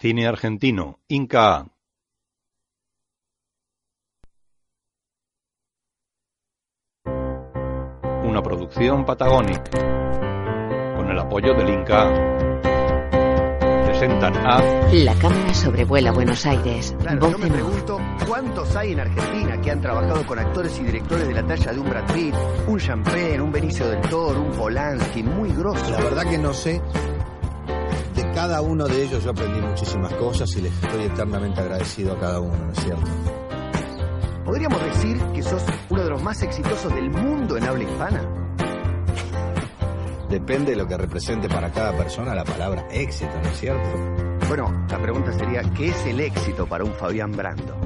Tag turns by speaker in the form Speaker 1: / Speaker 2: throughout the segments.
Speaker 1: Cine argentino, Inca A. Una producción Patagonic. Con el apoyo del Inca A. Presentan a
Speaker 2: La cámara sobrevuela Buenos Aires.
Speaker 3: Claro, yo
Speaker 2: Voz
Speaker 3: me
Speaker 2: en off.
Speaker 3: pregunto cuántos hay en Argentina que han trabajado con actores y directores de la talla de un Brad Pitt, un Champagne, un Benicio del Toro, un Polanski, muy grosso.
Speaker 4: La verdad que no sé. De cada uno de ellos yo aprendí muchísimas cosas y les estoy eternamente agradecido a cada uno, ¿no es cierto?
Speaker 3: Podríamos decir que sos uno de los más exitosos del mundo en habla hispana.
Speaker 4: Depende de lo que represente para cada persona la palabra éxito, ¿no es cierto?
Speaker 3: Bueno, la pregunta sería, ¿qué es el éxito para un Fabián Brando?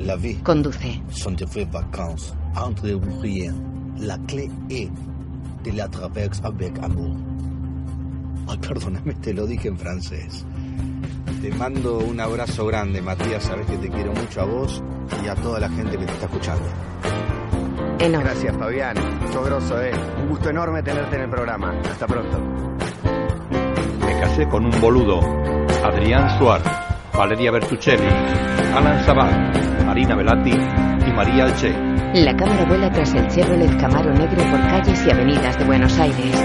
Speaker 4: La vie
Speaker 2: Conduce.
Speaker 4: sont des vacances entre ouvriers. La clé est de la traverse avec amour. Ay, perdóname, te lo dije en francés. Te mando un abrazo grande, Matías. Sabes que te quiero mucho a vos y a toda la gente que te está escuchando.
Speaker 2: En off.
Speaker 3: Gracias, Fabián. Sos grosso, eh. Un gusto enorme tenerte en el programa. Hasta pronto.
Speaker 1: Me casé con un boludo, Adrián Suárez, Valeria Bertuccelli, Alan Sabat, Marina Velati y María Alche.
Speaker 2: La cámara vuela tras el Chevrolet Camaro negro por calles y avenidas de Buenos Aires.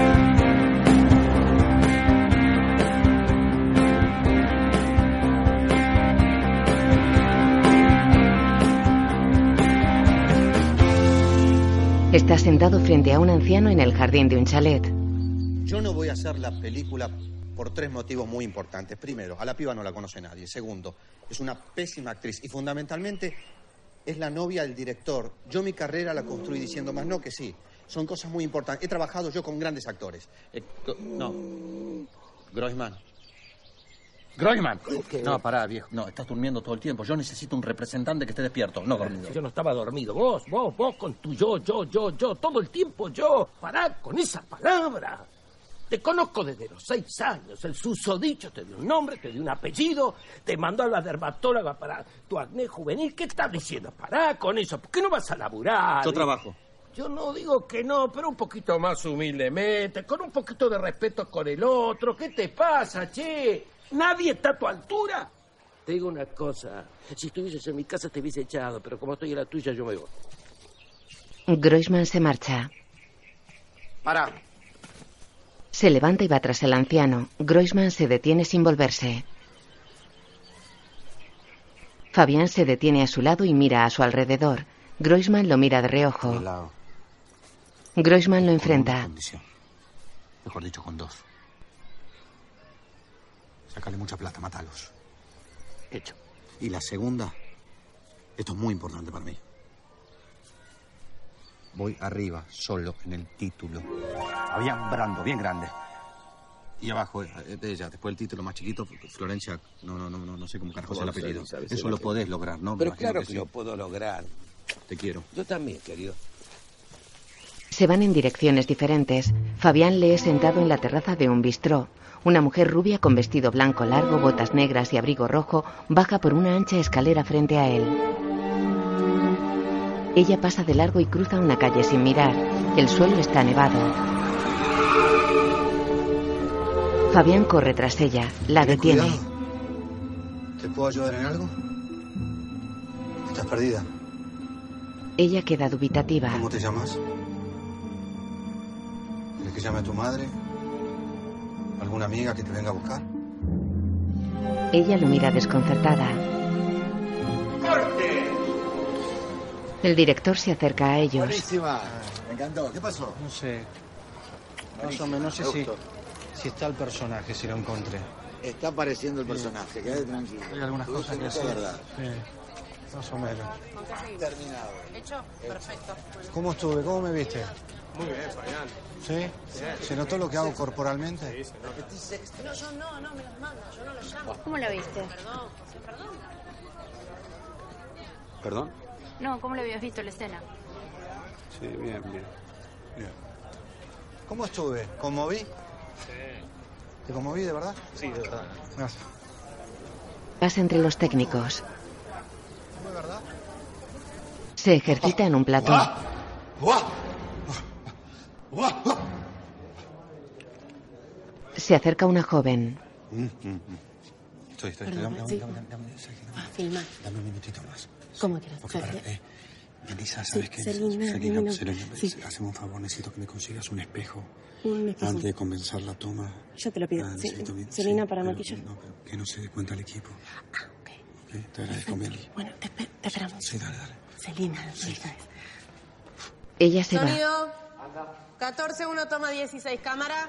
Speaker 2: Está sentado frente a un anciano en el jardín de un chalet.
Speaker 5: Yo no voy a hacer la película por tres motivos muy importantes. Primero, a la piba no la conoce nadie. Segundo, es una pésima actriz. Y fundamentalmente, es la novia del director. Yo mi carrera la construí diciendo más no que sí. Son cosas muy importantes. He trabajado yo con grandes actores. Eh, co- no. Groisman. Groisman. No, pará, viejo. No, estás durmiendo todo el tiempo. Yo necesito un representante que esté despierto, no dormido.
Speaker 6: Yo no estaba dormido. Vos, vos, vos, con tu yo, yo, yo, yo. Todo el tiempo yo. Pará con esa palabra. Te conozco desde los seis años. El susodicho te dio un nombre, te dio un apellido. Te mandó a la dermatóloga para tu acné juvenil. ¿Qué estás diciendo? Pará con eso. ¿Por qué no vas a laburar?
Speaker 5: Yo trabajo.
Speaker 6: Yo no digo que no, pero un poquito más humildemente, con un poquito de respeto con el otro. ¿Qué te pasa, che? ¿Nadie está a tu altura? Te digo una cosa. Si estuvieses en mi casa te hubiese echado, pero como estoy en la tuya, yo me voy.
Speaker 2: Groisman se marcha.
Speaker 5: Pará.
Speaker 2: Se levanta y va tras el anciano. Groisman se detiene sin volverse. Fabián se detiene a su lado y mira a su alrededor. Groisman lo mira de reojo.
Speaker 4: lado.
Speaker 2: Groisman
Speaker 5: Con
Speaker 2: lo
Speaker 5: una
Speaker 2: enfrenta.
Speaker 5: condición. Mejor dicho, con dos. Sácale mucha plata, mátalos.
Speaker 6: Hecho.
Speaker 5: Y la segunda, esto es muy importante para mí. Voy arriba, solo, en el título. Había un brando, bien grande. Y abajo, eh, eh, ella, después el título más chiquito, Florencia, no, no, no, no, no sé cómo carajo es el
Speaker 6: González,
Speaker 5: apellido.
Speaker 6: ¿sabes?
Speaker 5: Eso lo podés lograr, ¿no? Me
Speaker 6: Pero
Speaker 5: imagino
Speaker 6: claro que
Speaker 5: sí.
Speaker 6: lo puedo lograr.
Speaker 5: Te quiero.
Speaker 6: Yo también, querido.
Speaker 2: Se van en direcciones diferentes. Fabián le es sentado en la terraza de un bistró. Una mujer rubia con vestido blanco largo, botas negras y abrigo rojo baja por una ancha escalera frente a él. Ella pasa de largo y cruza una calle sin mirar. El suelo está nevado. Fabián corre tras ella, la
Speaker 4: Ten
Speaker 2: detiene.
Speaker 4: cuidado. ¿Te puedo ayudar en algo? Estás perdida.
Speaker 2: Ella queda dubitativa.
Speaker 4: ¿Cómo te llamas? ¿Quieres que llame a tu madre? ¿Alguna amiga que te venga a buscar?
Speaker 2: Ella lo mira desconcertada. El director se acerca a ellos.
Speaker 4: Buenísima. Me encantó. ¿Qué pasó?
Speaker 7: No sé. Más o menos, no sé si, si está el personaje, si lo encontré.
Speaker 4: Está apareciendo el personaje. Quédate tranquilo.
Speaker 7: Hay algunas
Speaker 4: Tú
Speaker 7: cosas que
Speaker 4: dijiste
Speaker 7: hacer.
Speaker 4: verdad.
Speaker 7: Eh, más o menos.
Speaker 4: Terminado.
Speaker 7: ¿Cómo estuve? ¿Cómo me viste? Muy bien, Fabián. ¿Sí? ¿Se notó lo que hago corporalmente?
Speaker 8: No, yo no, no, me los mando, yo no los llamo. ¿Cómo la viste? Perdón, perdón.
Speaker 5: ¿Perdón?
Speaker 8: No, ¿cómo le habías visto la escena?
Speaker 5: Sí, bien, bien.
Speaker 7: ¿Cómo estuve? ¿Conmoví? Sí. ¿Te conmoví de verdad? Sí, de verdad. Gracias.
Speaker 2: Pasa entre los técnicos. Se ejercita en un plató. Se acerca una joven.
Speaker 7: Estoy, estoy, estoy.
Speaker 8: Perdón,
Speaker 7: Dame, dame,
Speaker 8: sí.
Speaker 7: dame, dame, dame, Sergio, dame,
Speaker 8: Ah, filma.
Speaker 7: dame un minutito más.
Speaker 8: ¿Cómo te lo
Speaker 7: Porque para, eh, Melissa, ¿sabes
Speaker 8: Sí,
Speaker 7: qué?
Speaker 8: Selina, no,
Speaker 7: Selina,
Speaker 8: sí.
Speaker 7: hazme un favor, necesito que me consigas un espejo
Speaker 8: Un espejo.
Speaker 7: antes de comenzar la toma.
Speaker 8: Yo te lo pido.
Speaker 7: Ah,
Speaker 8: Sí,
Speaker 7: necesito bien,
Speaker 8: Selina,
Speaker 7: sí,
Speaker 8: para
Speaker 7: pero
Speaker 8: maquillar.
Speaker 7: No, pero que no se dé cuenta el equipo.
Speaker 8: Ah, ok.
Speaker 7: ¿ok? Te agradezco, Meli.
Speaker 8: Bueno, te, esper- te esperamos.
Speaker 7: Sí, dale, dale.
Speaker 8: Celina, ¿dónde estás?
Speaker 2: Ella se va.
Speaker 1: Sonido. 14, 1, toma 16, cámara.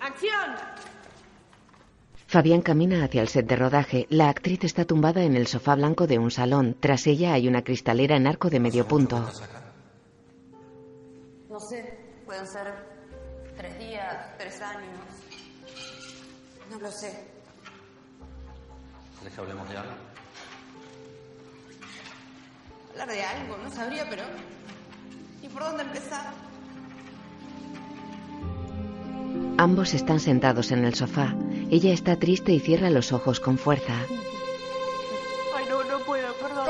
Speaker 1: ¡Acción!
Speaker 2: Fabián camina hacia el set de rodaje. La actriz está tumbada en el sofá blanco de un salón. Tras ella hay una cristalera en arco de medio punto.
Speaker 1: No sé, pueden ser tres días, tres años. No lo sé.
Speaker 6: ¿Quieres que hablemos de algo?
Speaker 1: Hablar de algo, no sabría, pero. ¿Y por dónde empezar?
Speaker 2: Ambos están sentados en el sofá. Ella está triste y cierra los ojos con fuerza.
Speaker 8: Ay, no, no puedo, perdón.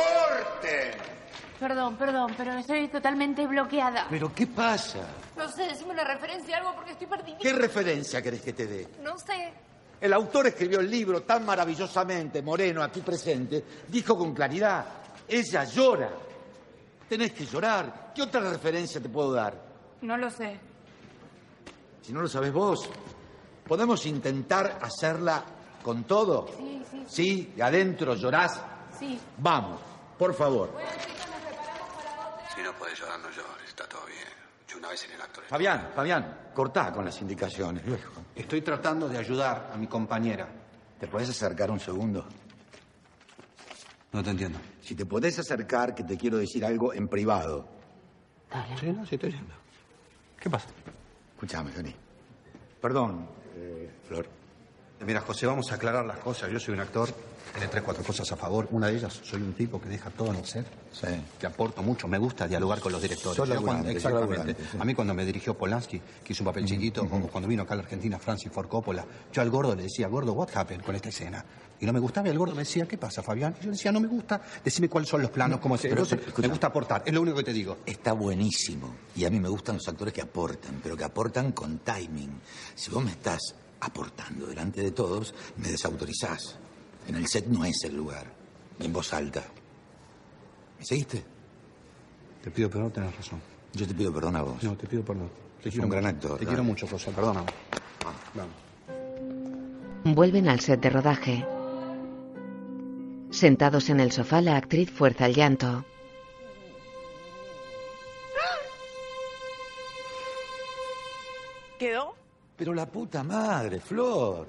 Speaker 8: Perdón, perdón, pero estoy totalmente bloqueada.
Speaker 6: ¿Pero qué pasa?
Speaker 8: No sé, decime una referencia, algo, porque estoy perdida.
Speaker 6: ¿Qué referencia querés que te dé?
Speaker 8: No sé.
Speaker 6: El autor escribió el libro tan maravillosamente, Moreno, aquí presente, dijo con claridad, ella llora. Tenés que llorar. ¿Qué otra referencia te puedo dar?
Speaker 1: No lo sé.
Speaker 6: Si no lo sabes vos, podemos intentar hacerla con todo.
Speaker 8: Sí, sí,
Speaker 6: Sí, de adentro llorás.
Speaker 8: sí.
Speaker 6: Vamos, por favor.
Speaker 4: Si no puedes llorar, no llores. Está todo bien. Yo una vez en el actor.
Speaker 6: Fabián, Fabián, cortá con las indicaciones, viejo.
Speaker 5: Estoy tratando de ayudar a mi compañera.
Speaker 6: ¿Te puedes acercar un segundo?
Speaker 4: No te entiendo.
Speaker 6: Si te podés acercar, que te quiero decir algo en privado.
Speaker 4: Sí, no, sí estoy yendo. ¿Qué pasa?
Speaker 6: Escúchame, Johnny. Perdón, eh, Flor.
Speaker 5: Mira, José, vamos a aclarar las cosas. Yo soy un actor, tiene tres, cuatro cosas a favor. Una de ellas, soy un tipo que deja todo en el set.
Speaker 6: Sí.
Speaker 5: Que aporto mucho, me gusta dialogar con los directores.
Speaker 6: Sos
Speaker 5: Yo
Speaker 6: laburante,
Speaker 5: cuando-
Speaker 6: sos
Speaker 5: exactamente.
Speaker 6: laburante, sí.
Speaker 5: A mí cuando me dirigió Polanski, que hizo un papel chiquito, o cuando vino acá a la Argentina Francis Ford Coppola, yo al gordo le decía, gordo, what happened con esta escena? Y no me gustaba, y el gordo me decía, ¿qué pasa, Fabián? Y yo le decía, no me gusta, decime cuáles son los planos, cómo se...
Speaker 6: pero,
Speaker 5: Pero,
Speaker 6: pero,
Speaker 5: me
Speaker 6: escucha.
Speaker 5: gusta aportar, es lo único que te digo.
Speaker 4: Está buenísimo. Y a mí me gustan los actores que aportan, pero que aportan con timing. Si vos me estás aportando delante de todos, me desautorizás. En el set no es el lugar. En voz alta. ¿Me seguiste?
Speaker 5: Te pido perdón, tenés razón.
Speaker 4: Yo te pido perdón a vos.
Speaker 5: No, te pido perdón. Te
Speaker 4: quiero
Speaker 5: un gran
Speaker 4: mucho.
Speaker 5: actor. eh. Ah.
Speaker 4: Te quiero
Speaker 5: mucho, José, perdóname.
Speaker 2: Vuelven al set de rodaje. Sentados en el sofá, la actriz fuerza el llanto.
Speaker 1: ¿Quedó?
Speaker 4: Pero la puta madre, Flor.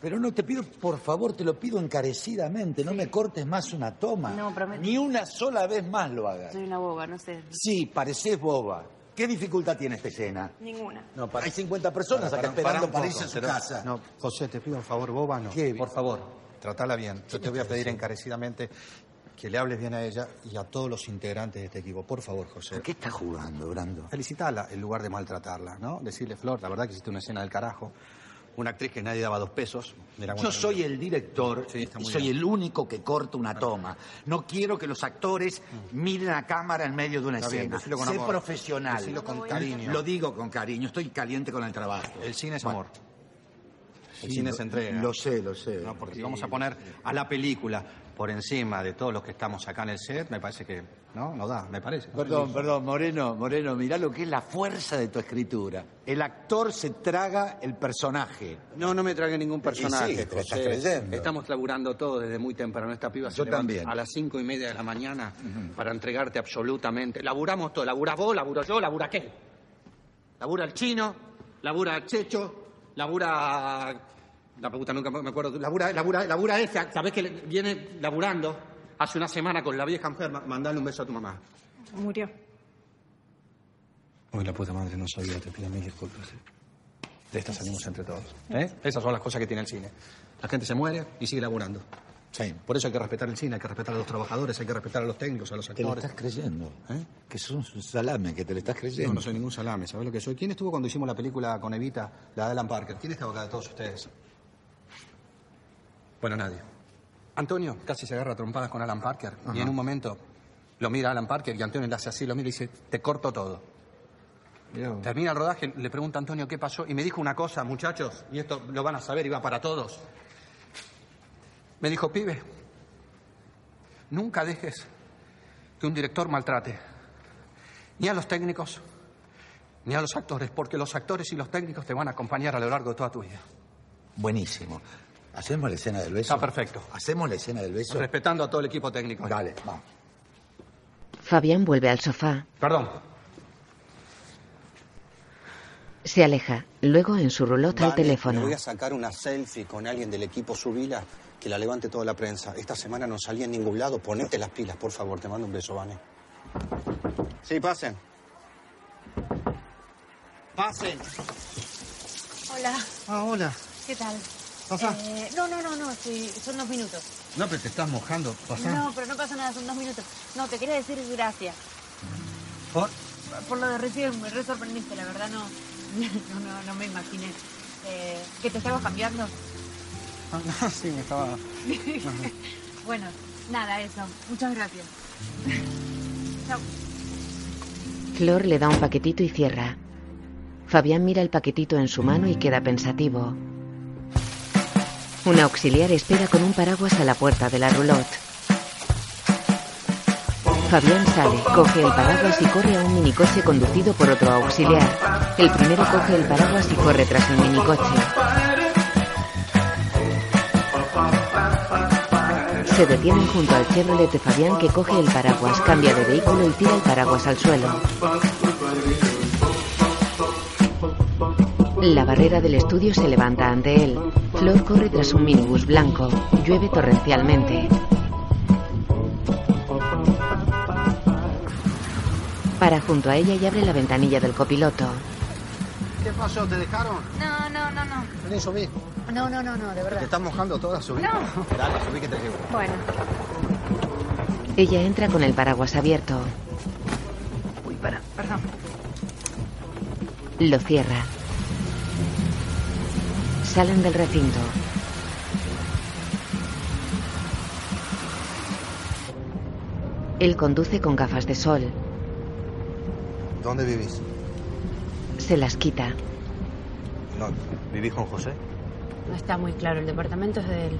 Speaker 4: Pero no te pido, por favor, te lo pido encarecidamente, no me cortes más una toma.
Speaker 1: No, prometo.
Speaker 4: Ni una sola vez más lo hagas.
Speaker 1: Soy una boba, no sé.
Speaker 4: Sí, pareces boba. ¿Qué dificultad tiene esta escena?
Speaker 1: Ninguna.
Speaker 4: No, Hay 50 personas acá esperando para irse a su casa.
Speaker 5: No, José, te pido un favor, boba, no.
Speaker 4: ¿Qué?
Speaker 5: Por favor, tratala bien. Yo te voy a pedir encarecidamente que le hables bien a ella y a todos los integrantes de este equipo. Por favor, José.
Speaker 4: ¿A qué estás jugando, Brando?
Speaker 5: Felicitarla en lugar de maltratarla, ¿no? Decirle, Flor, la verdad que hiciste una escena del carajo. Una actriz que nadie daba dos pesos. Mira
Speaker 4: Yo
Speaker 5: cuánto-
Speaker 4: soy el director
Speaker 5: Sí, está
Speaker 4: y
Speaker 5: muy
Speaker 4: soy
Speaker 5: bien.
Speaker 4: el único que corta una toma. No quiero que los actores miren a cámara en medio de una
Speaker 5: Está bien,
Speaker 4: escena.
Speaker 5: decilo con
Speaker 4: sé
Speaker 5: amor.
Speaker 4: profesional.
Speaker 5: Decilo con cariño.
Speaker 4: Lo digo con cariño. Estoy caliente con el trabajo.
Speaker 5: El cine es
Speaker 4: Bueno,
Speaker 5: amor. El
Speaker 4: sí,
Speaker 5: cine
Speaker 4: lo-
Speaker 5: se entrega.
Speaker 4: Lo sé, lo sé.
Speaker 5: No, porque si vamos a poner a la película por encima de todos los que estamos acá en el set, me parece que no, no da, me parece.
Speaker 4: Perdón, perdón, Moreno, Moreno, mirá lo que es la fuerza de tu escritura. El actor se traga el personaje.
Speaker 9: No, no me trague ningún personaje.
Speaker 4: sí, te lo estás
Speaker 9: José.
Speaker 4: creyendo.
Speaker 9: Estamos laburando todo desde muy temprano. Esta piba se
Speaker 4: Yo
Speaker 9: levanta
Speaker 4: también.
Speaker 9: a las cinco y media de la mañana para entregarte absolutamente. Laburamos todo. Labura vos, laburo yo, labura qué. Labura el chino, labura Checho, labura. La puta nunca me acuerdo. Labura, labura, labura esa. Sabés que le- viene laburando hace una semana con la vieja enferma. Mandale un beso a tu mamá.
Speaker 1: Murió.
Speaker 5: Hoy la puta madre no sabía, te pido mil disculpas. eh. De estas salimos entre todos. ¿eh? Esas son las cosas que tiene el cine. La gente se muere y sigue laburando.
Speaker 4: Sí.
Speaker 5: Por eso hay que respetar el cine, hay que respetar a los trabajadores, hay que respetar a los técnicos, a los
Speaker 4: Te lo
Speaker 5: actores.
Speaker 4: estás creyendo, ¿eh? Que sos un salame, que te lo estás creyendo.
Speaker 5: No, no soy ningún salame, ¿sabes lo que soy? ¿Quién estuvo cuando hicimos la película con Evita, la de Alan Parker? ¿Quién estaba acá de todos ustedes? Bueno, nadie. Antonio casi se agarra a trompadas con Alan Parker y en un momento lo mira a Alan Parker y Antonio le hace así, lo mira y dice, te corto todo. Termina el rodaje, le pregunto a Antonio qué pasó y me dijo una cosa, muchachos, y esto lo van a saber y va para todos. Me dijo, pibe, nunca dejes que un director maltrate ni a los técnicos ni a los actores, porque los actores y los técnicos te van a acompañar a lo largo de toda tu vida.
Speaker 4: Buenísimo. ¿Hacemos la escena del beso? Está perfecto. ¿Hacemos la escena del beso?
Speaker 5: Respetando a todo el equipo técnico.
Speaker 4: Dale, vamos.
Speaker 2: Fabián vuelve al sofá.
Speaker 5: Perdón.
Speaker 2: Se aleja. Luego en su rulota al
Speaker 5: Vane,
Speaker 2: teléfono.
Speaker 5: me voy a sacar una selfie con alguien del equipo Subila que la levante toda la prensa. Esta semana no salí en ningún lado. Ponete las pilas, por favor. Te mando un beso, Vane. Sí, pasen. Pasen.
Speaker 1: Hola,
Speaker 5: Ah, hola.
Speaker 1: ¿qué tal?
Speaker 5: Pasa.
Speaker 1: Eh, no, no, no, no, estoy- son dos minutos.
Speaker 5: No, pero te estás mojando. Pasá.
Speaker 1: No, pero no pasa nada, son dos minutos. No, te quería decir gracias.
Speaker 5: Por-
Speaker 1: Por lo de recién, me re sorprendiste, la verdad no, no, no, no me imaginé. Eh, ¿Que te estabas cambiando?
Speaker 7: Ah, no, sí, me estaba.
Speaker 1: Bueno, nada, eso. Muchas gracias. Chao.
Speaker 2: Flor le da un paquetito y cierra. Fabián mira el paquetito en su mano y queda pensativo. Un auxiliar espera con un paraguas a la puerta de la roulotte. Fabián sale, coge el paraguas y corre a un minicoche conducido por otro auxiliar. El primero coge el paraguas y corre tras el minicoche. Se detienen junto al Chevrolet de Fabián que coge el paraguas, cambia de vehículo y tira el paraguas al suelo. La barrera del estudio se levanta ante él. Flor corre tras un minibús blanco. Llueve torrencialmente. Para junto a ella y abre la ventanilla del copiloto.
Speaker 7: ¿Qué pasó? ¿Te dejaron?
Speaker 1: No, no, no, no.
Speaker 7: Vení, subí.
Speaker 1: No, no, no, no, de
Speaker 5: Te
Speaker 1: verdad.
Speaker 5: estás mojando toda, subí.
Speaker 1: No.
Speaker 5: Dale, subí que te llevo.
Speaker 1: Bueno.
Speaker 2: Ella entra con el paraguas abierto.
Speaker 1: Uy, para, perdón.
Speaker 2: Lo cierra. Salen del recinto. Él conduce con gafas de sol.
Speaker 5: ¿Dónde vivís?
Speaker 2: Se las quita.
Speaker 5: No, vivís con José.
Speaker 8: No está muy claro, el departamento es de él.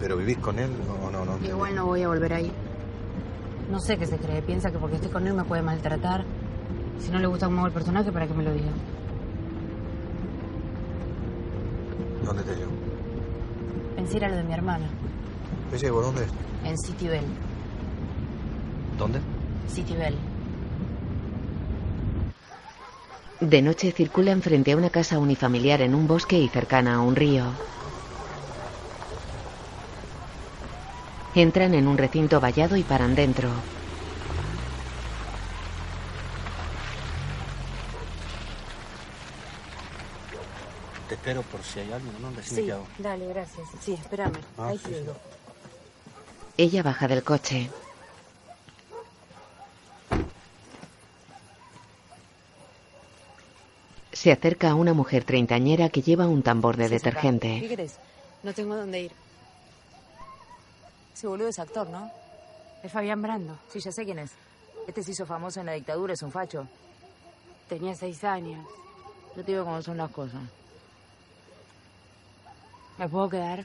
Speaker 5: ¿Pero vivís con él o no? no,
Speaker 8: Igual no voy a volver ahí. No sé qué se cree, piensa que porque estoy con él me puede maltratar. Si no le gusta cómo hago el personaje, para que me lo diga.
Speaker 5: ¿Dónde te llevo?
Speaker 8: Pensé ir a lo de mi hermana,
Speaker 5: Te llevo, ¿dónde es?
Speaker 8: en City Bell.
Speaker 5: ¿Dónde?
Speaker 8: City Bell.
Speaker 2: De noche circulan frente a una casa unifamiliar en un bosque y cercana a un río. Entran en un recinto vallado y paran dentro.
Speaker 5: Te espero por si hay algo, ¿no? Decime
Speaker 8: Sí,
Speaker 5: qué hago.
Speaker 8: dale, gracias. Sí, espérame.
Speaker 5: Ah,
Speaker 8: Ahí
Speaker 5: sí,
Speaker 8: te
Speaker 5: sí.
Speaker 8: digo.
Speaker 2: Ella baja del coche. Se acerca a una mujer treintañera que lleva un tambor de
Speaker 8: Pues ¿Qué
Speaker 2: detergente.
Speaker 8: crees? No tengo dónde ir. Ese boludo es actor, ¿no? Es Fabián Brando. Sí, ya sé quién es. Este se hizo famoso en la dictadura, es un facho. Tenía seis años. Yo te digo cómo son las cosas. ¿Me puedo quedar?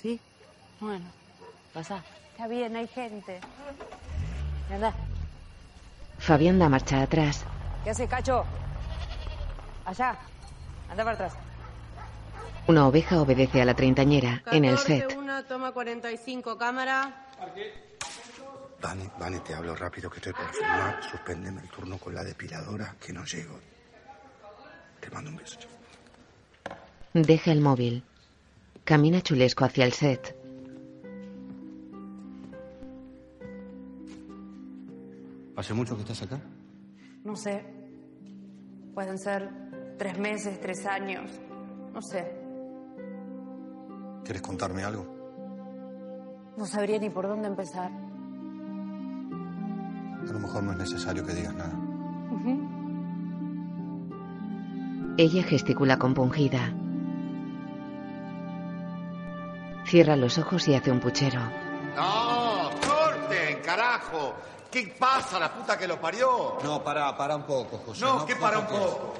Speaker 8: ¿Sí? Bueno. Pasa.
Speaker 1: Está bien, hay gente.
Speaker 8: Anda.
Speaker 2: Fabián da marcha atrás.
Speaker 8: ¿Qué haces, cacho? Allá. Anda para atrás.
Speaker 2: Una oveja obedece a la treintañera en el set.
Speaker 10: Una toma 45, cámara.
Speaker 5: Vane, Vane, te hablo rápido que estoy por firmar. Suspéndeme el turno con la depiladora que no llego. Te mando un beso.
Speaker 2: Deja el móvil. Camina chulesco hacia el set.
Speaker 5: ¿Hace mucho que estás acá?
Speaker 11: No sé. Pueden ser tres meses, tres años. No sé.
Speaker 5: ¿Quieres contarme algo?
Speaker 8: No sabría ni por dónde empezar.
Speaker 5: A lo mejor no es necesario que digas nada.
Speaker 2: Ella gesticula compungida. Cierra los ojos y hace un puchero.
Speaker 12: ¡No! ¡Corten, carajo!
Speaker 4: ¿Qué pasa, la puta que lo parió?
Speaker 5: No, pará, pará un poco, José.
Speaker 4: No, ¿qué para un
Speaker 5: putees.
Speaker 4: poco?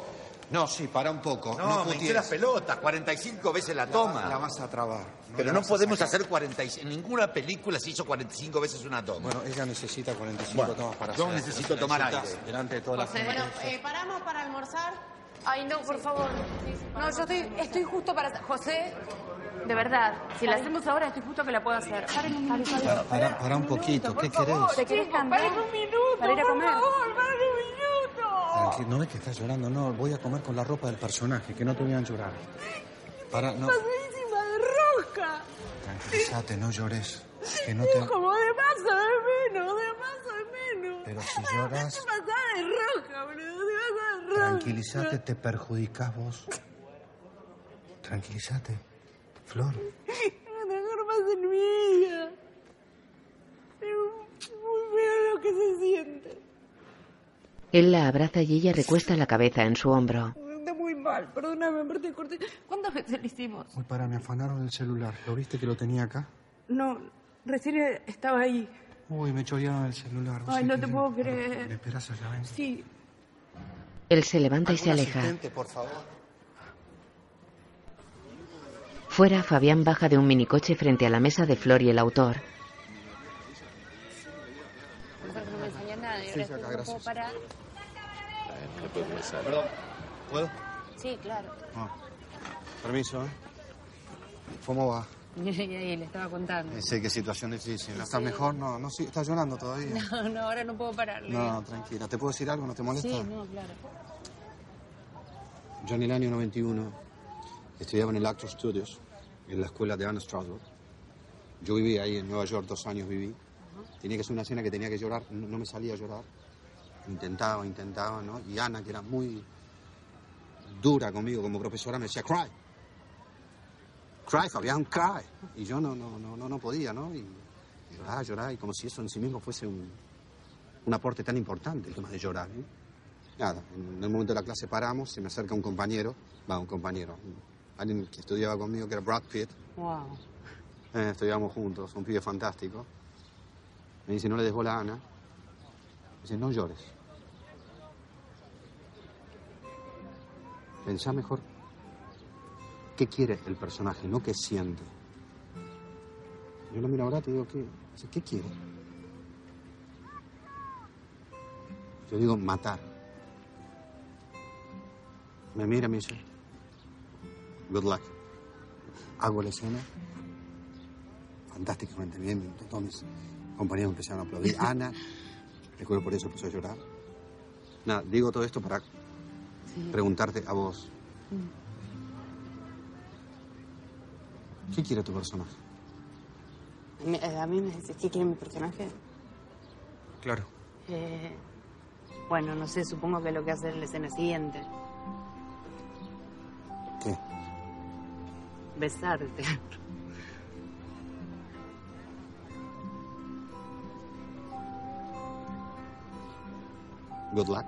Speaker 5: No, sí, para un poco.
Speaker 4: No, me
Speaker 5: putees.
Speaker 4: hice las pelotas, 45 veces la toma.
Speaker 5: La vas a trabar.
Speaker 4: Pero
Speaker 5: la
Speaker 4: no
Speaker 5: vas a
Speaker 4: podemos
Speaker 5: sacar.
Speaker 4: hacer 45. En ninguna película se hizo 45 veces una toma.
Speaker 5: Bueno, ella necesita 45
Speaker 4: Bueno,
Speaker 5: tomas para
Speaker 4: yo
Speaker 5: hacer-
Speaker 4: necesito tomar
Speaker 5: necesitas
Speaker 4: aire.
Speaker 5: Delante de toda la gente.
Speaker 8: Bueno, eh, ¿paramos para almorzar? Ay, no, por favor. No, yo estoy, estoy justo para... José, de verdad, si la hacemos ahora, estoy justo que la puedo hacer. Paren un minuto.
Speaker 5: Pará, pará, pará un poquito, ¿qué
Speaker 8: ¿Te
Speaker 5: querés?
Speaker 8: quieres cambiar? Paren un minuto, para ir a
Speaker 7: por
Speaker 8: comer.
Speaker 7: favor,
Speaker 5: Tranqui- no ves que estás llorando, no, voy a comer con la ropa del personaje, que no te vean llorar. Pará, no,
Speaker 7: Pasadísima de rosca.
Speaker 5: tranquilízate, no llores. Que no te...
Speaker 7: Como de paso de menos, de paso de menos.
Speaker 5: Pero si lloras,
Speaker 7: Te pasada de rosca, boludo, te pasada de rosca.
Speaker 5: tranquilízate, te perjudicás vos. Tranquilízate, Flor.
Speaker 7: No te más en mi vida. Es muy feo lo que se siente.
Speaker 2: Él la abraza y ella recuesta la cabeza en su hombro.
Speaker 7: Está muy mal, perdóname, pero te corté. ¿Cuántas veces lo hicimos?
Speaker 5: Uy, para, me afanaron el celular. ¿Lo viste que lo tenía acá?
Speaker 7: No, recién estaba ahí.
Speaker 5: Uy, me chorearon el celular. ¿Vos
Speaker 7: Ay,
Speaker 5: sabés
Speaker 7: no
Speaker 5: que
Speaker 7: te
Speaker 5: yo-
Speaker 7: puedo
Speaker 5: Ahora,
Speaker 7: creer.
Speaker 8: Eh,
Speaker 5: ¿Me esperás allá adentro?
Speaker 7: Sí,
Speaker 2: Él se levanta y se
Speaker 5: ¿Algún
Speaker 2: aleja.
Speaker 5: asistente, por favor?
Speaker 2: Fuera, Fabián baja de un minicoche frente a la mesa de Flor y el autor.
Speaker 13: No me enseña nada.
Speaker 5: Sí, ahora sí, acá, estoy- no puedo gracias.
Speaker 13: parar.
Speaker 5: Perdón, ¿puedo?
Speaker 13: Sí, claro.
Speaker 5: Permiso, ¿eh? ¿Cómo va?
Speaker 13: le estaba contando.
Speaker 5: Sé qué situación difícil. ¿No estás
Speaker 13: Sí.
Speaker 5: mejor? No, no, sí, estás llorando todavía.
Speaker 13: No, no, ahora no puedo pararle.
Speaker 5: No, tranquila. ¿Te puedo decir algo? ¿No te molesta?
Speaker 13: Sí, no, claro.
Speaker 5: Yo en el año 91 estudiaba en el Actor Studios, en la escuela de Anne Strasberg. Yo viví ahí en Nueva York, dos años viví. Tenía que hacer una escena que tenía que llorar, no, no me salía a llorar. Intentaba, intentaba, ¿no? Y Ana, que era muy dura conmigo como profesora, me decía, cry. Cry, Fabián, cry. Y yo no, no, no, no, no podía, ¿no? Y lloraba, lloraba, y como si eso en sí mismo fuese un, un aporte tan importante, el tema de llorar, ¿eh? Nada, en el momento de la clase paramos, se me acerca un compañero, va, un compañero, alguien que estudiaba conmigo, que era Brad Pitt,
Speaker 13: Wow.
Speaker 5: eh, estudiábamos juntos, un pibe fantástico. Me dice, no le des bola a Ana. Me dice, no llores. Pensá mejor qué quiere el personaje, no qué siente. Yo lo miro ahora y te digo, ¿qué, Dice, ¿qué quiere? Yo digo, matar. Me mira y me dice, good luck. Hago la escena fantásticamente bien. Todos mis compañeros empezaron a aplaudir. Ana, te juro por eso empezó a llorar. Nada, digo todo esto para preguntarte a vos. ¿Qué quiere tu personaje?
Speaker 7: Me- eh, a mí me decís, ¿qué quiere mi personaje?
Speaker 5: Claro.
Speaker 7: Eh, bueno, no sé, supongo que lo que hace en la escena siguiente.
Speaker 5: ¿Qué?
Speaker 7: Besarte.
Speaker 5: Good luck.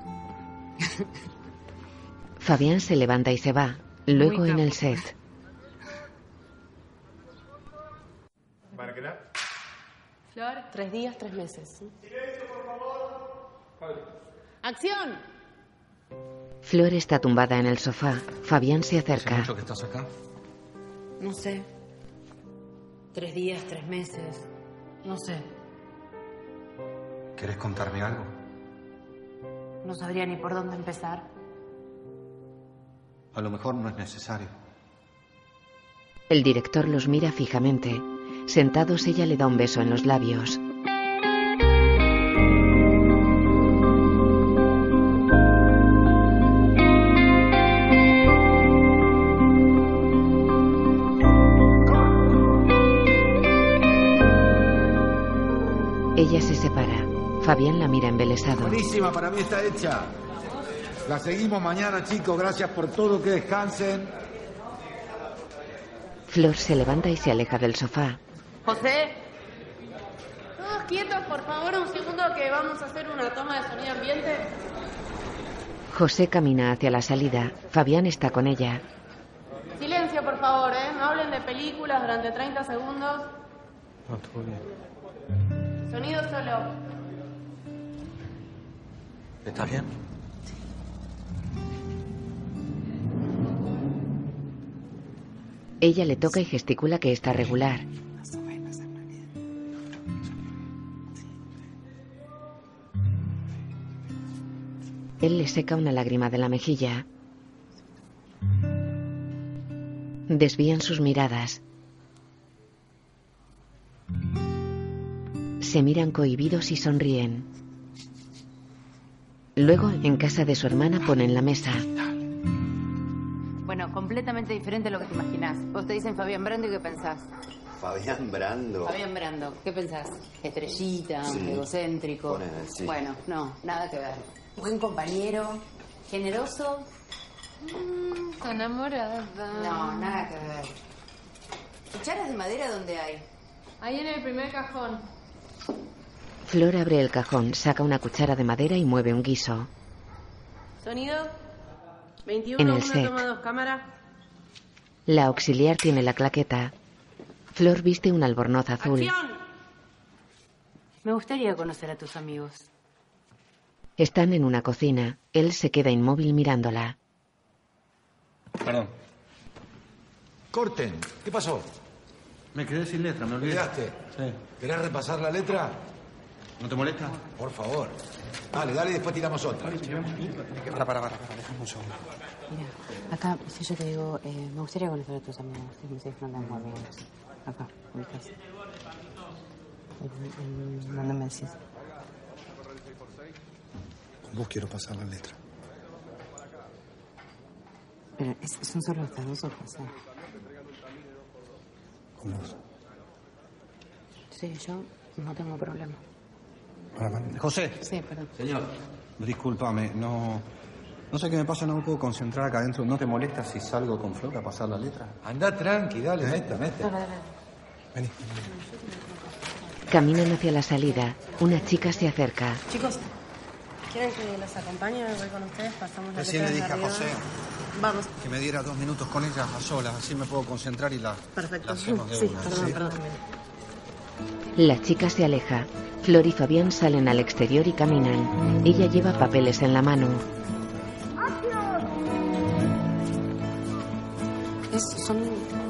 Speaker 2: Fabián se levanta y se va. Luego en el set.
Speaker 1: ¿Para quedar?
Speaker 8: Flor, tres días, tres meses. Silencio, por favor. ¡Acción!
Speaker 2: Flor está tumbada en el sofá. Fabián se acerca.
Speaker 5: que estás acá?
Speaker 8: No sé. Tres días, tres meses. No sé.
Speaker 5: ¿Querés contarme algo?
Speaker 8: No sabría ni por dónde empezar.
Speaker 5: A lo mejor no es necesario.
Speaker 2: El director los mira fijamente. Sentados, ella le da un beso en los labios. Ella se separa. Fabián la mira embelesado.
Speaker 4: Buenísima, para mí está hecha. La seguimos mañana, chicos. Gracias por todo. Que descansen.
Speaker 2: Flor se levanta y se aleja del sofá.
Speaker 8: José. Todos quietos, por favor, un segundo que vamos a hacer una toma de sonido ambiente.
Speaker 2: José camina hacia la salida. Fabián está con ella.
Speaker 8: Silencio, por favor, ¿eh? No hablen de películas durante 30 segundos.
Speaker 5: No, todo bien.
Speaker 8: Sonido solo.
Speaker 4: ¿Estás bien?
Speaker 2: Ella le toca y gesticula que está regular. Él le seca una lágrima de la mejilla. Desvían sus miradas. Se miran cohibidos y sonríen. Luego, en casa de su hermana, ponen la mesa.
Speaker 14: Bueno, completamente diferente a lo que te imaginás. Vos te dicen Fabián Brando y ¿qué pensás?
Speaker 7: Fabián Brando.
Speaker 14: Fabián Brando, ¿qué pensás? Estrellita,
Speaker 7: Sí.
Speaker 14: egocéntrico.
Speaker 7: Pone, sí.
Speaker 14: Bueno, no, nada que ver. Buen compañero, generoso.
Speaker 8: Mm,
Speaker 15: Está enamorada.
Speaker 14: No, nada que ver. ¿Cucharas de madera dónde hay?
Speaker 15: Ahí en el primer cajón.
Speaker 2: Flor abre el cajón, saca una cuchara de madera y mueve un guiso.
Speaker 15: Sonido. 21,
Speaker 2: En el
Speaker 15: una
Speaker 2: set.
Speaker 15: toma dos cámara.
Speaker 2: La auxiliar tiene la claqueta. Flor viste un albornoz azul.
Speaker 14: Me gustaría conocer a tus amigos.
Speaker 2: Están en una cocina. Él se queda inmóvil mirándola.
Speaker 4: Perdón. Corten. ¿Qué pasó? Me quedé sin letra, me olvidé. ¿Olvidaste? Sí. ¿Querés repasar la letra? ¿No te molesta? Por favor. Dale, dale y después tiramos otra. Para, para, para. Dejame un segundo.
Speaker 8: Acá, si yo te digo, eh, me gustaría conocer a tus amigos, que me estoy disfrutando muy bien. Acá, en mi casa. Y- y eh, Mándame así.
Speaker 5: Con vos quiero pasar la letra.
Speaker 8: Pero es, son solo estas dos hojas, ¿eh?
Speaker 5: Con vos.
Speaker 8: Sí, yo no tengo problema.
Speaker 16: José.
Speaker 8: Sí, perdón.
Speaker 16: Señor. Discúlpame, no. No sé qué me pasa, no me puedo concentrar acá adentro. ¿No te molesta si salgo con Flor a pasar la letra? Andá tranqui, dale,
Speaker 17: ¿Eh?
Speaker 16: meta, meta.
Speaker 2: Caminan hacia la salida. Una chica se acerca.
Speaker 18: Chicos, ¿quieren que los acompañe? Voy con ustedes, pasamos la
Speaker 5: Recién le dije
Speaker 18: letra
Speaker 5: a
Speaker 18: de arriba.
Speaker 5: José
Speaker 18: Vamos.
Speaker 5: que me diera dos minutos con ella a solas, así me puedo concentrar y la,
Speaker 18: Perfecto.
Speaker 5: la hacemos de
Speaker 18: Sí,
Speaker 5: una.
Speaker 18: perdón,
Speaker 5: ¿sí?
Speaker 18: perdón.
Speaker 2: La chica se aleja. Flor y Fabián salen al exterior y caminan. Ella lleva papeles en la mano.
Speaker 8: Es, son,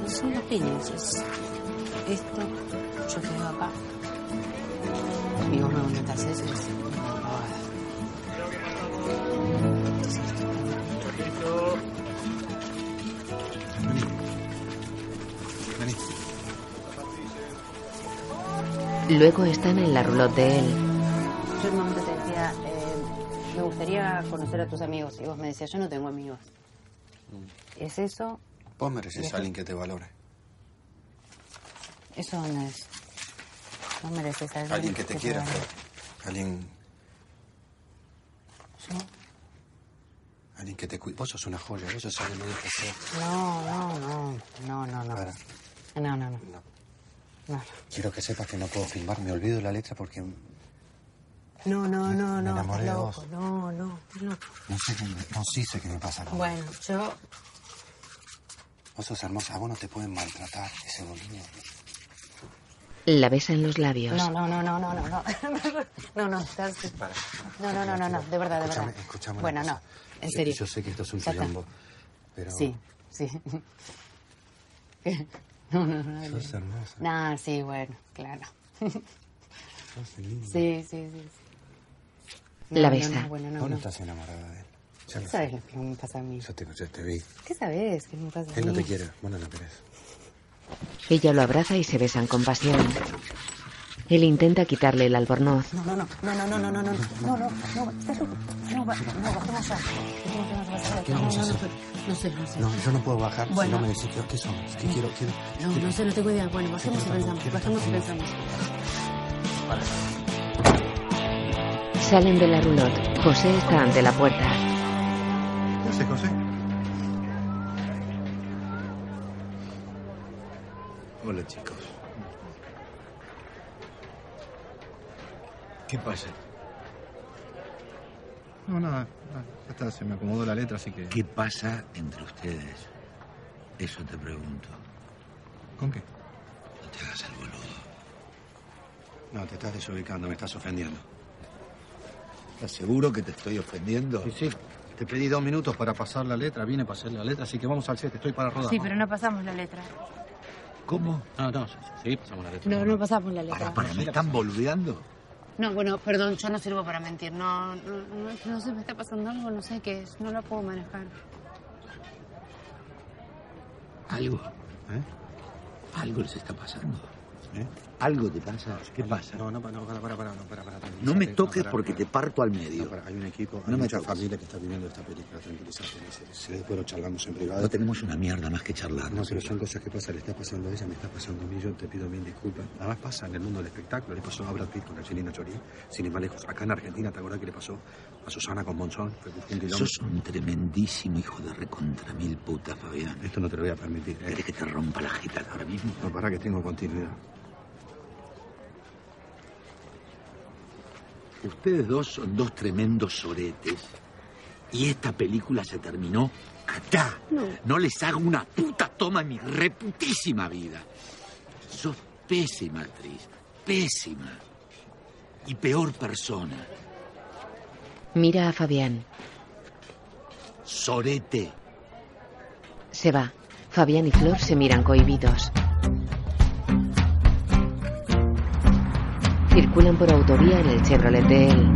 Speaker 8: son las líneas. Es esto, yo quedo acá. Y vos me aumentas eso. y así.
Speaker 2: Luego están en la roulotte de él.
Speaker 8: Yo en un momento te decía, eh, me gustaría conocer a tus amigos. Y vos me decías, yo no tengo amigos.
Speaker 5: Mm.
Speaker 8: ¿Es eso?
Speaker 5: Vos mereces a alguien que te valore.
Speaker 8: ¿Eso no es? No mereces a alguien,
Speaker 5: Alguien que te quiera,
Speaker 8: valore.
Speaker 5: Flor. Alguien. Alguien que te cuide. Vos sos una joya, vos sos alguien que sea.
Speaker 8: No, no, no. No, no, no.
Speaker 5: Clara.
Speaker 8: No, no, no. No,
Speaker 5: Quiero que sepas que no puedo filmar, me olvido la letra porque no
Speaker 8: no, no, no. no,
Speaker 5: enamoré de
Speaker 8: estás loco. No, no, estás loco.
Speaker 5: sé qué me, no sí sé qué me pasa. con-
Speaker 8: Bueno, yo
Speaker 5: Vos sos hermosa, a vos no te pueden maltratar, ese bolillo.
Speaker 2: La besa en los labios.
Speaker 8: No, no, no, no, no, no, no. No, no, estás. No, no, no, no, no, de verdad, de verdad.
Speaker 5: Escúchame, escúchame una
Speaker 8: Bueno,
Speaker 5: cosa.
Speaker 8: no, en
Speaker 5: Yo-
Speaker 8: serio.
Speaker 5: Yo, sé que esto es un
Speaker 8: Ya está.
Speaker 5: quilombo, pero...
Speaker 8: Sí, sí. No, no, no. no.
Speaker 5: Sos hermosa,
Speaker 8: Nah, sí, bueno, claro.
Speaker 5: sos linda.
Speaker 8: Sí, sí, sí.
Speaker 5: La
Speaker 8: No, no,
Speaker 5: besa.
Speaker 8: No, bueno, no,
Speaker 5: Vos no
Speaker 8: no.
Speaker 5: estás enamorada de él. Ya
Speaker 8: ¿Qué
Speaker 5: lo
Speaker 8: sabes
Speaker 5: sé.
Speaker 8: lo que me pasa a mí?
Speaker 5: Yo te, yo te vi.
Speaker 8: ¿Qué sabes que me pasa a mí?
Speaker 5: Él no te quiere, vos no lo querés.
Speaker 2: Ella lo abraza y se besan con pasión. Él intenta quitarle el albornoz.
Speaker 8: No, no, no, no, no, no, no, no, no, no, no, no, estás loco. No, ba- no, bajemos ya. No, no, no, bajemos ya.
Speaker 5: ¿Qué vamos a hacer?
Speaker 8: No, no sé, no sé.
Speaker 5: No, yo no puedo bajar si
Speaker 8: Bueno.
Speaker 5: no me decís que, ¿qué somos? ¿Qué quiero? quiero
Speaker 8: No, no sé, no tengo idea. Bueno, bajemos y pensamos, bajemos y pensamos.
Speaker 2: Salen de la roulotte. José está ante la puerta.
Speaker 17: ¿Qué haces, José?
Speaker 4: Hola, chicos. ¿Qué pasa?
Speaker 17: No, nada. nada. Ya está, se me acomodó la letra, así que.
Speaker 4: ¿Qué pasa entre ustedes? Eso te pregunto.
Speaker 17: ¿Con qué?
Speaker 4: No te hagas el boludo.
Speaker 5: No, te estás desubicando, me estás ofendiendo.
Speaker 19: ¿Estás seguro que te estoy ofendiendo?
Speaker 5: Sí, sí. Te pedí dos minutos para pasar la letra, vine para hacer la letra, así que vamos al set, estoy para rodar.
Speaker 8: Sí, pero no pasamos la letra.
Speaker 19: ¿Cómo?
Speaker 5: No, no, sí, sí, pasamos la letra.
Speaker 8: No, no pasamos la letra.
Speaker 19: Para, ¿me están boludeando?
Speaker 8: No, bueno, perdón, yo no sirvo para mentir. No, no, no, no sé, me está pasando algo, no sé qué es. No la puedo manejar.
Speaker 4: Algo. ¿eh? Algo les está pasando. ¿Algo te pasa? ¿Qué pasa?
Speaker 5: No, no, pa- no, para, para, para, no, para, para.
Speaker 4: No me
Speaker 5: tranquilízate,
Speaker 4: toques
Speaker 5: para,
Speaker 4: porque
Speaker 5: para.
Speaker 4: te parto al medio.
Speaker 5: No, para, hay un equipo, hay
Speaker 4: No me
Speaker 5: mucha
Speaker 4: toques.
Speaker 5: familia que está viviendo esta película, tranquilízate. Si- Si después lo charlamos en privado.
Speaker 4: No tenemos una mierda más que charlar.
Speaker 5: No, pero son cosas que pasan, le está pasando a ella, me está pasando a mí, yo te pido mil disculpas. Nada más pasa en el mundo del espectáculo, le pasó a Brad Pitt con Angelina Jolie, sin ir más lejos. Acá en Argentina, ¿te acordás que le pasó a Susana con Monzón? Fue un quilombo.
Speaker 4: Sos un tremendísimo hijo de recontra mil putas, Fabián.
Speaker 5: Esto no te lo voy a permitir. ¿eh?
Speaker 4: ¿Querés que te rompa la jeta ahora mismo?
Speaker 5: No, para que tengo continuidad.
Speaker 4: Ustedes dos son dos tremendos soretes. Y esta película se terminó acá. No. les hago una puta toma en mi reputísima vida. Sos pésima actriz. Pésima. Y peor persona.
Speaker 2: Mira a Fabián.
Speaker 4: Sorete.
Speaker 2: Se va. Fabián y Flor se miran cohibidos. Circulan por autovía en el Chevrolet de él.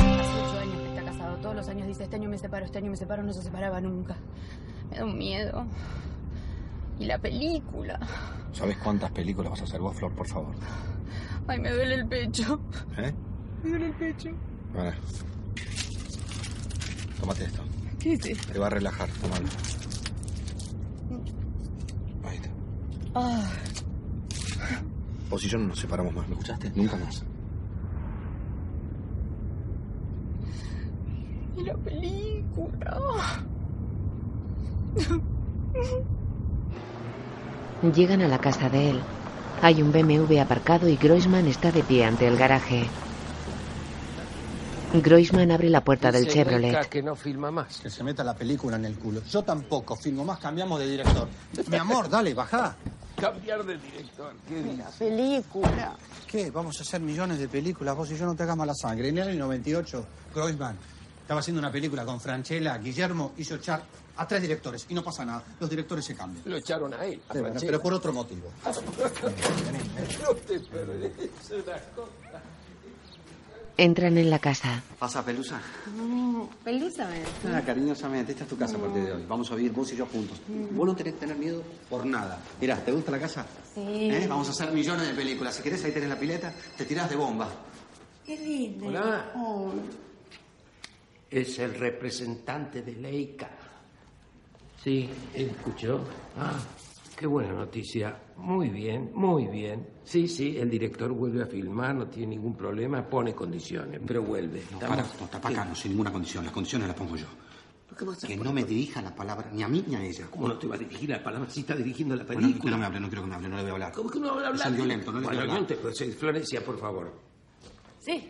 Speaker 7: Hace ocho años que está casado. Todos los años dice, este año me separo, este año me separo. No se separaba nunca. Me da un miedo. Y la película.
Speaker 5: ¿Sabes cuántas películas vas a hacer vos, Flor, por favor?
Speaker 7: Ay, me duele el pecho.
Speaker 5: ¿Eh?
Speaker 7: Me duele el pecho.
Speaker 5: Bueno. Tómate esto.
Speaker 7: ¿Qué es esto?
Speaker 5: Te va a relajar, tomalo. Ahí está.
Speaker 7: Ah.
Speaker 5: Vos y yo no nos separamos más, ¿me escuchaste? Nunca más.
Speaker 7: Y la película.
Speaker 2: Llegan a la casa de él. Hay un BMW aparcado y Groisman está de pie ante el garaje. Groisman abre la puerta del
Speaker 6: Dice Leica
Speaker 2: Chevrolet.
Speaker 6: que no filma más.
Speaker 20: Que se meta la película en el culo. Yo tampoco filmo más, cambiamos de director. Mi amor, dale, bajá.
Speaker 6: Cambiar de director, qué día.
Speaker 20: Película. ¿Qué? Vamos a hacer millones de películas. Vos y yo no te hagas mala sangre. En el 98, Groisman estaba haciendo una película con Franchella. Guillermo hizo echar a tres directores y no pasa nada. Los directores se cambian.
Speaker 6: Lo echaron a él, a
Speaker 20: Sí, bueno,
Speaker 6: Franchella.
Speaker 20: pero por otro motivo.
Speaker 6: No te perdés una cosa.
Speaker 2: Entran en la casa.
Speaker 5: Pasa, Pelusa.
Speaker 8: Pelusa,
Speaker 5: Ah, cariñosamente, esta es tu casa a partir de hoy. Vamos a vivir vos y yo juntos. Vos no tenés que tener miedo por nada. Mirá, ¿te gusta la casa?
Speaker 8: Sí.
Speaker 5: ¿Eh? Vamos a hacer millones de películas. Si querés, ahí tenés la pileta, te tirás de bomba.
Speaker 8: Qué lindo.
Speaker 6: Hola. Es el representante de Leica. Sí, escuchó. Ah, qué buena noticia. Muy bien, muy bien. Sí, sí, el director vuelve a filmar, no tiene ningún problema, pone condiciones, pero vuelve.
Speaker 5: No, para, no, tapa acá, no, sin ninguna condición. Las condiciones las pongo yo. Que no me dirija la palabra ni a mí ni a ella.
Speaker 6: ¿Cómo no te va a dirigir la palabra si está dirigiendo la
Speaker 5: Bueno, que
Speaker 6: película?
Speaker 5: no me hable, no quiero que me hable, no le voy a hablar.
Speaker 6: ¿Cómo que no habla
Speaker 5: Es
Speaker 6: hablar?
Speaker 5: el violento, no le voy a
Speaker 6: bueno,
Speaker 5: hablar.
Speaker 6: no te- pues, eh, Florencia, por favor.
Speaker 8: Sí.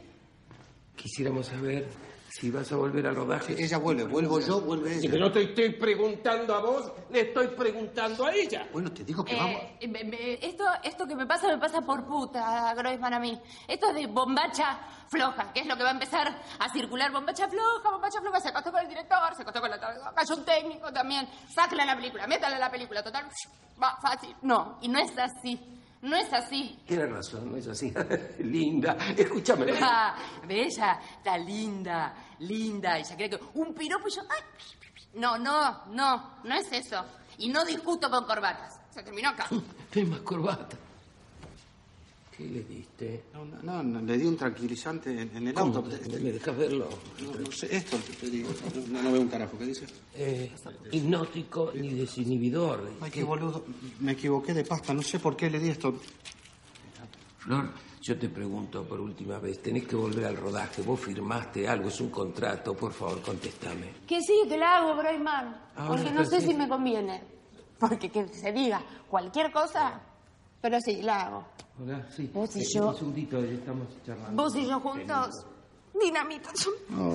Speaker 6: Quisiéramos saber si vas a volver al rodaje.
Speaker 5: Ella vuelve, vuelvo yo, vuelve
Speaker 6: Sí,
Speaker 5: ella.
Speaker 6: pero no te estoy preguntando a vos, le estoy preguntando a ella.
Speaker 5: Bueno, te digo
Speaker 8: Eh, me- me- esto, esto que me pasa, me pasa por puta, Groisman, a mí. Esto es de bombacha floja, que es lo que va a empezar a circular. Bombacha floja, bombacha floja. Se acostó con el director, se acostó con la... Cayó un técnico también. Sácala la película, métala la película. Total, va fácil. No, y no es así. No es así.
Speaker 6: Tienes razón, no es así. Linda, escúchame.
Speaker 8: Ah, bella, está linda, linda. Ella cree que un piropo y yo... ay, No, no, no, no es eso. Y no discuto con corbatas. Se terminó acá.
Speaker 6: Hay más corbata. ¿Qué le diste?
Speaker 5: No, no, no, le di un tranquilizante en, en el
Speaker 6: ¿Cómo?
Speaker 5: auto.
Speaker 6: ¿Me- me dejas verlo?
Speaker 5: No, no sé, esto te digo. No, no veo un carajo, ¿qué dice?
Speaker 6: Eh, hipnótico ni desinhibidor.
Speaker 5: Ay, qué boludo. Me equivoqué de pasta, no sé por qué le di esto.
Speaker 6: Flor, yo te pregunto por última vez, tenés que volver al rodaje, vos firmaste algo, es un contrato, por favor, contéstame.
Speaker 7: Que sí, que la hago, Groisman.
Speaker 6: Ah,
Speaker 7: porque
Speaker 6: bueno,
Speaker 7: no
Speaker 6: pero
Speaker 7: sé
Speaker 6: sí.
Speaker 7: si me conviene. Porque que se diga cualquier cosa, pero sí, la hago.
Speaker 6: Hola, sí. Eh,
Speaker 7: Vos y yo.
Speaker 6: Un segundito, ya estamos charlando.
Speaker 7: Vos y yo juntos. Dinamita.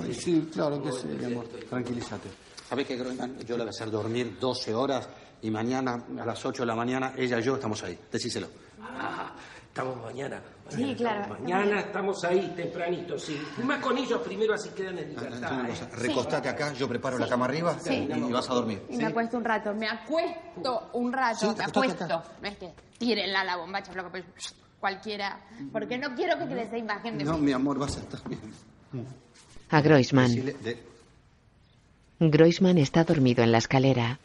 Speaker 5: Ay, sí, claro que sí, mi amor. Tranquilízate. ¿Sabés que Groenland? Yo la voy a hacer dormir 12 horas y mañana a las 8 de la mañana ella y yo estamos ahí. Decíselo.
Speaker 6: Ah,
Speaker 7: Estamos mañana.
Speaker 21: Sí,
Speaker 7: mañana
Speaker 21: claro,
Speaker 7: estamos-
Speaker 21: estamos-
Speaker 7: Mañana estamos ahí tempranito, sí. Fumá con ellos primero, así quedan
Speaker 5: Ah,
Speaker 7: en libertad.
Speaker 6: Hacemos una
Speaker 7: ¿eh?
Speaker 6: cosa, Recostate acá, yo preparo la cama arriba
Speaker 22: Sí.
Speaker 6: y, y vas a dormir.
Speaker 22: Y me acuesto un rato, me acuesto un rato,
Speaker 6: Sí,
Speaker 22: me
Speaker 6: acostate
Speaker 22: acuesto. No es que tírenla a la bombacha, flaco, pero cualquiera. Porque no quiero que quede esa imagen de
Speaker 23: No,
Speaker 22: mí.
Speaker 23: mi amor, vas a estar bien.
Speaker 2: A Groisman.
Speaker 23: Decile- de-
Speaker 2: Groisman está dormido en la escalera.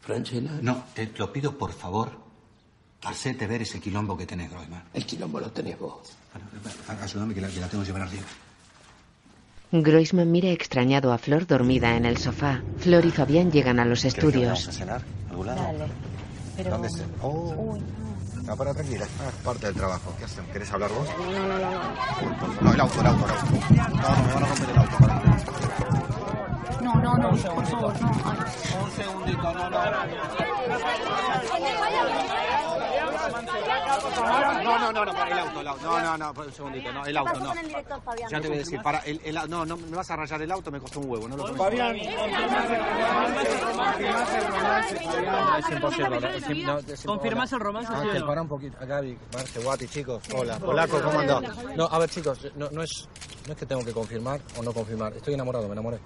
Speaker 6: Franchella. No, te lo pido por favor. Hacete ver ese quilombo que tenés, Groisman. eh, El quilombo lo tenés vos.
Speaker 5: Ayúdame que la, que la tengo que llevar arriba.
Speaker 2: Groisman mira extrañado a Flor dormida en el sofá. Flor y Fabián llegan a los
Speaker 23: ¿Crees que vamos
Speaker 2: estudios.
Speaker 23: a cenar? ¿A algún lado?
Speaker 24: Pero...
Speaker 23: ¿Dónde está? Oh. No, para tranquila, es parte del trabajo. ¿Qué hacen? ¿Querés hablar vos?
Speaker 24: No, no, no, no.
Speaker 23: No, el auto, el auto, el auto. No, me van a romper el auto.
Speaker 24: No, no, no, por favor, no.
Speaker 5: Un segundito, no, no.
Speaker 25: No,
Speaker 5: No, no, no, no, para el auto, el auto. No, no, no, para un segundito, no, el auto, no. Ya te voy a decir, para el, el au- no, no, me vas a rayar el auto, me costó un huevo, no lo tomes.
Speaker 25: Fabián,
Speaker 5: Es imposible, no, es im- no, es imposible.
Speaker 25: ¿Confirmás el romance, sí o
Speaker 5: Ángel,
Speaker 25: no?
Speaker 5: Ah, pará un poquito. Gaby, Marce, Guati, chicos. Hola, polaco, ¿cómo andás? No, a ver, chicos, no, no, es, no es que tengo que confirmar o no confirmar. Estoy enamorado, me enamoré.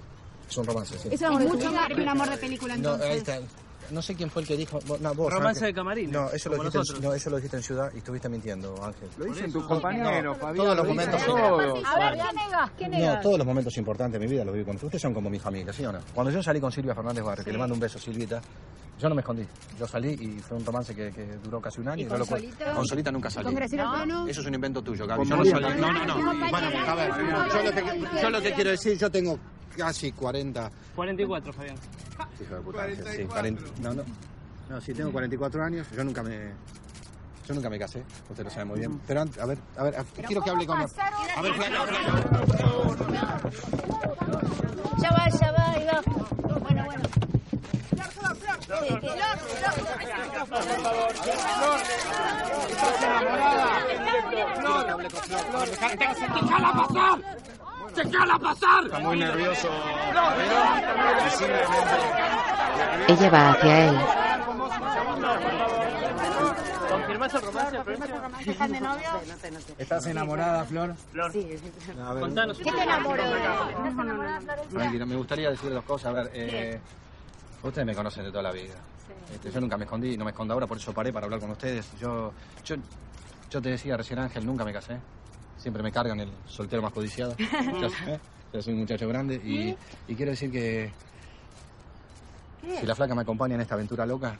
Speaker 5: Es un romance, sí.
Speaker 8: Eso es mucho más que un amor de película,
Speaker 5: No, ahí
Speaker 8: entonces.
Speaker 5: está. No sé quién fue el que dijo. vos- No, vos,
Speaker 25: Romance
Speaker 5: Ángel.
Speaker 25: de camarines,
Speaker 5: No eso, lo
Speaker 25: como
Speaker 5: dijiste en,
Speaker 25: nosotros.
Speaker 5: no, eso lo dijiste en ciudad y estuviste mintiendo, Ángel. Lo
Speaker 25: dicen tus compañeros, Fabián,
Speaker 5: Todos los
Speaker 25: lo dicen
Speaker 5: momentos.
Speaker 25: todos.
Speaker 8: A ver, ¿qué negas? ¿Qué
Speaker 5: No,
Speaker 8: negas?
Speaker 5: todos los momentos importantes de mi vida los viví con ustedes. Ustedes son como mi familia, ¿sí o no? Cuando yo salí con Silvia Fernández Barrio, que le mando un beso, Silvita, yo no me escondí. Yo salí y fue un romance que, que duró casi un año.
Speaker 8: ¿Y
Speaker 5: no
Speaker 8: con
Speaker 5: lo cu-
Speaker 8: Solita?
Speaker 5: Con Solita nunca salí.
Speaker 8: ¿Con Graciela Cano?
Speaker 5: Eso es un invento tuyo, Gaby.
Speaker 8: Con
Speaker 5: Yo no
Speaker 8: María
Speaker 5: salí.
Speaker 8: Cano. No,
Speaker 5: Bueno,
Speaker 8: Pañuelo.
Speaker 5: a ver, yo lo que, yo lo que quiero decir, yo tengo casi 40...
Speaker 25: 44, Fabián.
Speaker 5: Hijo de puta, Ángel, sí, 40 no, no. No, sí, tengo 44 años, yo nunca me... Yo nunca me casé, usted lo sabe muy bien. Pero antes, a ver, a ver, a- quiero que hable con... A ver, flaca, flaca.
Speaker 8: Ya va, ya va, ahí va. Bueno, bueno.
Speaker 7: ¡Déjala pasar! ¡Déjala pasar!
Speaker 5: Está muy nervioso.
Speaker 2: Ella va hacia él.
Speaker 25: ¿Confirmás el romance, Florencia?
Speaker 8: ¿Están de novio?
Speaker 5: ¿Estás enamorada, Flor?
Speaker 25: Flor. Sí,
Speaker 5: A ver,
Speaker 25: Contanos.
Speaker 8: ¿Qué te enamoró?
Speaker 25: ¿Estás
Speaker 8: enamorada, Florencia?
Speaker 5: Tranquilo, me gustaría decir dos cosas. A ver, eh, ustedes me conocen de toda la vida. Este, yo nunca me escondí, no me escondo ahora, por eso paré para hablar con ustedes. Yo, yo, yo te decía recién, Ángel, nunca me casé. Siempre me cargan el soltero más codiciado. Yo, sé, yo soy un muchacho grande y, y quiero decir que si la flaca me acompaña en esta aventura loca,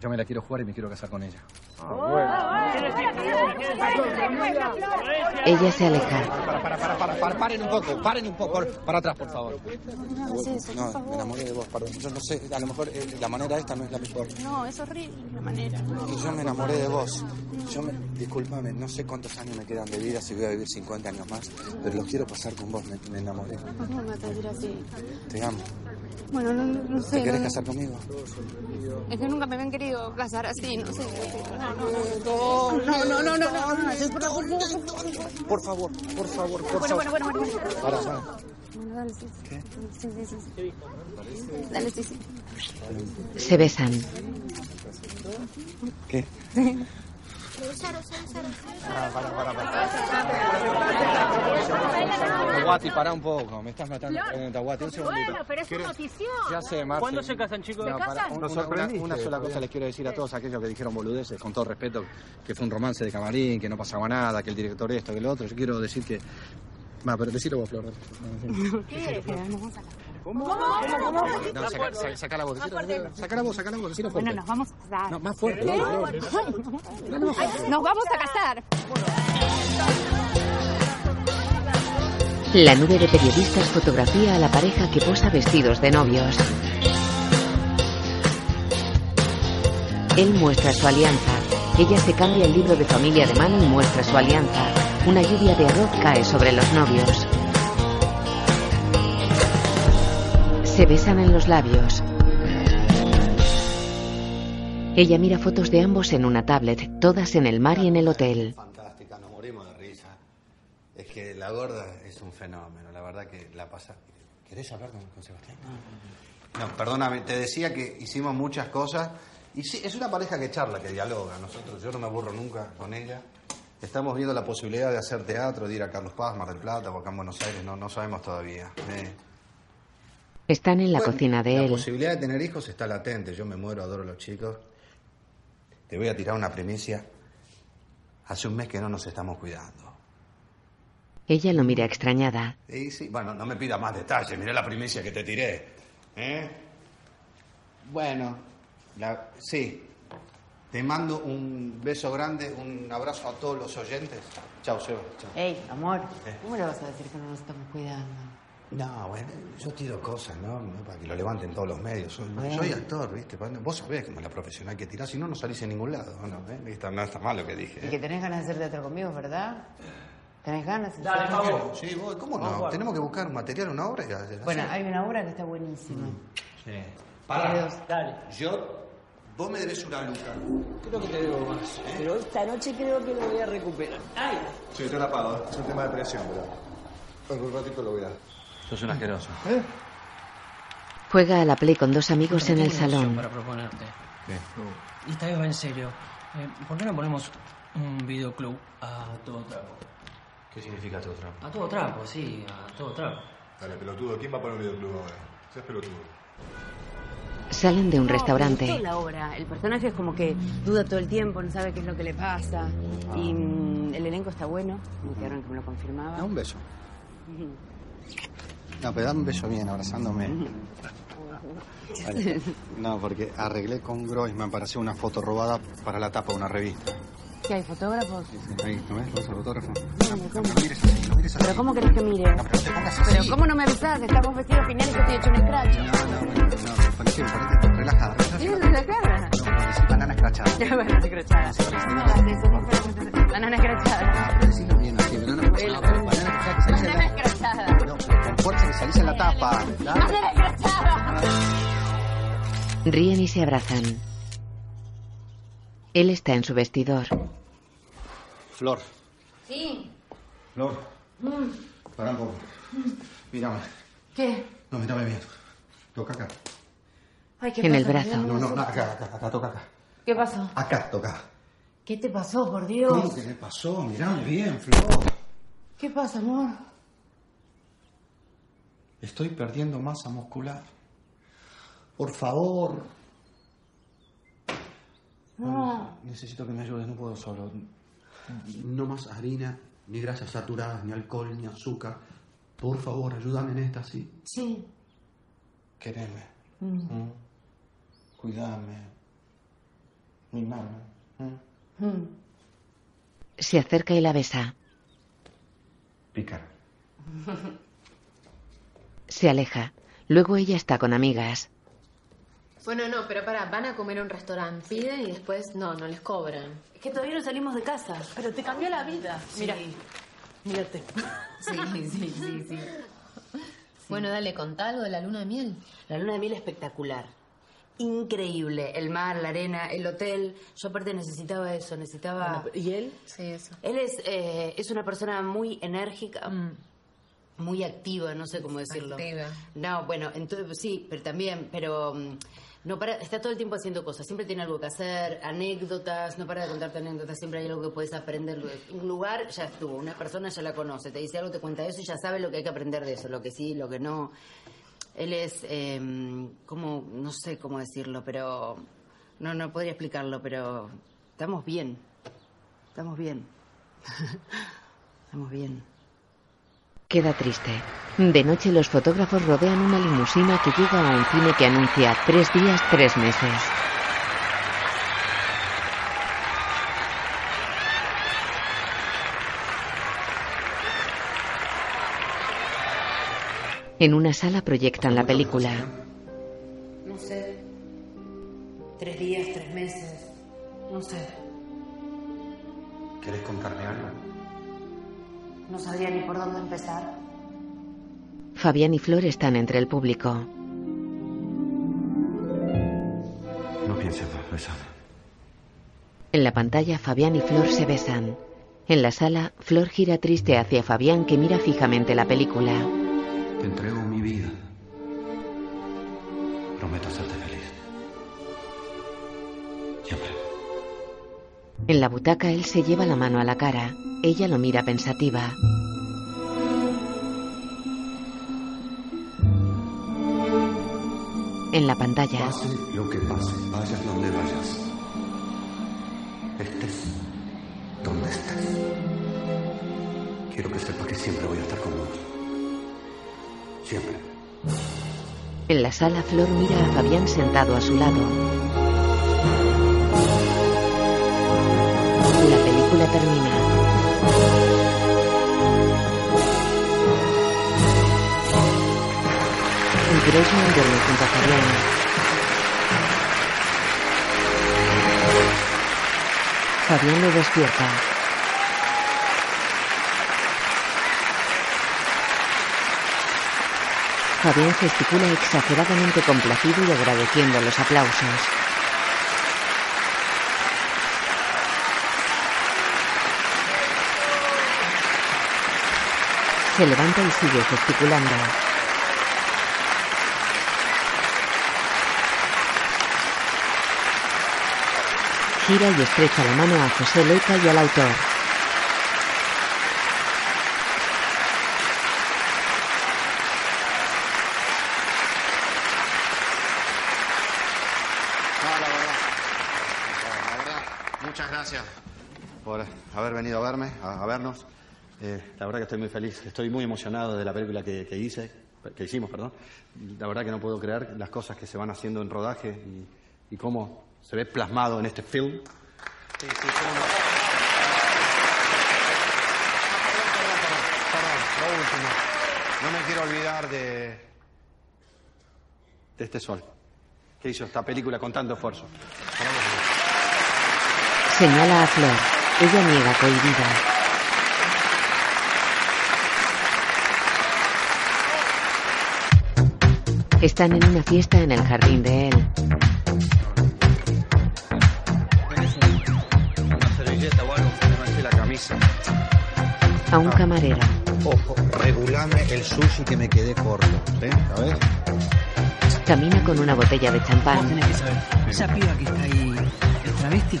Speaker 5: yo me la quiero jugar y me quiero casar con ella.
Speaker 8: Ah,
Speaker 2: Ella se aleja.
Speaker 5: Para, para, para, para, para, paren un poco, paren un poco, por- para atrás, por favor.
Speaker 8: No,
Speaker 5: me enamoré de vos, perdón. Yo no sé, a lo mejor eh, la manera esta no es la mejor.
Speaker 8: No, es horrible la manera.
Speaker 5: Que yo me enamoré de vos. Yo me, discúlpame, no sé cuántos años me quedan de vida, si voy a vivir 50 años más, pero los quiero pasar con vos, me, me enamoré.
Speaker 8: ¿Cómo me vas a decir así?
Speaker 5: Te amo.
Speaker 8: Bueno, no, no, no sé.
Speaker 5: ¿Te querés
Speaker 8: no-
Speaker 5: casar conmigo?
Speaker 8: Es que nunca me habían querido casar así, no sé. No, no, no, no, no, no, no, no, es por la culpa.
Speaker 5: Por favor, por favor, por
Speaker 8: Bueno, bueno,
Speaker 5: favor.
Speaker 8: bueno, bueno.
Speaker 5: Para, para.
Speaker 8: Bueno, dale, sí. ¿Qué? Sí, sí, sí. Dale, sí, sí.
Speaker 2: Se besan.
Speaker 5: Para, para, para. Guati, pará un poco, me estás matando. Pregunta, Guati, un segundito.
Speaker 8: Bueno, pero es una notición.
Speaker 5: Ya sé, Marce.
Speaker 25: ¿Cuándo se casan, chicos?
Speaker 5: No, pará, un-
Speaker 25: Nos
Speaker 5: una, una-
Speaker 25: sorprendiste,
Speaker 5: una sola cosa
Speaker 25: Fabián.
Speaker 5: les quiero decir a todos aquellos que dijeron boludeces, con todo respeto, que fue un romance de camarín, que no pasaba nada, que el director esto, que el otro. Yo quiero decir que. Va, pero decilo vos, Flor.
Speaker 8: ¿Qué? ¿Cómo?
Speaker 5: No, saca, saca- saca la voz, decilo, saca la voz, saca la voz, decilo
Speaker 8: Bueno,
Speaker 5: fuerte.
Speaker 8: nos vamos a casar.
Speaker 5: No, más fuerte.
Speaker 8: ¿Qué?
Speaker 5: No,
Speaker 8: Ay, Nos vamos a casar.
Speaker 2: La nube de periodistas fotografía a la pareja que posa vestidos de novios. Él muestra su alianza. Ella se cambia el libro de familia de mano y muestra su alianza. Una lluvia de arroz cae sobre los novios. Se besan en los labios. Ella mira fotos de ambos en una tablet, todas en el mar y en el hotel.
Speaker 4: Fantástica, nos morimos de risa. Es que la gorda es un fenómeno, la verdad que la pasa. ¿Querés hablar con, con Sebastián? No, perdóname, te decía que hicimos muchas cosas
Speaker 5: Y sí, es una pareja que charla, que dialoga. Nosotros, yo no me aburro nunca con ella. Estamos viendo la posibilidad de hacer teatro, de ir a Carlos Paz, Mar del Plata o acá en Buenos Aires. No, no sabemos todavía. Eh,
Speaker 2: Están en la
Speaker 5: Bueno,
Speaker 2: cocina de
Speaker 5: la
Speaker 2: él.
Speaker 5: posibilidad de tener hijos está latente. Yo me muero, adoro a los chicos. Te voy a tirar una primicia. Hace un mes que no nos estamos cuidando.
Speaker 2: Ella lo mira extrañada.
Speaker 5: Y sí, bueno, no me pida más detalles. Mirá la primicia que te tiré. ¿Eh? Bueno, la- sí. Te mando un beso grande, un abrazo a todos los oyentes. Chao, Seba. Chao.
Speaker 8: Ey, amor,
Speaker 5: Eh.
Speaker 8: ¿cómo le vas a decir que no nos estamos cuidando?
Speaker 5: No, bueno, yo tiro cosas, ¿no? No, Para que lo levanten todos los medios. Soy,
Speaker 8: Bueno.
Speaker 5: soy actor, ¿viste? Bueno, Vos sabés como la profesional que tirás, si no, no salís en ningún lado. ¿no? ¿Eh? Está- no está mal lo que dije.
Speaker 8: Y
Speaker 5: ¿eh?
Speaker 8: que tenés ganas de hacer teatro conmigo, ¿verdad? ¿Tenés ganas?
Speaker 5: Dale,
Speaker 8: Sergio?
Speaker 5: vamos. Sí, voy. ¿Cómo no? Tenemos que buscar un material, una obra. y hacer-
Speaker 8: Bueno, hay una obra que está buenísima.
Speaker 5: Sí.
Speaker 8: Pará.
Speaker 5: Dale. Yo. Vos me debes una luca.
Speaker 6: Creo que te debo más. Pero esta noche creo que lo voy a recuperar. ¡Ay!
Speaker 7: Sí, te la pago. Es un tema de presión, pero. En un ratito lo voy a dar.
Speaker 26: Sos un asqueroso.
Speaker 2: Juega a la play con dos amigos en
Speaker 6: Tengo
Speaker 2: el
Speaker 6: una opción
Speaker 2: salón.
Speaker 6: para proponerte. Y esta vez va en serio. Eh, ¿Por qué no ponemos un videoclub a todo trapo?
Speaker 26: ¿Qué significa todo trapo?
Speaker 6: A todo trapo, sí, a todo trapo.
Speaker 7: Dale, pelotudo. ¿Quién va a poner un videoclub ahora? Seas pelotudo.
Speaker 2: Salen de un
Speaker 8: No, me
Speaker 2: restaurante.
Speaker 8: gustó la obra. El personaje es como que duda todo el tiempo, no sabe qué es lo que le pasa. Y mm, el elenco está bueno. Me dijeron que me lo confirmaba.
Speaker 1: Da un beso. No, pero dame un beso bien, abrazándome. Vale. No, porque arreglé con Groisman para hacer una foto robada para la tapa de una revista.
Speaker 8: ¿Qué hay, fotógrafos?
Speaker 1: Ahí, ¿no ves? ¿Ves el fotógrafo?
Speaker 8: ¿Pero cómo querés que mire? Pero ¿cómo no me avisás? Estamos vestidos geniales que estoy hecho un escracho.
Speaker 1: Ponete, ponete, relajada, relajada.
Speaker 8: ¿Tienes la cara?
Speaker 1: Banana escrachada.
Speaker 8: Ya, bueno, escrachada. No, eso no fue lo que te- Banana escrachada.
Speaker 1: Decilo bien así, Ah, pero no, no,
Speaker 8: Bueno,
Speaker 1: no, banana escrachada, que salís en
Speaker 8: Banana
Speaker 1: la-
Speaker 8: escrachada.
Speaker 1: con fuerza que salís en la tapa.
Speaker 8: Banana escrachada.
Speaker 2: Ríen y se abrazan. Él está en su vestidor.
Speaker 1: Flor,
Speaker 27: Sí.
Speaker 1: Flor, pará un poco. Mírame,
Speaker 27: ¿Qué?
Speaker 1: no, mírame bien. Toca acá.
Speaker 27: Ay, ¿qué
Speaker 2: En el
Speaker 27: pasa?
Speaker 2: brazo.
Speaker 27: Mira,
Speaker 1: No, no,
Speaker 27: me
Speaker 1: no,
Speaker 27: vas a-
Speaker 1: acá, acá, acá, toca acá.
Speaker 27: ¿Qué pasó?
Speaker 1: Acá, toca.
Speaker 8: ¿Qué te pasó,
Speaker 1: ¿Cómo
Speaker 8: por
Speaker 1: que
Speaker 8: Dios?
Speaker 1: me pasó? Mírame bien, Flor.
Speaker 8: ¿Qué pasa, amor?
Speaker 1: Estoy perdiendo masa muscular. Por favor.
Speaker 8: No.
Speaker 1: Necesito que me ayudes, no puedo solo. No más harina, ni grasas saturadas, ni alcohol, ni azúcar. Por favor, ayúdame en esta, sí.
Speaker 8: Sí.
Speaker 1: Quereme,
Speaker 8: Mm.
Speaker 1: ¿m? cuidame, mimame. ¿m?
Speaker 8: Mm.
Speaker 2: Se acerca y la besa.
Speaker 1: Pícara.
Speaker 2: Se aleja. Luego ella está con amigas.
Speaker 28: Bueno, no, pero para, van a comer a un restaurante, piden y después no, no les cobran.
Speaker 8: Es que todavía no salimos de casa. Pero te cambió la vida. Mira. Mírate.
Speaker 28: Sí, sí, sí, sí. Bueno, dale, contá algo de la luna de miel.
Speaker 8: La luna de miel espectacular. Increíble. El mar, la arena, el hotel. Yo aparte necesitaba eso, necesitaba... Ah, ¿Y él?
Speaker 28: Sí, eso.
Speaker 8: Él es, eh, es una persona muy enérgica, muy activa, no sé cómo decirlo.
Speaker 28: Activa.
Speaker 8: No, bueno, entonces pues, sí, pero también, pero mm, no para, está todo el tiempo haciendo cosas, siempre tiene algo que hacer, anécdotas, no para de contarte anécdotas, siempre hay algo que puedes aprender. Un lugar ya estuvo, una persona ya la conoce, te dice algo, te cuenta eso y ya sabe lo que hay que aprender de eso, lo que sí, lo que no. Él es, eh, como, no sé cómo decirlo, pero no, no podría explicarlo, pero estamos bien, estamos bien, estamos bien.
Speaker 2: Queda triste. De noche los fotógrafos rodean una limusina que llega a un cine que anuncia tres días, tres meses. En una sala proyectan la película.
Speaker 8: No sé. Tres días, tres meses. No sé.
Speaker 1: ¿Querés contarme algo?
Speaker 8: No sabría ni por dónde empezar.
Speaker 2: Fabián y Flor están entre el público.
Speaker 5: No pienses más, besame.
Speaker 2: En la pantalla, Fabián y Flor se besan. En la sala, Flor gira triste hacia Fabián que mira fijamente la película.
Speaker 5: Te entrego mi vida. Prometo hacerte feliz.
Speaker 2: En la butaca él se lleva la mano a la cara. Ella lo mira pensativa. En la pantalla,
Speaker 1: Pase lo que pase, vayas donde vayas. Estés donde estés. Quiero que sepas que siempre voy a estar con vos. Siempre.
Speaker 2: en la sala Flor mira a Fabián sentado a su lado. La película termina. Grossman duerme junto a Fabián. Fabián lo despierta. Fabián gesticula exageradamente complacido y agradeciendo los aplausos. Se levanta y sigue gesticulando. Gira y estrecha la mano a José Leica y al autor.
Speaker 5: La verdad, muchas gracias por haber venido a verme, a, a vernos. Eh, la verdad que estoy muy feliz, estoy muy emocionado de la película que, que hice, que hicimos, perdón. La verdad que no puedo creer las cosas que se van haciendo en rodaje y, y cómo se ve plasmado en este film.
Speaker 29: Sí, sí, cómo no.
Speaker 5: Lo último, no me quiero olvidar de, de este sol que hizo esta película con tanto esfuerzo.
Speaker 2: Señala a Flor. Ella niega cohibida. Están en una fiesta en el jardín de él.
Speaker 5: Una servilleta o algo, me manché la camisa.
Speaker 2: A un camarero.
Speaker 30: Ojo, regulame el sushi que me quedé corto. ¿eh? ¿Sabes?
Speaker 2: Camina con una botella de champán.
Speaker 31: Esa piba que está ahí, ¿es travesti?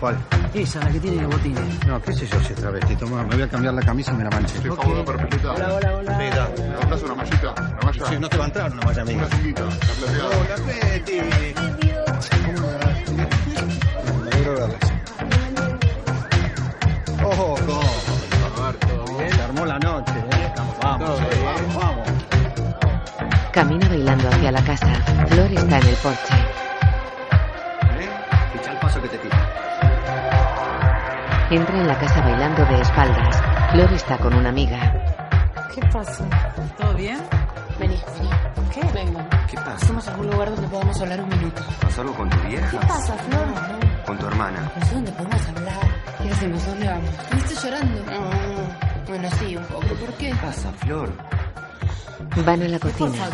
Speaker 32: ¿Cuál?
Speaker 31: Esa, la que tiene los botines.
Speaker 32: No, qué sé yo si es travesti. Toma, me voy a cambiar la camisa y me la manché.
Speaker 1: Por favor, perpetuita. Hola, hola, hola. Mira, ¿me compras una mallita? ¿Una malla?
Speaker 30: Sí, no te va a entrar una malla mía.
Speaker 1: Una chiquita, la plateada.
Speaker 30: Hola, Peti. Me alegro de verlas. Ojo,
Speaker 33: Se armó la noche, ¿eh? Vamos, vamos,
Speaker 1: ¿eh?
Speaker 33: vamos.
Speaker 2: Camina bailando hacia la casa. Flor está en el porche.
Speaker 1: ¿Eh?
Speaker 5: Ficha el paso que te pido.
Speaker 2: Entra en la casa bailando de espaldas. Flor está con una amiga.
Speaker 25: ¿Qué pasa? ¿Todo bien? Vení, vení. ¿Qué? Venga.
Speaker 7: ¿Qué pasa?
Speaker 25: Hacemos algún lugar donde podamos hablar un minuto.
Speaker 7: ¿Pasó algo con tu
Speaker 25: ¿Qué
Speaker 7: vieja?
Speaker 25: pasa, Flor?
Speaker 7: ¿Con tu hermana?
Speaker 25: No sé dónde podemos hablar. ¿Qué hacemos? ¿Dónde vamos? ¿Estuviste llorando? No, no, no. Bueno, sí, un poco. ¿Por Ah. qué? ¿Qué pasa,
Speaker 7: Flor.
Speaker 2: Van a la cocina.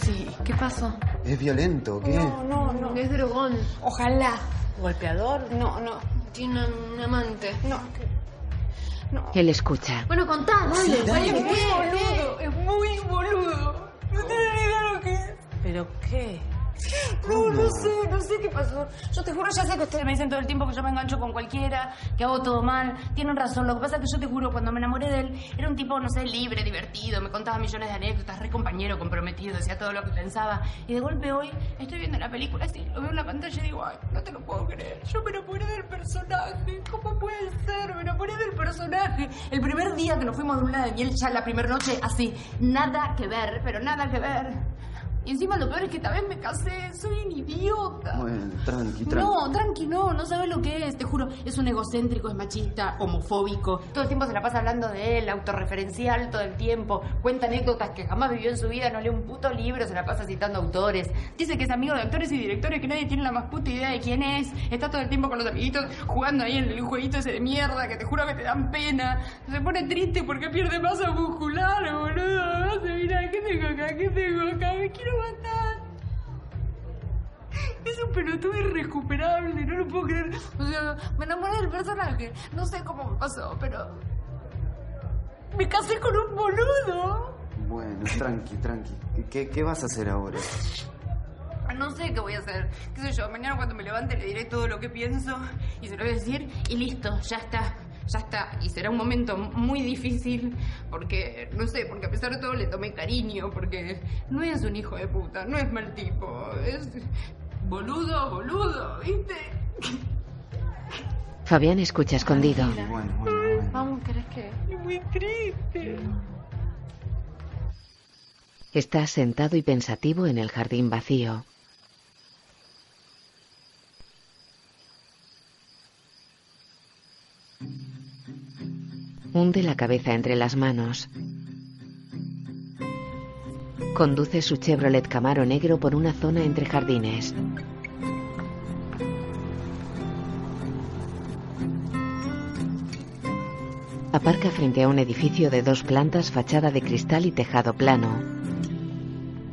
Speaker 25: Sí. ¿Qué pasó?
Speaker 7: Es violento, ¿qué?
Speaker 25: no, no. Es drogón. Ojalá. ¿Golpeador? No, no. Tiene un amante. No.
Speaker 2: Él escucha.
Speaker 25: Bueno, contá,
Speaker 2: dale,
Speaker 25: Sí,
Speaker 2: dale.
Speaker 25: Es muy
Speaker 2: ¿Qué?
Speaker 25: boludo, es muy boludo. No tiene ni idea lo que es. ¿Pero qué? No, no sé, no sé qué pasó.
Speaker 8: Yo te juro, ya sé que ustedes me dicen todo el tiempo que yo me engancho con cualquiera, que hago todo mal. Tienen razón, lo que pasa es que yo te juro, cuando me enamoré de él, era un tipo, no sé, libre, divertido, me contaba millones de anécdotas, re compañero, comprometido, decía todo lo que pensaba. Y de golpe hoy estoy viendo la película así, lo veo en la pantalla y digo, ay, no te lo puedo creer, yo me enamoré del personaje, ¿cómo puede ser? Me enamoré del personaje. El primer día que nos fuimos de una de miel, ya la primera noche, así, nada que ver, pero nada que ver. Y encima lo peor es que esta vez me casé, soy un idiota.
Speaker 7: Bueno, tranqui, tranqui.
Speaker 8: No, tranqui, no, no sabes lo que es, te juro. Es un egocéntrico, es machista, homofóbico. Todo el tiempo se la pasa hablando de él, autorreferencial todo el tiempo. Cuenta anécdotas que jamás vivió en su vida, no lee un puto libro, se la pasa citando autores. Dice que es amigo de actores y directores, que nadie tiene la más puta idea de quién es. Está todo el tiempo con los amiguitos jugando ahí en el jueguito ese de mierda, que te juro que te dan pena. Se pone triste porque pierde masa muscular, boludo. Mira, ¿qué tengo acá? ¿Qué tengo acá? Me quiero matar. Es un pelotudo irrecuperable, no lo puedo creer. O sea, me enamoré del personaje. No sé cómo me pasó, pero. Me casé con un boludo.
Speaker 7: Bueno, tranqui, tranqui. ¿Qué, qué vas a hacer ahora?
Speaker 8: Ah, no sé qué voy a hacer. ¿Qué sé yo? Mañana cuando me levante le diré todo lo que pienso y se lo voy a decir y listo, ya está. Ya está, y será un momento muy difícil porque, no sé, porque a pesar de todo le tomé cariño, porque no es un hijo de puta, no es mal tipo, es boludo, boludo, ¿viste?
Speaker 2: Fabián escucha escondido.
Speaker 8: Vamos, ¿querés que? Es muy triste.
Speaker 2: Está sentado y pensativo en el jardín vacío. Hunde la cabeza entre las manos. Conduce su Chevrolet Camaro negro por una zona entre jardines. Aparca frente a un edificio de dos plantas, fachada de cristal y tejado plano.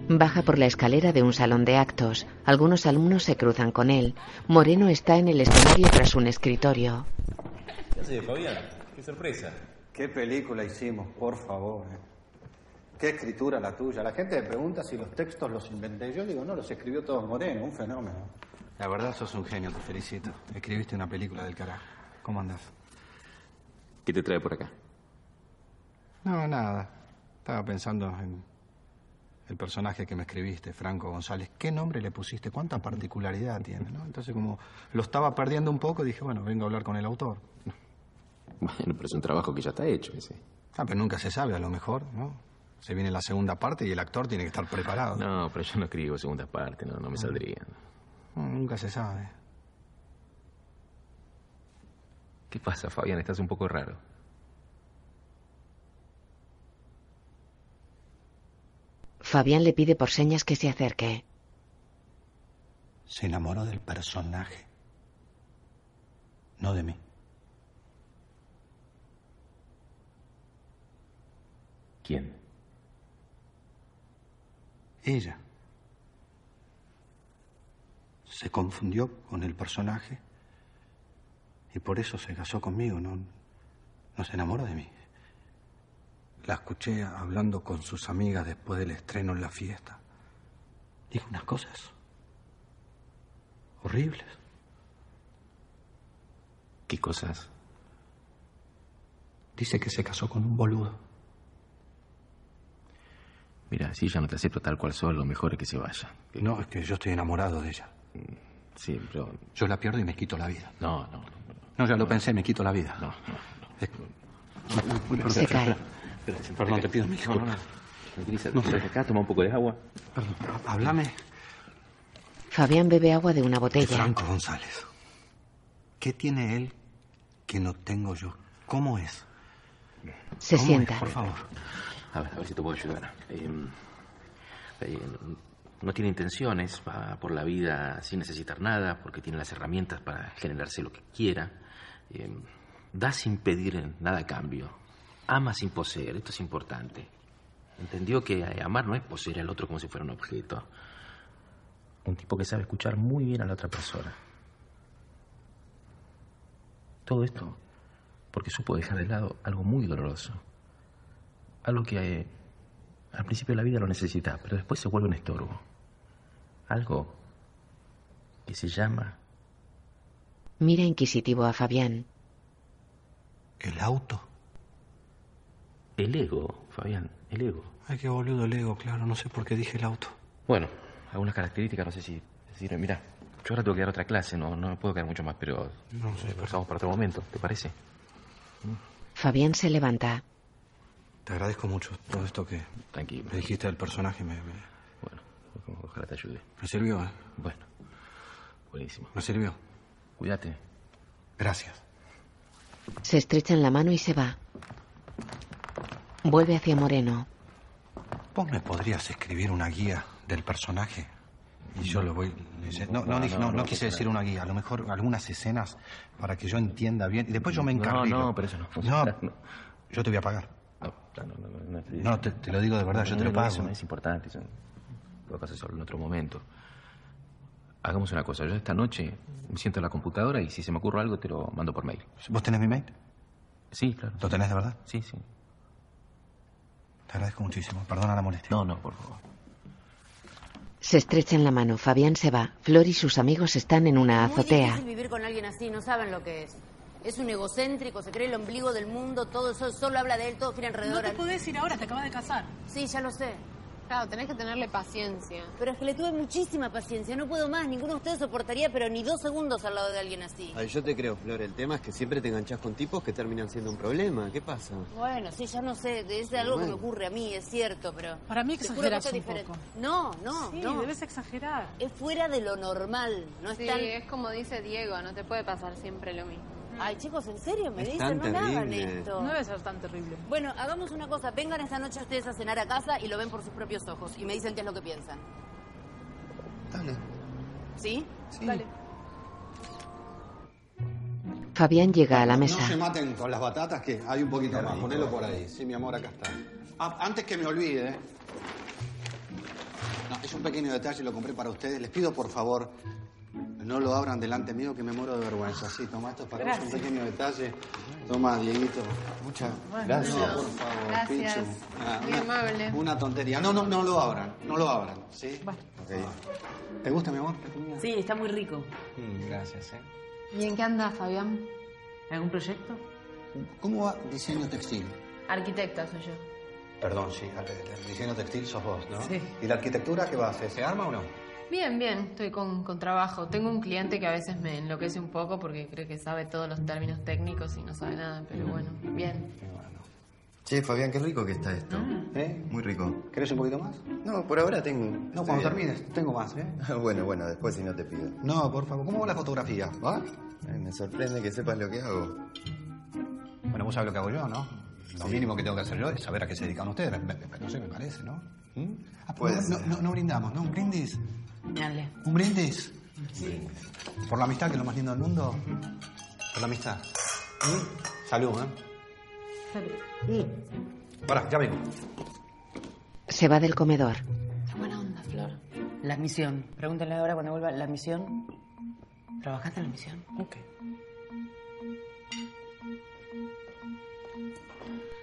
Speaker 2: Baja por la escalera de un salón de actos. Algunos alumnos se cruzan con él. Moreno está en el escenario tras un escritorio.
Speaker 34: ¿Qué haces, Fabián? Qué sorpresa.
Speaker 1: ¿Qué película hicimos, por favor? eh? ¿Qué escritura la tuya? La gente me pregunta si los textos los inventé. Yo digo, no, los escribió todos Moreno, un fenómeno.
Speaker 5: La verdad sos un genio, te felicito. Escribiste una película del carajo. ¿Cómo andás?
Speaker 34: ¿Qué te trae por acá?
Speaker 5: No, nada. Estaba pensando en el personaje que me escribiste, Franco González. ¿Qué nombre le pusiste? ¿Cuánta particularidad tiene? ¿no? Entonces, como lo estaba perdiendo un poco, dije, bueno, vengo a hablar con el autor.
Speaker 34: Bueno, pero es un trabajo que ya está hecho ese.
Speaker 5: Ah, pero nunca se sabe, a lo mejor, ¿no? Se viene la segunda parte y el actor tiene que estar preparado.
Speaker 34: No, pero yo no escribo segunda parte, no, no me saldría.
Speaker 5: No, Mm, nunca se sabe.
Speaker 34: ¿Qué pasa, Fabián? Estás un poco raro.
Speaker 2: Fabián le pide por señas que se acerque.
Speaker 5: Se enamoró del personaje, no de mí.
Speaker 34: ¿Quién?
Speaker 5: Ella se confundió con el personaje y por eso se casó conmigo, no, no se enamoró de mí. La escuché hablando con sus amigas después del estreno en la fiesta. Dijo unas cosas horribles.
Speaker 34: ¿Qué cosas?
Speaker 5: Dice que se casó con un boludo.
Speaker 34: Mira, si ya no te acepto tal cual soy, lo mejor es que se vaya.
Speaker 5: No, es que yo estoy enamorado de ella.
Speaker 34: Sí, pero...
Speaker 5: Yo la pierdo y me quito la vida.
Speaker 34: No, no.
Speaker 5: No, ya lo pensé, me quito la vida. No,
Speaker 34: no.
Speaker 5: Se cae. Perdón, te pido mil
Speaker 34: No, no, no.
Speaker 5: disculpas.
Speaker 34: Tranquilízate,
Speaker 5: No.
Speaker 34: quédate acá, toma un poco de agua.
Speaker 5: Háblame.
Speaker 2: Fabián bebe agua de una
Speaker 5: De
Speaker 2: botella.
Speaker 5: Franco González. ¿Qué tiene él que no tengo yo? ¿Cómo es?
Speaker 2: Se
Speaker 5: ¿Cómo
Speaker 2: sienta.
Speaker 5: es? Por favor.
Speaker 34: A ver, a ver si te puedo ayudar. Eh, eh, no tiene intenciones, va por la vida sin necesitar nada, porque tiene las herramientas para generarse lo que quiera. Eh, da sin pedir nada a cambio. Ama sin poseer, esto es importante. Entendió que eh, amar no es poseer al otro como si fuera un objeto. Un tipo que sabe escuchar muy bien a la otra persona. Todo esto porque supo dejar de lado algo muy doloroso. Algo que eh, al principio de la vida lo necesita, pero después se vuelve un estorbo. Algo que se llama...
Speaker 2: Mira inquisitivo a Fabián.
Speaker 5: El auto.
Speaker 34: El ego, Fabián, el ego.
Speaker 5: Ay, qué boludo el ego, claro. No sé por qué dije el auto.
Speaker 34: Bueno, algunas características, no sé si sirven. Mira, yo ahora tengo que dar otra clase, no, no puedo quedar mucho más, pero...
Speaker 5: No sé,
Speaker 34: eh, Vamos para otro momento, ¿te parece?
Speaker 2: Fabián se levanta.
Speaker 5: Te agradezco mucho todo esto que
Speaker 34: Tranquilo.
Speaker 5: me dijiste del personaje. Me, me-
Speaker 34: Ojalá te ayude.
Speaker 5: me sirvió, ¿eh?
Speaker 34: Bueno, buenísimo.
Speaker 5: Me sirvió.
Speaker 34: Cuídate.
Speaker 5: Gracias.
Speaker 2: Se estrechan la mano y se va. Vuelve hacia Moreno.
Speaker 5: ¿Vos me podrías escribir una guía del personaje? Y yo lo voy... No, no, dije- no, no quise decir una guía. A lo mejor algunas escenas para que yo entienda bien. Y después yo me encargo.
Speaker 34: No, no, pero eso no funciona. No,
Speaker 5: Yo te voy a pagar.
Speaker 34: no, no, no, no, no,
Speaker 5: No, te- te lo digo de verdad, yo te lo
Speaker 34: no,
Speaker 5: pago.
Speaker 34: Eso no es importante, eso lo vas a hacer en otro momento. Hagamos una cosa, yo esta noche me siento en la computadora y si se me ocurre algo te lo mando por mail.
Speaker 5: ¿Vos tenés mi mail?
Speaker 34: Sí, claro.
Speaker 5: ¿Lo tenés de verdad?
Speaker 34: Sí, sí.
Speaker 5: Te agradezco muchísimo. Perdona la molestia.
Speaker 34: No, no, por favor.
Speaker 2: Se estrechan la mano. Fabián se va. Flor y sus amigos están en una
Speaker 8: Muy
Speaker 2: azotea.
Speaker 8: difícil vivir con alguien así, no saben lo que es. Es un egocéntrico, se cree el ombligo del mundo, todo eso solo habla de él, todo gira alrededor.
Speaker 35: No te
Speaker 8: a él.
Speaker 35: podés ir ahora, te acabas de casar.
Speaker 8: Sí, ya lo sé.
Speaker 35: Claro, tenés que tenerle paciencia.
Speaker 8: Pero es que le tuve muchísima paciencia, no puedo más, ninguno de ustedes soportaría, pero ni dos segundos al lado de alguien así.
Speaker 36: Ay, yo te creo, Flor. El tema es que siempre te enganchás con tipos que terminan siendo un problema. ¿Qué pasa?
Speaker 8: Bueno, sí, ya no sé, es algo que me ocurre a mí, es cierto, pero...
Speaker 35: Para mí
Speaker 8: Te juro que
Speaker 35: exageras
Speaker 8: esto es
Speaker 35: un
Speaker 8: diferente.
Speaker 35: poco.
Speaker 8: No, no,
Speaker 35: Sí,
Speaker 8: no.
Speaker 35: debes exagerar.
Speaker 8: Es fuera de lo normal, no es
Speaker 37: Sí,
Speaker 8: tan...
Speaker 37: es como dice Diego, no te puede pasar siempre lo mismo.
Speaker 8: Ay, chicos, ¿en serio me
Speaker 37: Es tan
Speaker 8: dicen? No me hagan
Speaker 37: terrible.
Speaker 8: esto.
Speaker 37: No debe
Speaker 8: ser tan terrible. Bueno, hagamos una cosa. Vengan esta noche ustedes a cenar a casa y lo ven por sus propios ojos. Y me dicen qué es lo que piensan.
Speaker 36: Dale.
Speaker 8: ¿Sí?
Speaker 36: Sí.
Speaker 8: Dale.
Speaker 2: Fabián llega a la
Speaker 5: No se
Speaker 2: mesa.
Speaker 5: maten con las batatas, que hay un poquito más. Ponelo por ahí. Sí, mi amor, acá está. Ah, antes que me olvide. ¿eh? No, es un pequeño detalle, lo compré para ustedes. Les pido, por favor, no lo abran delante mío, que me muero de vergüenza. Sí, toma esto es para vos,
Speaker 36: Gracias.
Speaker 5: un pequeño detalle. Toma, Dieguito. Muchas
Speaker 37: Bueno,
Speaker 5: gracias.
Speaker 37: no.
Speaker 5: por favor,
Speaker 37: Gracias.
Speaker 5: Pichu. Ah,
Speaker 37: Muy
Speaker 5: una-
Speaker 37: amable.
Speaker 5: Una tontería. No, no, no lo abran. No lo abran, ¿sí? ¿Te gusta, mi amor?
Speaker 38: Sí, está muy rico.
Speaker 5: Gracias, ¿eh?
Speaker 37: ¿Y en qué andas, Fabián?
Speaker 38: ¿Algún proyecto?
Speaker 5: ¿Cómo va diseño textil?
Speaker 37: Arquitecta soy yo.
Speaker 5: Perdón, sí, al- el diseño textil sos vos, ¿no? Sí. ¿Y la arquitectura qué va a hacer? ¿Se arma o no?
Speaker 37: Bien, bien, estoy con, con trabajo. Tengo un cliente que a veces me enloquece un poco porque cree que sabe todos los términos técnicos y no sabe nada, pero bueno, bien.
Speaker 39: Mm. Che, Fabián, qué rico que está esto.
Speaker 5: ¿Eh?
Speaker 39: Muy rico.
Speaker 5: ¿Querés un poquito más?
Speaker 39: No, por ahora tengo. No,
Speaker 5: cuando termines, tengo más, ¿eh?
Speaker 39: bueno, bueno, después si no te pido.
Speaker 5: No, por favor. ¿Cómo va la fotografía? ¿Va?
Speaker 39: Ay, me sorprende que sepas lo que hago.
Speaker 5: Bueno, vos sabés lo que hago yo, ¿no? Lo mínimo que tengo que hacer yo es saber a qué se dedican ustedes. Me- me- me- no sé, me parece, ¿no? ¿Mm? Ah,
Speaker 39: Puede
Speaker 5: no, no-
Speaker 39: ser.
Speaker 5: no- no brindamos, ¿no? ¿Un brindis?
Speaker 38: Dale.
Speaker 5: ¿Un brindis? ¿Por la amistad, que es lo más lindo del mundo? ¿Por la amistad? ¿Mm? Salud, ¿eh? Pará, ya vengo.
Speaker 2: Se va del comedor.
Speaker 38: La misión. Pregúntale ahora cuando vuelva. La misión. ¿Trabajaste en la misión? Ok.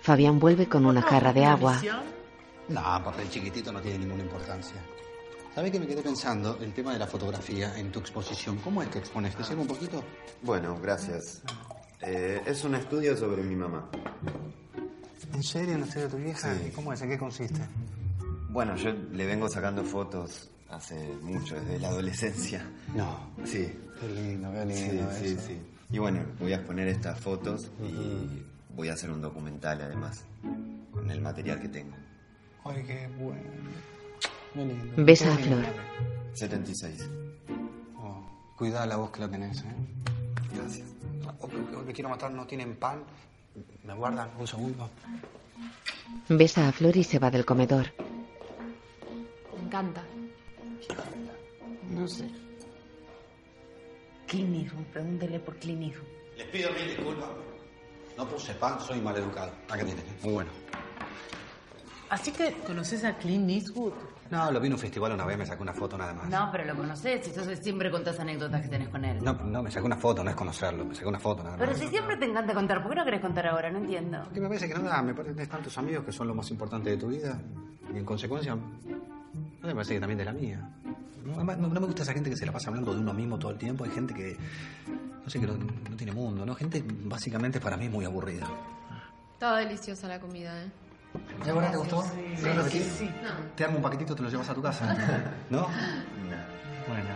Speaker 2: Fabián vuelve con
Speaker 7: Ah,
Speaker 2: una jarra de agua.
Speaker 5: No, papel chiquitito no tiene ninguna importancia. ¿Sabés que me quedé pensando el tema de la fotografía en tu exposición? ¿Cómo es que expones? ¿Te sirve un poquito?
Speaker 39: Bueno, gracias. Eh, es un estudio sobre mi mamá.
Speaker 5: ¿En serio? ¿En estudio de tu vieja? ¿Y cómo es? ¿En qué consiste?
Speaker 39: Bueno, yo le vengo sacando fotos hace mucho, desde la adolescencia.
Speaker 5: No.
Speaker 39: Sí.
Speaker 5: Qué lindo, qué
Speaker 39: Sí,
Speaker 5: lindo
Speaker 39: sí,
Speaker 5: eso.
Speaker 39: sí. Y bueno, voy a exponer estas fotos y voy a hacer un documental además, con el material que tengo.
Speaker 5: Ay, qué bueno. Qué lindo.
Speaker 2: Besa a
Speaker 5: Qué lindo.
Speaker 2: Flor.
Speaker 39: 76.
Speaker 5: Oh, cuidá la voz que la tenés, ¿eh? Gracias. Oh, Hoy me quiero matar, no tienen pan. ¿Me guardan un segundo?
Speaker 2: Besa a Flor y se va del comedor.
Speaker 37: Me encanta.
Speaker 38: No sé. Clinismo. Pregúntele por clinismo.
Speaker 5: Les pido mil disculpas. No puse pan, soy maleducado. Acá tienes, ¿eh? muy bueno.
Speaker 38: Así que conoces a Clint Eastwood.
Speaker 5: No, lo vi en un festival una vez, me sacó una foto nada más.
Speaker 8: No, pero lo conocés. Entonces siempre contás anécdotas que tenés con él.
Speaker 5: No, no, me sacó una foto, no es conocerlo, me sacó una foto nada más.
Speaker 8: Pero si siempre te encanta contar, ¿por qué no querés contar ahora? No entiendo.
Speaker 5: ¿Qué me parece que nada? Me parece que están tus amigos que son lo más importante de tu vida y en consecuencia no me parece que también de la mía. No, Además, no, no me gusta esa gente que se la pasa hablando de uno mismo todo el tiempo. Hay gente que, no sé, que no, no tiene mundo, ¿no? Gente básicamente para mí muy aburrida.
Speaker 37: Estaba deliciosa la comida, ¿eh?
Speaker 5: ¿De verdad te gustó?
Speaker 37: Sí,
Speaker 5: ¿Lo
Speaker 37: sí,
Speaker 5: repetís?
Speaker 37: sí. No.
Speaker 5: Te armo un paquetito, te lo llevas a tu casa. ¿No? Bueno.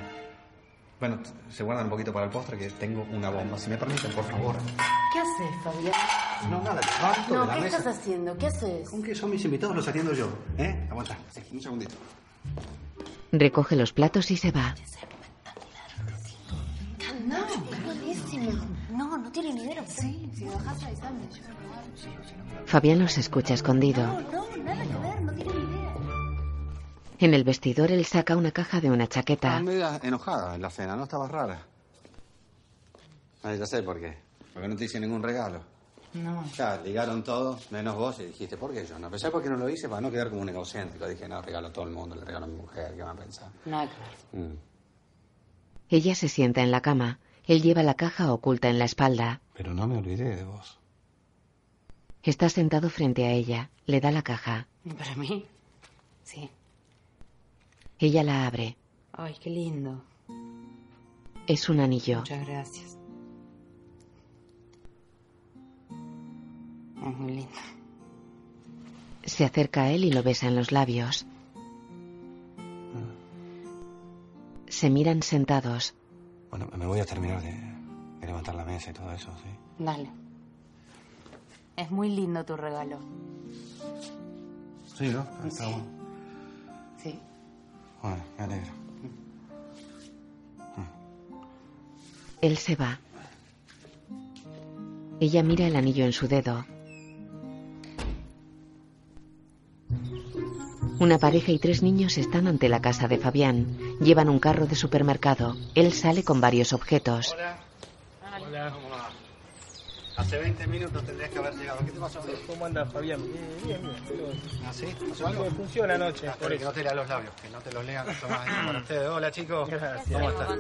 Speaker 5: Bueno, t- se guardan un poquito para el postre que tengo una bomba. Si me permiten, por favor.
Speaker 8: ¿Qué haces, Fabián?
Speaker 5: No, nada, levanto de
Speaker 8: No,
Speaker 5: la
Speaker 8: ¿qué
Speaker 5: mesa.
Speaker 8: estás haciendo? ¿Qué haces?
Speaker 5: ¿Con qué son mis invitados? Los atiendo yo. ¿Eh? Aguanta. Sí, un segundito.
Speaker 2: Recoge los platos y se va.
Speaker 40: No, es buenísimo. No, no tiene dinero. Sí, si bajas ahí sabes.
Speaker 2: Fabián los escucha escondido.
Speaker 40: No, nada que ver, no tiene idea.
Speaker 2: En el vestidor él saca una caja de una
Speaker 5: Estás
Speaker 2: chaqueta.
Speaker 5: media enojada en la cena, ¿no? Estabas rara. Ay, ya sé por qué. Porque no te hice ningún regalo.
Speaker 38: No.
Speaker 5: Ya, ligaron todos, menos vos, y dijiste, ¿por qué yo? No pensé por qué no lo hice para no quedar como un egocéntrico. Dije, no, regalo a todo el mundo, le regalo a mi mujer, ¿qué van a pensar? Mm.
Speaker 38: Nada que ver.
Speaker 2: Ella se sienta en la cama. Él lleva la caja oculta en la espalda.
Speaker 5: Pero no me olvidé de vos.
Speaker 2: Está sentado frente a ella. Le da la caja.
Speaker 38: ¿Para mí? Sí.
Speaker 2: Ella la abre.
Speaker 38: Ay, qué lindo.
Speaker 2: Es un anillo.
Speaker 38: Muchas gracias. Es muy lindo.
Speaker 2: Se acerca a él y lo besa en los labios. Se miran sentados.
Speaker 41: Bueno, me voy a terminar de, de levantar la mesa y todo eso, ¿sí?
Speaker 38: Dale. Es muy lindo tu regalo.
Speaker 41: Sí, ¿no? Está bueno.
Speaker 38: Sí.
Speaker 41: Bueno, me alegro.
Speaker 2: Él se va. Ella mira el anillo en su dedo. Una pareja y tres niños están ante la casa de Fabián. Llevan un carro de supermercado. Él sale con varios objetos.
Speaker 42: Hola.
Speaker 5: Hace 20 minutos tendrías que haber llegado. ¿Qué te pasó?
Speaker 25: ¿Cómo andas, Fabián? Bien, bien.
Speaker 5: ¿Ah, sí? ¿Pasó
Speaker 25: Algo de
Speaker 5: algo?
Speaker 25: función anoche.
Speaker 5: Ah, espera, que no te lea los labios, que no te los lean. Toma, ahí para ustedes. Hola, chicos. ¿Cómo
Speaker 25: ¿Cómo
Speaker 5: están?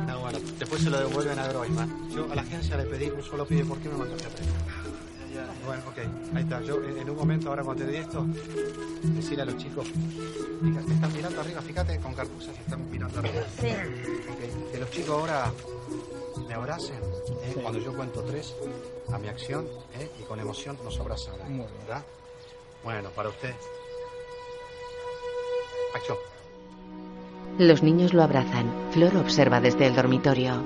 Speaker 5: Está bueno. Después se lo devuelven a Groisman. Yo a la agencia le pedí un solo pide, ¿por qué me mandaste a tres? Bueno, ok, ahí está. Yo en, en un momento, ahora cuando te di esto, decir a los chicos, fíjate, están mirando arriba, fíjate con carpuzas, están mirando arriba.
Speaker 35: Sí.
Speaker 5: Ok, Que los chicos ahora me abracen, ¿eh? cuando yo cuento tres, a mi acción, ¿eh? y con emoción nos abrazan, ¿eh?
Speaker 25: Muy bien.
Speaker 5: ¿verdad? Bueno, para usted. Acción.
Speaker 2: Los niños lo abrazan. Flor observa desde el dormitorio.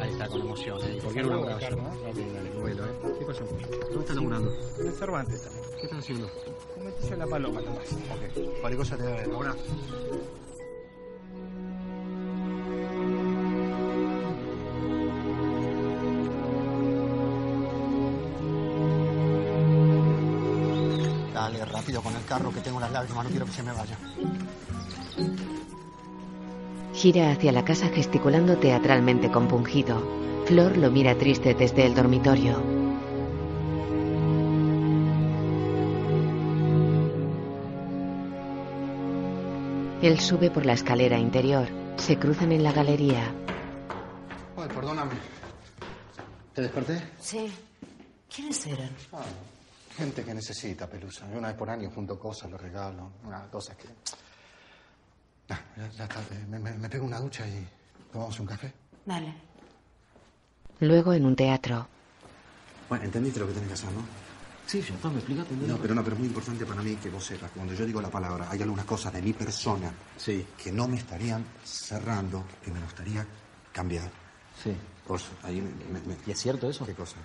Speaker 5: Ahí está, con emoción. ¿eh? ¿Por
Speaker 42: Está
Speaker 5: qué no lo
Speaker 42: buena,
Speaker 5: abrazo?
Speaker 42: Carmen,
Speaker 5: Ok, dale, vuelo, ¿eh? ¿Qué pasó? ¿Dónde estás laburando?
Speaker 42: En Cervantes también.
Speaker 5: ¿Qué estás haciendo?
Speaker 42: Metiste la paloma nomás.
Speaker 5: Ok, cualquier cosa te daré. Ahora, dale rápido con el carro que tengo las lágrimas, no quiero que se me vaya.
Speaker 2: Gira hacia la casa gesticulando teatralmente compungido. Flor lo mira triste desde el dormitorio. Él sube por la escalera interior. Se cruzan en la galería.
Speaker 5: Ay, perdóname. ¿Te desperté? Ah,
Speaker 38: Sí. ¿Quiénes eran?
Speaker 5: Gente que necesita pelusa. Yo una vez por año junto cosas, lo regalo, unas cosas que. Ah, ya, ya está. eh, Me, me- me pego una ducha y tomamos un café.
Speaker 38: Dale.
Speaker 2: Luego en un teatro.
Speaker 5: Bueno, entendiste lo que tenés que hacer, ¿no?
Speaker 34: Sí, ya está, me explicaste.
Speaker 5: No, pero no, pero es muy importante para mí que vos sepas que cuando yo digo la palabra, hay algunas cosas de mi persona que no me estarían cerrando, que me gustaría cambiar.
Speaker 34: Sí.
Speaker 5: Por eso, ahí me- me- me-
Speaker 34: ¿Y es cierto eso?
Speaker 5: ¿Qué cosa?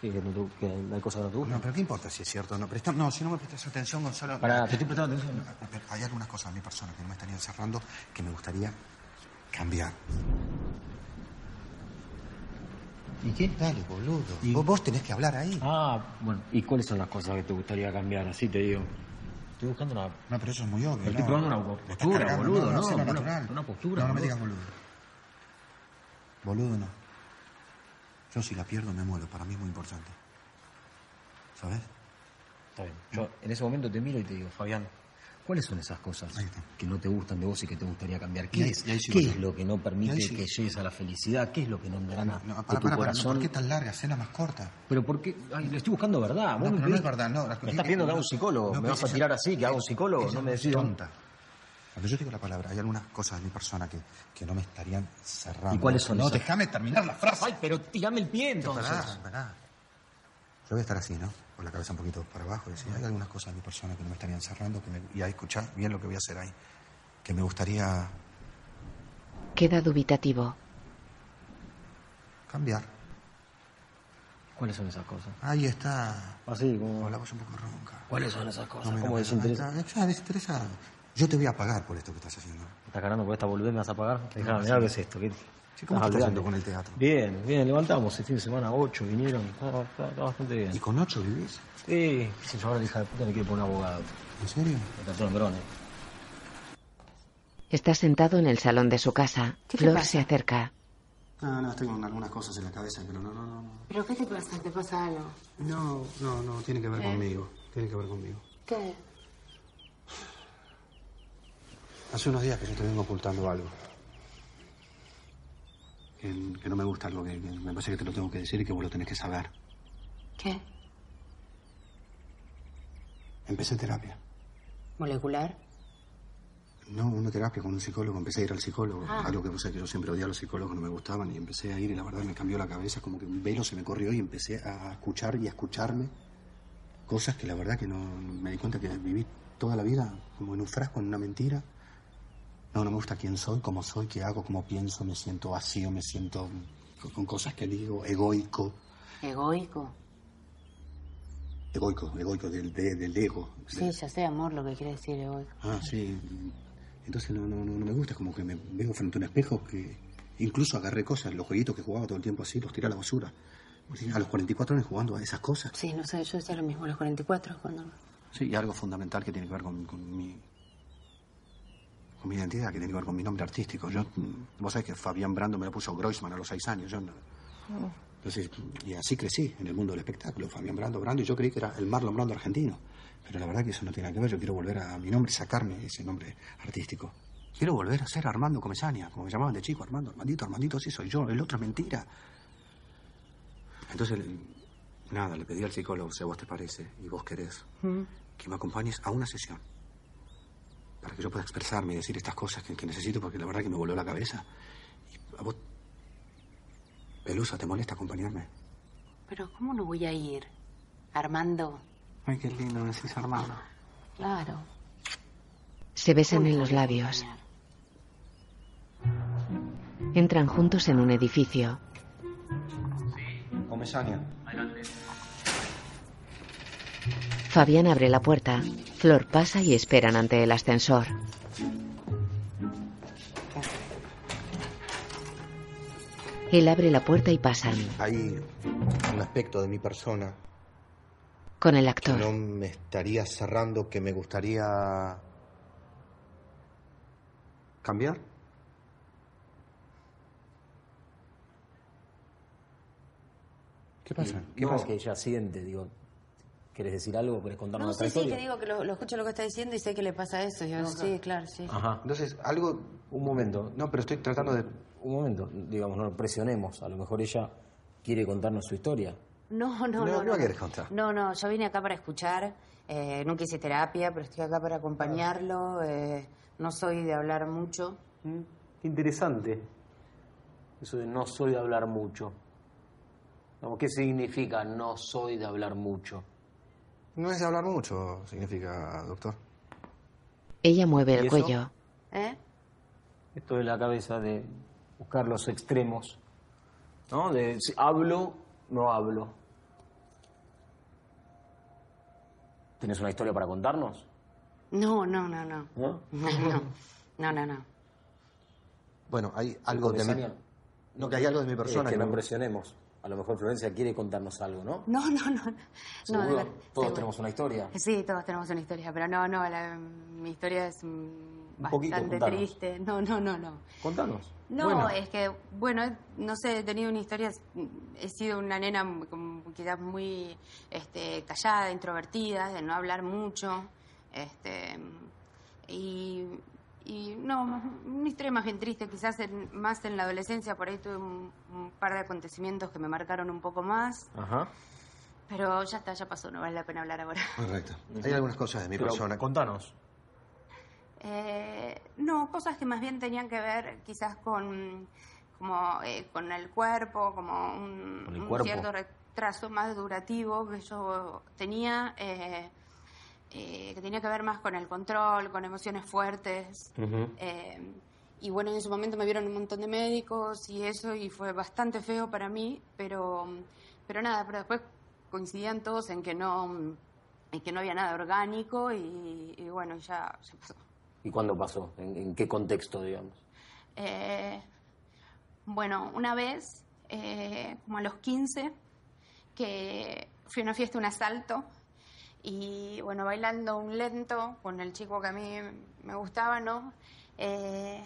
Speaker 34: Que, no, tú- que no hay cosa de tú.
Speaker 5: No, pero ¿qué importa si es cierto o no? Presta- no, si no me prestas atención, Gonzalo.
Speaker 34: Pará, te estoy prestando atención.
Speaker 5: Pero Hay algunas cosas de mi persona que no me estarían cerrando que me gustaría cambiar. ¿Y qué? Dale, boludo. Vos, vos tenés que hablar ahí.
Speaker 34: Ah, bueno. ¿Y cuáles son las cosas que te gustaría cambiar? Así te digo. Estoy buscando una.
Speaker 5: No, pero eso es muy obvio.
Speaker 34: Estoy
Speaker 5: no.
Speaker 34: probando una
Speaker 5: Me estás
Speaker 34: postura,
Speaker 5: cargando,
Speaker 34: boludo, no,
Speaker 5: hacelo
Speaker 34: una-
Speaker 5: natural.
Speaker 34: una postura,
Speaker 5: No, no me
Speaker 34: boludo.
Speaker 5: digas boludo. Boludo no. Yo si la pierdo me muero. Para mí es muy importante. ¿Sabes?
Speaker 34: Está bien. Yo en ese momento te miro y te digo, Fabián, ¿cuáles son esas cosas que no te gustan de vos y que te gustaría cambiar?
Speaker 5: Y
Speaker 34: ¿Qué,
Speaker 5: ahí-
Speaker 34: es,
Speaker 5: y ahí sigo
Speaker 34: qué
Speaker 5: yo.
Speaker 34: es lo que no permite
Speaker 5: Y ahí sigo.
Speaker 34: que llegues a la felicidad? ¿Qué es lo que no engrana
Speaker 5: No,
Speaker 34: de
Speaker 5: para,
Speaker 34: tu
Speaker 5: para, para, no,
Speaker 34: corazón?
Speaker 5: ¿Por qué tan larga? Cena más corta.
Speaker 34: Pero porque le estoy buscando verdad.
Speaker 5: No,
Speaker 34: Vos me
Speaker 5: pero no
Speaker 34: pedís-
Speaker 5: es verdad, no. las-
Speaker 34: Me estás pidiendo que haga un psicólogo.
Speaker 5: No,
Speaker 34: ¿Me
Speaker 5: pero
Speaker 34: vas a
Speaker 5: ella-
Speaker 34: tirar así? ¿Que haga un psicólogo?
Speaker 5: ella
Speaker 34: No me
Speaker 5: es
Speaker 34: decís.
Speaker 5: tonta. Cuando yo digo la palabra, hay algunas cosas de mi persona que, que no me estarían cerrando.
Speaker 34: ¿Y cuáles son
Speaker 5: No,
Speaker 34: esas?
Speaker 5: déjame terminar la frase.
Speaker 34: Ay, pero tirame el pie entonces.
Speaker 5: Pará, pará. Yo voy a estar así, ¿no? Con la cabeza un poquito para abajo. y Decir, hay algunas cosas de mi persona que no me estarían cerrando. Que me, y ahí escuchar bien lo que voy a hacer ahí. Que me gustaría
Speaker 2: Queda dubitativo.
Speaker 5: cambiar.
Speaker 34: ¿Cuáles son esas cosas?
Speaker 5: Ahí está.
Speaker 34: Así, como.
Speaker 5: Hablamos un poco ronca.
Speaker 34: ¿Cuáles son esas cosas?
Speaker 5: No me
Speaker 34: ¿Cómo
Speaker 5: enojes,
Speaker 34: desinteresa?
Speaker 5: ahí está, ah, desinteresado. Yo te voy a pagar por esto que estás haciendo.
Speaker 34: ¿Estás cargando por esta boludez? ¿Me vas a pagar? Dejá,
Speaker 5: No,
Speaker 34: mirá
Speaker 5: sí.
Speaker 34: lo que es esto. ¿qué?
Speaker 5: Sí, ¿Cómo
Speaker 34: Ah,
Speaker 5: te estás
Speaker 34: olvidate.
Speaker 5: yendo con el teatro?
Speaker 34: Bien, bien, levantamos el fin de semana, 8 vinieron, Ah. está, está- está bastante bien.
Speaker 5: ¿Y con ocho vivís?
Speaker 34: Sí, se ahora la hija de puta me quiere poner un abogado.
Speaker 5: ¿En serio?
Speaker 34: Me trató de ladrones.
Speaker 2: Está sentado en el salón de su casa.
Speaker 38: ¿Qué te
Speaker 2: Flor
Speaker 38: pasa?
Speaker 2: se acerca.
Speaker 5: No, no, estoy con algunas cosas en la cabeza, pero no, no, no. no.
Speaker 38: ¿Pero qué te pasa? ¿Te pasa algo?
Speaker 5: No, no, no, tiene que ver
Speaker 38: ¿Eh?
Speaker 5: conmigo. Tiene que ver conmigo.
Speaker 38: ¿Qué?
Speaker 5: Hace unos días que yo te vengo ocultando algo. en que no me gusta algo que me, me parece que te lo tengo que decir y que vos lo tenés que saber.
Speaker 8: ¿Qué?
Speaker 5: Empecé terapia.
Speaker 8: ¿Molecular?
Speaker 5: No, una terapia con un psicólogo. Empecé a ir al psicólogo.
Speaker 8: Ah.
Speaker 5: Algo que pasa que yo siempre odiaba a los psicólogos, no me gustaban. Y empecé a ir y la verdad me cambió la cabeza. Como que un velo se me corrió y empecé a escuchar y a escucharme cosas que la verdad que no me di cuenta que viví toda la vida como en un frasco, en una mentira. No, no me gusta quién soy, cómo soy, qué hago, cómo pienso. Me siento vacío, me siento con, con cosas que digo, egoico.
Speaker 8: ¿Egoico?
Speaker 5: Egoico, egoico, del, de- del ego.
Speaker 8: Sí, ya sé, amor, lo que quiere decir egoico.
Speaker 5: Ah, sí. Entonces no, no, no, no me gusta, es como que me veo frente a un espejo que incluso agarré cosas, los jueguitos que jugaba todo el tiempo así, los tiré a la basura. A los 44 años jugando a esas cosas.
Speaker 8: Sí, no sé, yo decía lo mismo a los 44 cuando...
Speaker 5: Sí, y algo fundamental que tiene que ver con, con mi con mi identidad, que tiene que ver con mi nombre artístico. Yo, mm, vos sabés que Fabián Brando me lo puso Groisman a los seis años. Yo no- entonces, y así crecí en el mundo del espectáculo. Fabián Brando, Brando, y yo creí que era el Marlon Brando argentino. Pero la verdad que eso no tiene nada que ver. Yo quiero volver a mi nombre, sacarme ese nombre artístico. Quiero volver a ser Armando Comesaña, como me llamaban de chico, Armando, Armandito, Armandito, sí soy yo, el otro es mentira. Entonces, le- nada, le pedí al psicólogo, si a vos te parece y vos querés,
Speaker 7: Mm.
Speaker 5: que me acompañes a una sesión. Para que yo pueda expresarme y decir estas cosas que, que necesito, porque la verdad que me voló la cabeza. Y a vos, Pelusa, ¿te molesta acompañarme?
Speaker 8: Pero ¿cómo no voy a ir? Armando.
Speaker 5: Ay, qué lindo, me decís Armando.
Speaker 8: Claro.
Speaker 2: Se besan en los labios. Entran juntos en un edificio.
Speaker 5: Comesaña.
Speaker 2: Fabián abre la puerta. Flor pasa y esperan ante el ascensor. Él abre la puerta y pasan.
Speaker 34: Hay un aspecto de mi persona
Speaker 2: Con el
Speaker 34: que
Speaker 2: actor.
Speaker 34: no me estaría cerrando, que me gustaría cambiar.
Speaker 6: ¿Qué
Speaker 34: pasa? ¿Qué
Speaker 6: no,
Speaker 34: pasa?
Speaker 6: que ella siente, digo. ¿Querés decir algo? ¿Querés contarnos
Speaker 8: No,
Speaker 6: otra
Speaker 8: sí, sí,
Speaker 6: historia?
Speaker 8: que digo que lo, lo escucho lo que está diciendo y sé que le pasa eso. Yo,
Speaker 6: No,
Speaker 8: sí, claro, sí.
Speaker 6: Ajá.
Speaker 34: Entonces, algo. Un momento. No, pero estoy tratando de.
Speaker 6: Un momento, digamos, no lo presionemos. A lo mejor ella quiere contarnos su historia.
Speaker 8: No, no, no.
Speaker 6: No, no la querés contar.
Speaker 8: No, no, yo vine acá para escuchar. eh, nunca hice terapia, pero estoy acá para acompañarlo. eh, no soy de hablar mucho.
Speaker 6: Qué Mm, interesante. Eso de no soy de hablar mucho. Vamos, ¿Qué significa no soy de hablar mucho?
Speaker 34: No es de hablar mucho, significa, doctor.
Speaker 2: Ella mueve
Speaker 6: ¿Y
Speaker 2: el
Speaker 6: eso?
Speaker 2: cuello.
Speaker 8: ¿Eh?
Speaker 6: Esto de la cabeza de buscar los extremos. ¿No? De si hablo, no hablo. ¿Tienes una historia para contarnos?
Speaker 8: No, no, no, no.
Speaker 6: ¿No?
Speaker 8: No, no, no, no. no.
Speaker 34: Bueno, hay algo de mi.
Speaker 6: Comesaña.
Speaker 34: No, que hay algo de mi persona
Speaker 6: Es que
Speaker 34: que
Speaker 6: no
Speaker 34: me-
Speaker 6: presionemos. A lo mejor Florencia quiere contarnos algo, ¿no?
Speaker 8: No, no, no. No, de
Speaker 6: Seguro,
Speaker 8: verdad,
Speaker 6: todos
Speaker 8: seguro.
Speaker 6: tenemos una historia.
Speaker 8: Sí, todos tenemos una historia, pero no, no, la- mi historia es mm,
Speaker 6: Un poquito,
Speaker 8: bastante
Speaker 6: contanos.
Speaker 8: triste. No, no, no, no.
Speaker 6: Contanos.
Speaker 8: No,
Speaker 6: Bueno.
Speaker 8: es que, bueno, eh, no sé, he tenido una historia, he sido una nena m- como quizás muy este, callada, introvertida, de no hablar mucho, este, y, y no, más- una historia más bien triste, quizás en- más en la adolescencia, por ahí tuve un, un par de acontecimientos que me marcaron un poco más,
Speaker 6: Ajá.
Speaker 8: pero ya está, ya pasó, no vale la pena hablar ahora.
Speaker 34: Correcto. Hay algunas cosas de mi
Speaker 6: Pero
Speaker 34: persona.
Speaker 6: Contanos.
Speaker 8: Eh, no, cosas que más bien tenían que ver quizás con como eh, con el cuerpo, como un,
Speaker 6: Con el
Speaker 8: un
Speaker 6: cuerpo.
Speaker 8: cierto retraso más durativo que yo tenía, eh, eh, que tenía que ver más con el control, con emociones fuertes. Eh, y bueno, en ese momento me vieron un montón de médicos y eso, y fue bastante feo para mí, pero, pero nada, pero después coincidían todos en que no, en que no había nada orgánico y, y bueno, ya, ya pasó.
Speaker 6: ¿Y cuándo pasó? ¿En, en qué contexto, digamos?
Speaker 8: Eh, bueno, una vez, eh, como a los 15, que fui a una fiesta, un asalto, y bueno, bailando un lento con el chico que a mí me gustaba, ¿no? Eh,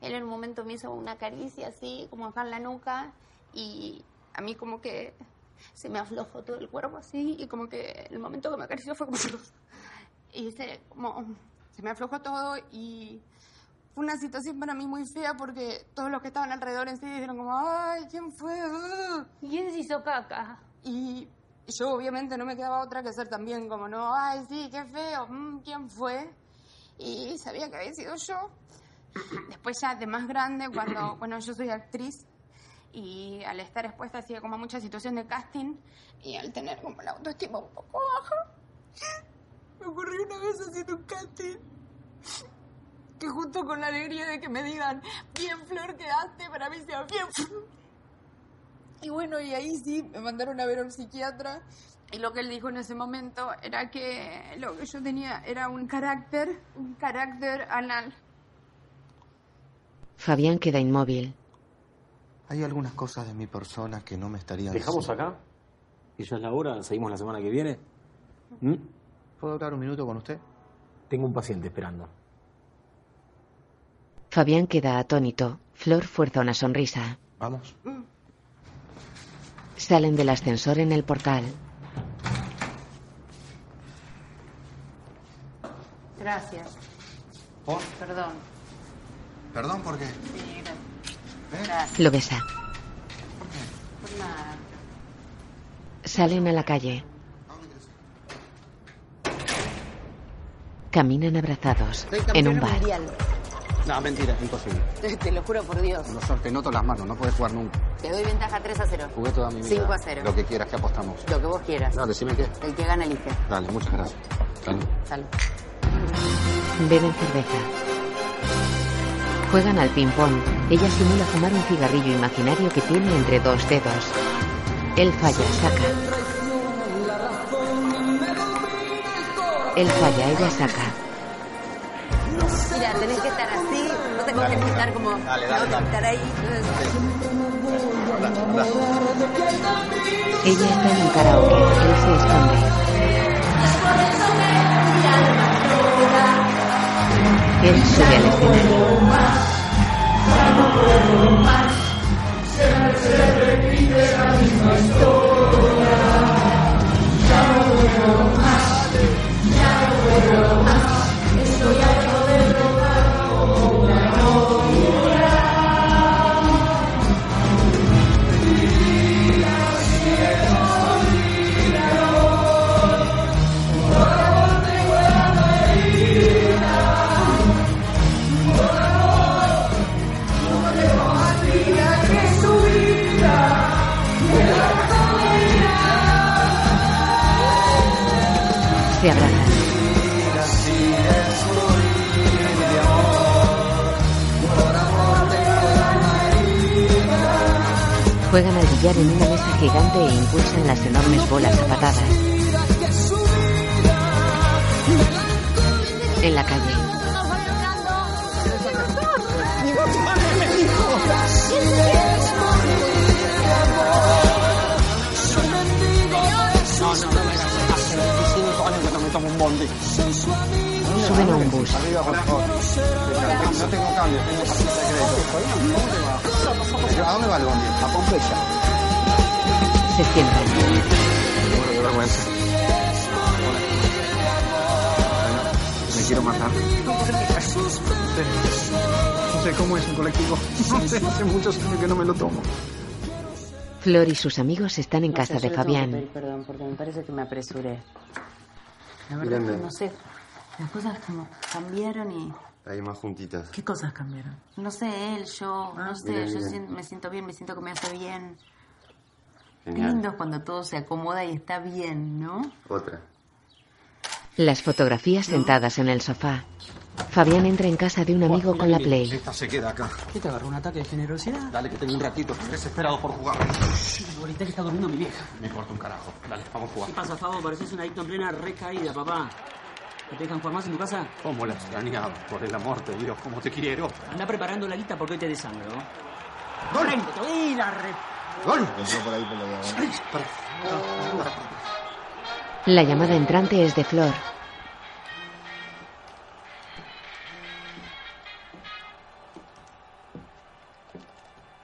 Speaker 8: él en un momento me hizo una caricia así, como acá en la nuca, y a mí como que se me aflojó todo el cuerpo así, y como que el momento que me acarició fue como... Y se, como, se me aflojó todo y Fue una situación para mí muy fea porque todos los que estaban alrededor en sí dijeron como, ay, ¿quién fue? ¿Quién se hizo caca? Y yo obviamente no me quedaba otra que hacer también como, no, ay, sí, qué feo, mm, ¿quién fue? Y sabía que había sido yo. Después ya de más grande, cuando, bueno, yo soy actriz y al estar expuesta hacía como a mucha situación de casting y al tener como la autoestima un poco baja, me ocurrió una vez haciendo un casting que junto con la alegría de que me digan, bien flor quedaste, para mí sea bien. Flor". Y bueno, y ahí sí, me mandaron a ver a un psiquiatra y lo que él dijo en ese momento era que lo que yo tenía era un carácter, un carácter anal.
Speaker 2: Fabián queda inmóvil.
Speaker 34: Hay algunas cosas de mi persona que no me estarían...
Speaker 25: ¿Dejamos acá? ¿Y ya es la hora? ¿Seguimos la semana que viene? ¿Mm?
Speaker 34: ¿Puedo hablar un minuto con usted?
Speaker 25: Tengo un paciente esperando.
Speaker 2: Fabián queda atónito. Flor fuerza una sonrisa.
Speaker 34: Vamos.
Speaker 7: Mm.
Speaker 2: Salen del ascensor en el portal.
Speaker 8: Gracias.
Speaker 34: ¿Por?
Speaker 8: Perdón.
Speaker 34: ¿Perdón por qué?
Speaker 8: Sí,
Speaker 5: ¿Eh?
Speaker 34: gracias.
Speaker 2: Lo besa.
Speaker 8: Por nada.
Speaker 2: Salen a la calle. Caminan abrazados en un bar.
Speaker 5: No, mentira, imposible.
Speaker 43: Te lo juro por Dios.
Speaker 5: No son, te noto las manos, no puedes jugar nunca.
Speaker 43: Te doy ventaja 3 a 0.
Speaker 5: Jugué toda mi vida.
Speaker 43: 5 a 0.
Speaker 5: Lo que quieras, que apostamos.
Speaker 43: Lo que vos quieras.
Speaker 5: No, decime qué.
Speaker 43: El que gana elige.
Speaker 5: Dale, muchas gracias. Dale.
Speaker 43: Salud.
Speaker 2: Beben cerveza. Juegan al ping-pong. Ella simula fumar un cigarrillo imaginario que tiene entre dos dedos. Él falla, saca. Él falla, ella saca.
Speaker 43: Mira, tenés que estar así. No te puedes estar como.
Speaker 5: Dale, dale,
Speaker 43: no,
Speaker 5: dale.
Speaker 43: Estar ahí.
Speaker 2: Ella está en un karaoke. Él se esconde. Él sube al escenario. Se abrazan. Juegan al billar en una mesa gigante e impulsan las enormes bolas a patadas. En la calle.
Speaker 5: No, no, no. Hace 25 años que no me tomo un bondi.
Speaker 2: Suben a un bus.
Speaker 5: Arriba, por favor. No tengo cambio, tengo tarjeta de crédito. ¿Dónde va? ¿A dónde va el bondi? A Pompeya.
Speaker 2: Se sientan.
Speaker 5: Bueno, qué vergüenza. Bueno, me quiero matar. No sé cómo es un colectivo. No sé, hace muchos años que no me lo tomo.
Speaker 2: Flor y sus amigos están en casa de Fabián.
Speaker 44: perdón, porque me parece que me apresuré. La verdad
Speaker 7: Miranda.
Speaker 44: que no sé. Las cosas como cambiaron y.
Speaker 7: Ahí más juntitas.
Speaker 44: ¿Qué cosas cambiaron? No sé, él, yo, no sé,
Speaker 7: Mira,
Speaker 44: yo
Speaker 7: mira.
Speaker 44: sien- me siento bien, me siento que me hace bien. Qué
Speaker 7: Genial.
Speaker 44: Lindo es cuando todo se acomoda y está bien, ¿no?
Speaker 7: Otra.
Speaker 2: Las fotografías sentadas en el sofá. Fabián entra en casa de un amigo con la Play.
Speaker 5: Esta se queda acá. ¿Qué te agarró un ataque de generosidad? Dale, que tengo un ratito. Desesperado por jugar.
Speaker 6: Ahorita que está durmiendo mi vieja.
Speaker 5: Me importa un carajo. Dale, vamos a
Speaker 6: ¿Qué
Speaker 5: jugar.
Speaker 6: pasa, Fabo? Pareces una adicto en plena recaída, papá. ¿No te dejan jugar más en tu casa?
Speaker 5: ¿Cómo la extrañaba? Por el amor de Dios, cómo te quiero.
Speaker 6: Anda preparando la guita porque hoy te desangro. ¡Gol! ¡Y la re...
Speaker 5: ¡Gol!
Speaker 7: por ahí por la
Speaker 2: La llamada entrante es de Flor.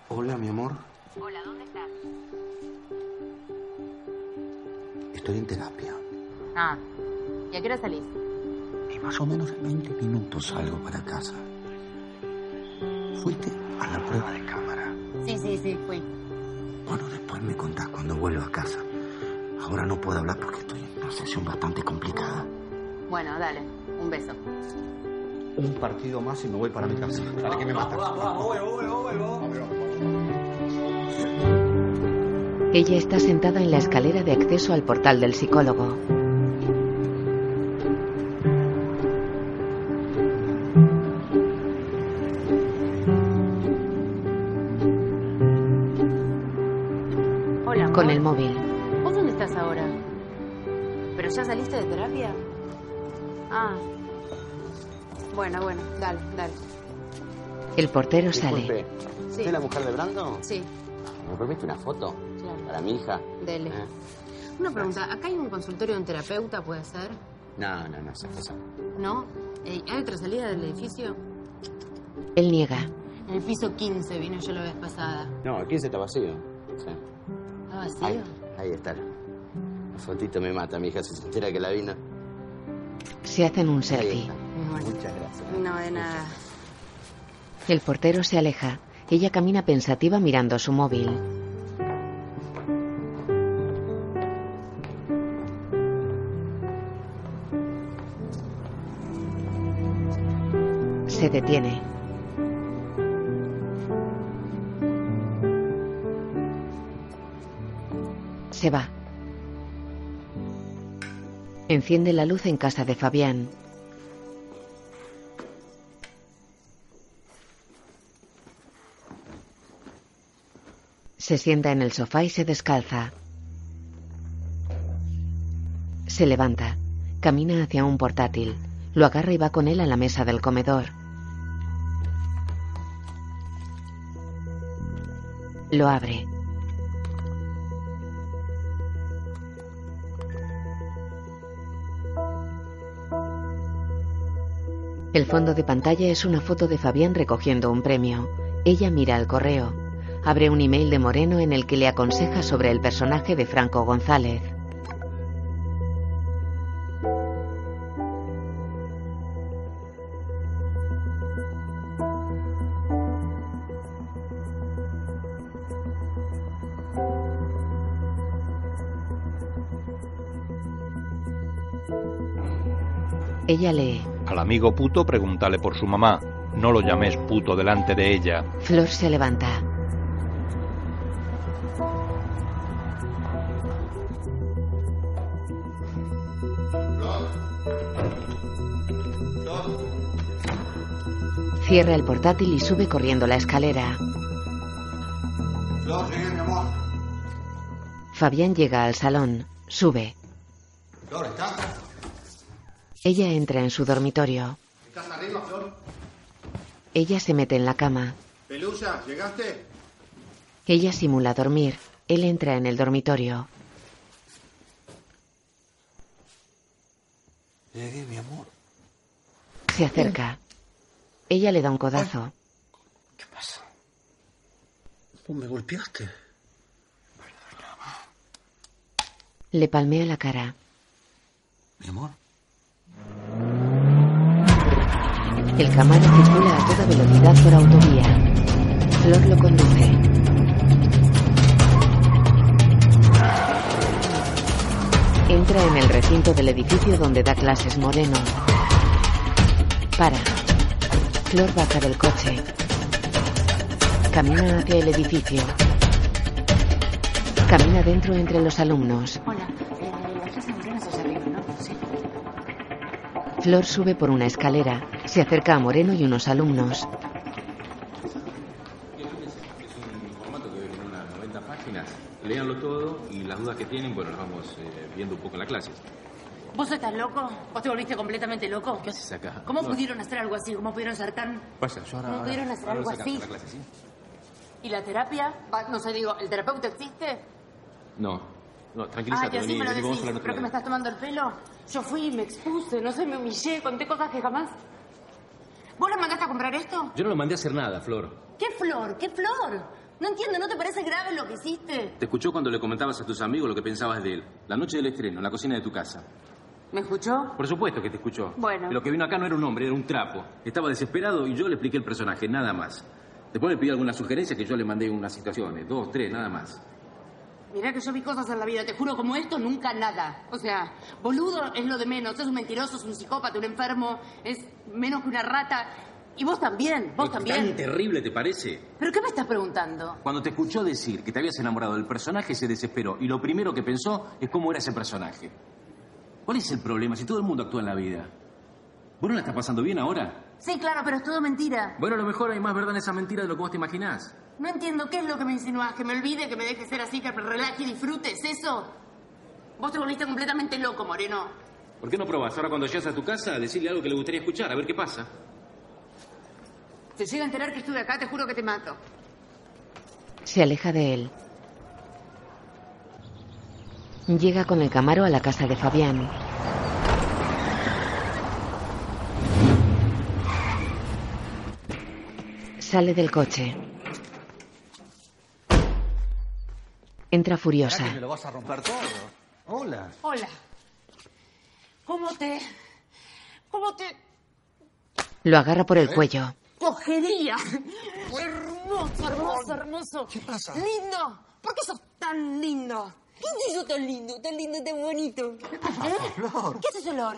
Speaker 34: Hola, mi amor.
Speaker 45: Hola, ¿dónde estás?
Speaker 34: Estoy en terapia.
Speaker 45: Ah, ¿y a qué hora salís?
Speaker 34: Y más o menos en 20 minutos salgo para casa.
Speaker 46: Fuiste a la prueba de cámara.
Speaker 8: Sí, sí, sí, fui.
Speaker 46: Bueno, después me contás cuando vuelva a casa. Ahora no puedo hablar porque estoy en una sesión bastante complicada.
Speaker 8: Bueno, dale. Un beso.
Speaker 47: Un partido más y me voy para mi casa.
Speaker 5: Mm.
Speaker 47: Dale, que me matan.
Speaker 2: Ella está sentada en la escalera de acceso al portal del psicólogo.
Speaker 8: Hola,
Speaker 2: Con
Speaker 8: amor.
Speaker 2: el móvil.
Speaker 8: ¿Vos dónde estás ahora? ¿Pero ya saliste de terapia? Ah. Bueno, bueno, dale, dale.
Speaker 2: El portero sale.
Speaker 8: Sí.
Speaker 5: ¿Es la mujer de Brando?
Speaker 8: Sí,
Speaker 5: ¿Me permite una foto?
Speaker 8: claro.
Speaker 5: Para mi hija.
Speaker 8: Dele.
Speaker 5: ¿Eh?
Speaker 8: Una pregunta, ¿acá hay un consultorio de un terapeuta, puede ser?
Speaker 5: No, no, no, se pasa.
Speaker 8: ¿No? Eh, ¿Hay otra salida del edificio?
Speaker 2: Él niega.
Speaker 8: En el piso 15 vino yo la vez pasada.
Speaker 5: No, el 15 está vacío. Sí.
Speaker 8: ¿Está vacío?
Speaker 5: Ahí, ahí está. La fotito me mata, mi hija se entera que la vino.
Speaker 2: Se hacen un selfie.
Speaker 5: Muchas gracias.
Speaker 8: No, de nada.
Speaker 2: El portero se aleja. Ella camina pensativa mirando su móvil. Se detiene. Se va. Enciende la luz en casa de Fabián. Se sienta en el sofá y se descalza. Se levanta. Camina hacia un portátil. Lo agarra y va con él a la mesa del comedor. Lo abre. El fondo de pantalla es una foto de Fabián recogiendo un premio. Ella mira el correo. Abre un email de Moreno en el que le aconseja sobre el personaje de Franco González. Ella lee.
Speaker 1: Al amigo puto pregúntale por su mamá. No lo llames puto delante de ella.
Speaker 2: Flor se levanta. Cierra el portátil y sube corriendo la escalera.
Speaker 7: Flor, llegué, mi amor.
Speaker 2: Fabián llega al salón, sube.
Speaker 7: Flor, ¿estás?
Speaker 2: Ella entra en su dormitorio.
Speaker 7: ¿Estás arriba, Flor?
Speaker 2: Ella se mete en la cama.
Speaker 7: Pelusa, ¿llegaste?
Speaker 2: Ella simula dormir. Él entra en el dormitorio.
Speaker 46: Llegué, mi amor.
Speaker 2: Se acerca. Ella le da un codazo.
Speaker 46: ¿Qué pasa? Vos me golpeaste.
Speaker 2: Le palmea la cara.
Speaker 46: Mi amor.
Speaker 2: El Camaro circula a toda velocidad por autovía. Flor lo conduce. Entra en el recinto del edificio donde da clases Moreno. Para. Flor baja del coche. Camina hacia el edificio. Camina dentro entre los alumnos.
Speaker 8: Hola, eh, la clase de Moreno es allá arriba, ¿no? Sí.
Speaker 2: Flor sube por una escalera. Se acerca a Moreno y unos alumnos.
Speaker 25: Es un formato que viene en unas 90 páginas. Léanlo todo y las dudas que tienen, bueno, las vamos eh, viendo un poco en la clase.
Speaker 8: ¿Vos estás loco? ¿Vos te volviste completamente loco? ¿Qué
Speaker 25: haces acá?
Speaker 8: ¿Cómo
Speaker 25: No.
Speaker 8: pudieron hacer algo así? ¿Cómo pudieron ser tan...?
Speaker 25: Pasa, yo ahora.
Speaker 8: ¿Cómo
Speaker 25: ahora-
Speaker 8: pudieron hacer
Speaker 25: ahora lo
Speaker 8: algo
Speaker 25: sacamos
Speaker 8: así?
Speaker 25: de la clase, ¿sí?
Speaker 8: ¿Y la terapia? Va, No sé, digo, ¿el terapeuta existe?
Speaker 25: No, no,
Speaker 8: Ah,
Speaker 25: tranquilízate,
Speaker 8: que así
Speaker 25: vení,
Speaker 8: me lo
Speaker 25: vení, vamos
Speaker 8: decís.
Speaker 25: a hablar
Speaker 8: ¿Pero
Speaker 25: otro
Speaker 8: que me
Speaker 25: día.
Speaker 8: estás tomando el pelo? Yo fui, me expuse, no sé, me humillé, conté cosas que jamás... ¿Vos lo mandaste a comprar esto?
Speaker 25: Yo no lo mandé a hacer nada, Flor.
Speaker 8: ¿Qué flor? ¿Qué flor? No entiendo, ¿no te parece grave lo que hiciste?
Speaker 25: Te escuchó cuando le comentabas a tus amigos lo que pensabas de él. La noche del estreno, en la cocina de tu casa.
Speaker 8: ¿Me escuchó?
Speaker 25: Por supuesto que te escuchó.
Speaker 8: Bueno.
Speaker 25: Lo que vino acá no era un hombre, era un trapo. Estaba desesperado y yo le expliqué el personaje, nada más. Después me pidió algunas sugerencias que yo le mandé unas situaciones, dos, tres, nada más.
Speaker 8: Mirá que yo vi cosas en la vida, te juro, como esto, nunca nada. O sea, boludo es lo de menos. Es un mentiroso, es un psicópata, un enfermo, es menos que una rata. Y vos también, vos
Speaker 25: ¿Tan
Speaker 8: también.
Speaker 25: terrible te parece?
Speaker 8: ¿Pero qué me estás preguntando?
Speaker 25: Cuando te escuchó decir que te habías enamorado del personaje, se desesperó. Y lo primero que pensó es cómo era ese personaje. ¿Cuál es el problema si todo el mundo actúa en la vida? ¿Vos no la estás pasando bien ahora?
Speaker 8: Sí, claro, pero es todo mentira.
Speaker 25: Bueno, a lo mejor hay más verdad en esa mentira de lo que vos te imaginás.
Speaker 8: No entiendo qué es lo que me insinuás, que me olvide, que me deje ser así, que me relaje y disfrute, ¿es eso? Vos te volviste completamente loco, Moreno.
Speaker 25: ¿Por qué no probás ahora cuando llegas a tu casa decirle algo que le gustaría escuchar, a ver qué pasa?
Speaker 8: Te llega a enterar que estuve acá, te juro que te mato.
Speaker 2: Se aleja de él. Llega con el camaro a la casa de Fabián. Sale del coche. Entra
Speaker 5: Mirá que
Speaker 2: furiosa.
Speaker 5: me lo vas a romper todo. Hola.
Speaker 8: Hola. ¿Cómo te. ¿Cómo te.
Speaker 2: Lo agarra por el
Speaker 8: ¿Eh?
Speaker 2: cuello.
Speaker 8: cogería? Hermoso, hermoso, hermoso. ¿Qué pasa? Lindo. ¿Por qué sos tan lindo? ¿Qué te hizo tan lindo, tan lindo, tan bonito? ¿Qué
Speaker 5: Flor?
Speaker 8: ¿Qué es ese olor?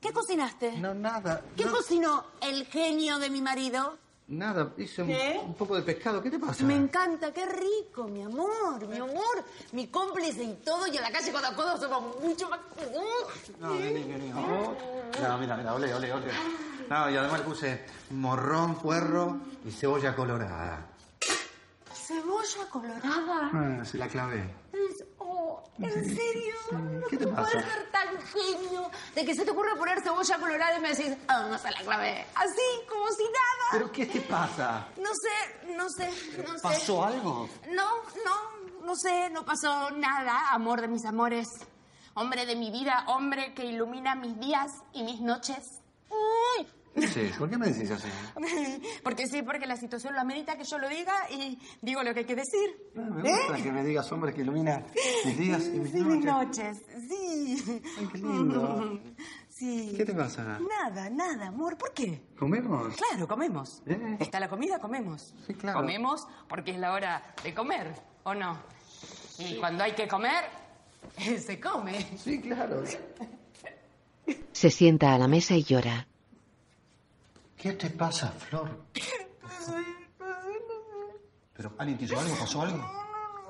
Speaker 8: ¿Qué cocinaste?
Speaker 5: No, nada.
Speaker 8: ¿Qué
Speaker 5: no-
Speaker 8: cocinó el genio de mi marido?
Speaker 5: Nada, hice un,
Speaker 8: ¿Qué? Pues
Speaker 5: un poco de pescado. ¿Qué te pasa?
Speaker 8: Me encanta, qué rico, mi amor, mi amor, mi cómplice y todo, y en la calle codo a codo somos mucho más...
Speaker 5: No, vení,
Speaker 8: ¿Eh?
Speaker 5: vení. oh. No, mira, mira, olé, olé, olé. No, y además le puse morrón, puerro y cebolla colorada.
Speaker 8: Cebolla colorada.
Speaker 5: Ah, sí, la clavé.
Speaker 8: Es- oh, ¿En serio?
Speaker 5: ¿Qué te
Speaker 8: No
Speaker 5: pasa?
Speaker 8: puedes ser tan genio de que se te ocurra poner cebolla colorada y me decís, ah, no se la clavé. Así, como si nada.
Speaker 5: ¿Pero qué te pasa?
Speaker 8: No sé, no sé, no sé.
Speaker 5: ¿Pasó algo?
Speaker 8: No, no, no sé, no pasó nada, amor de mis amores. Hombre de mi vida, hombre que ilumina mis días y mis noches. Uy.
Speaker 5: Sí, ¿por qué me decís así?
Speaker 8: Porque sí, porque la situación lo amerita que yo lo diga y digo lo que hay que decir.
Speaker 5: No, Ah, me gusta que me digas hombre que ilumina mis días y mis
Speaker 8: ¿Eh? Sí, mis
Speaker 5: noches.
Speaker 8: noches, sí.
Speaker 5: Ay, qué lindo.
Speaker 8: Sí.
Speaker 5: ¿Qué te pasa?
Speaker 8: Nada, nada, amor. ¿Por qué?
Speaker 5: ¿Comemos?
Speaker 8: Claro, comemos. Está la comida, comemos.
Speaker 5: ¿Eh? Sí, claro.
Speaker 8: Comemos porque es la hora de comer, ¿o no? Y cuando hay que comer, se come.
Speaker 5: Sí, claro.
Speaker 2: Se sienta a la mesa y llora.
Speaker 5: ¿Qué te pasa, Flor? ¿Pero alguien te hizo algo? ¿Pasó algo?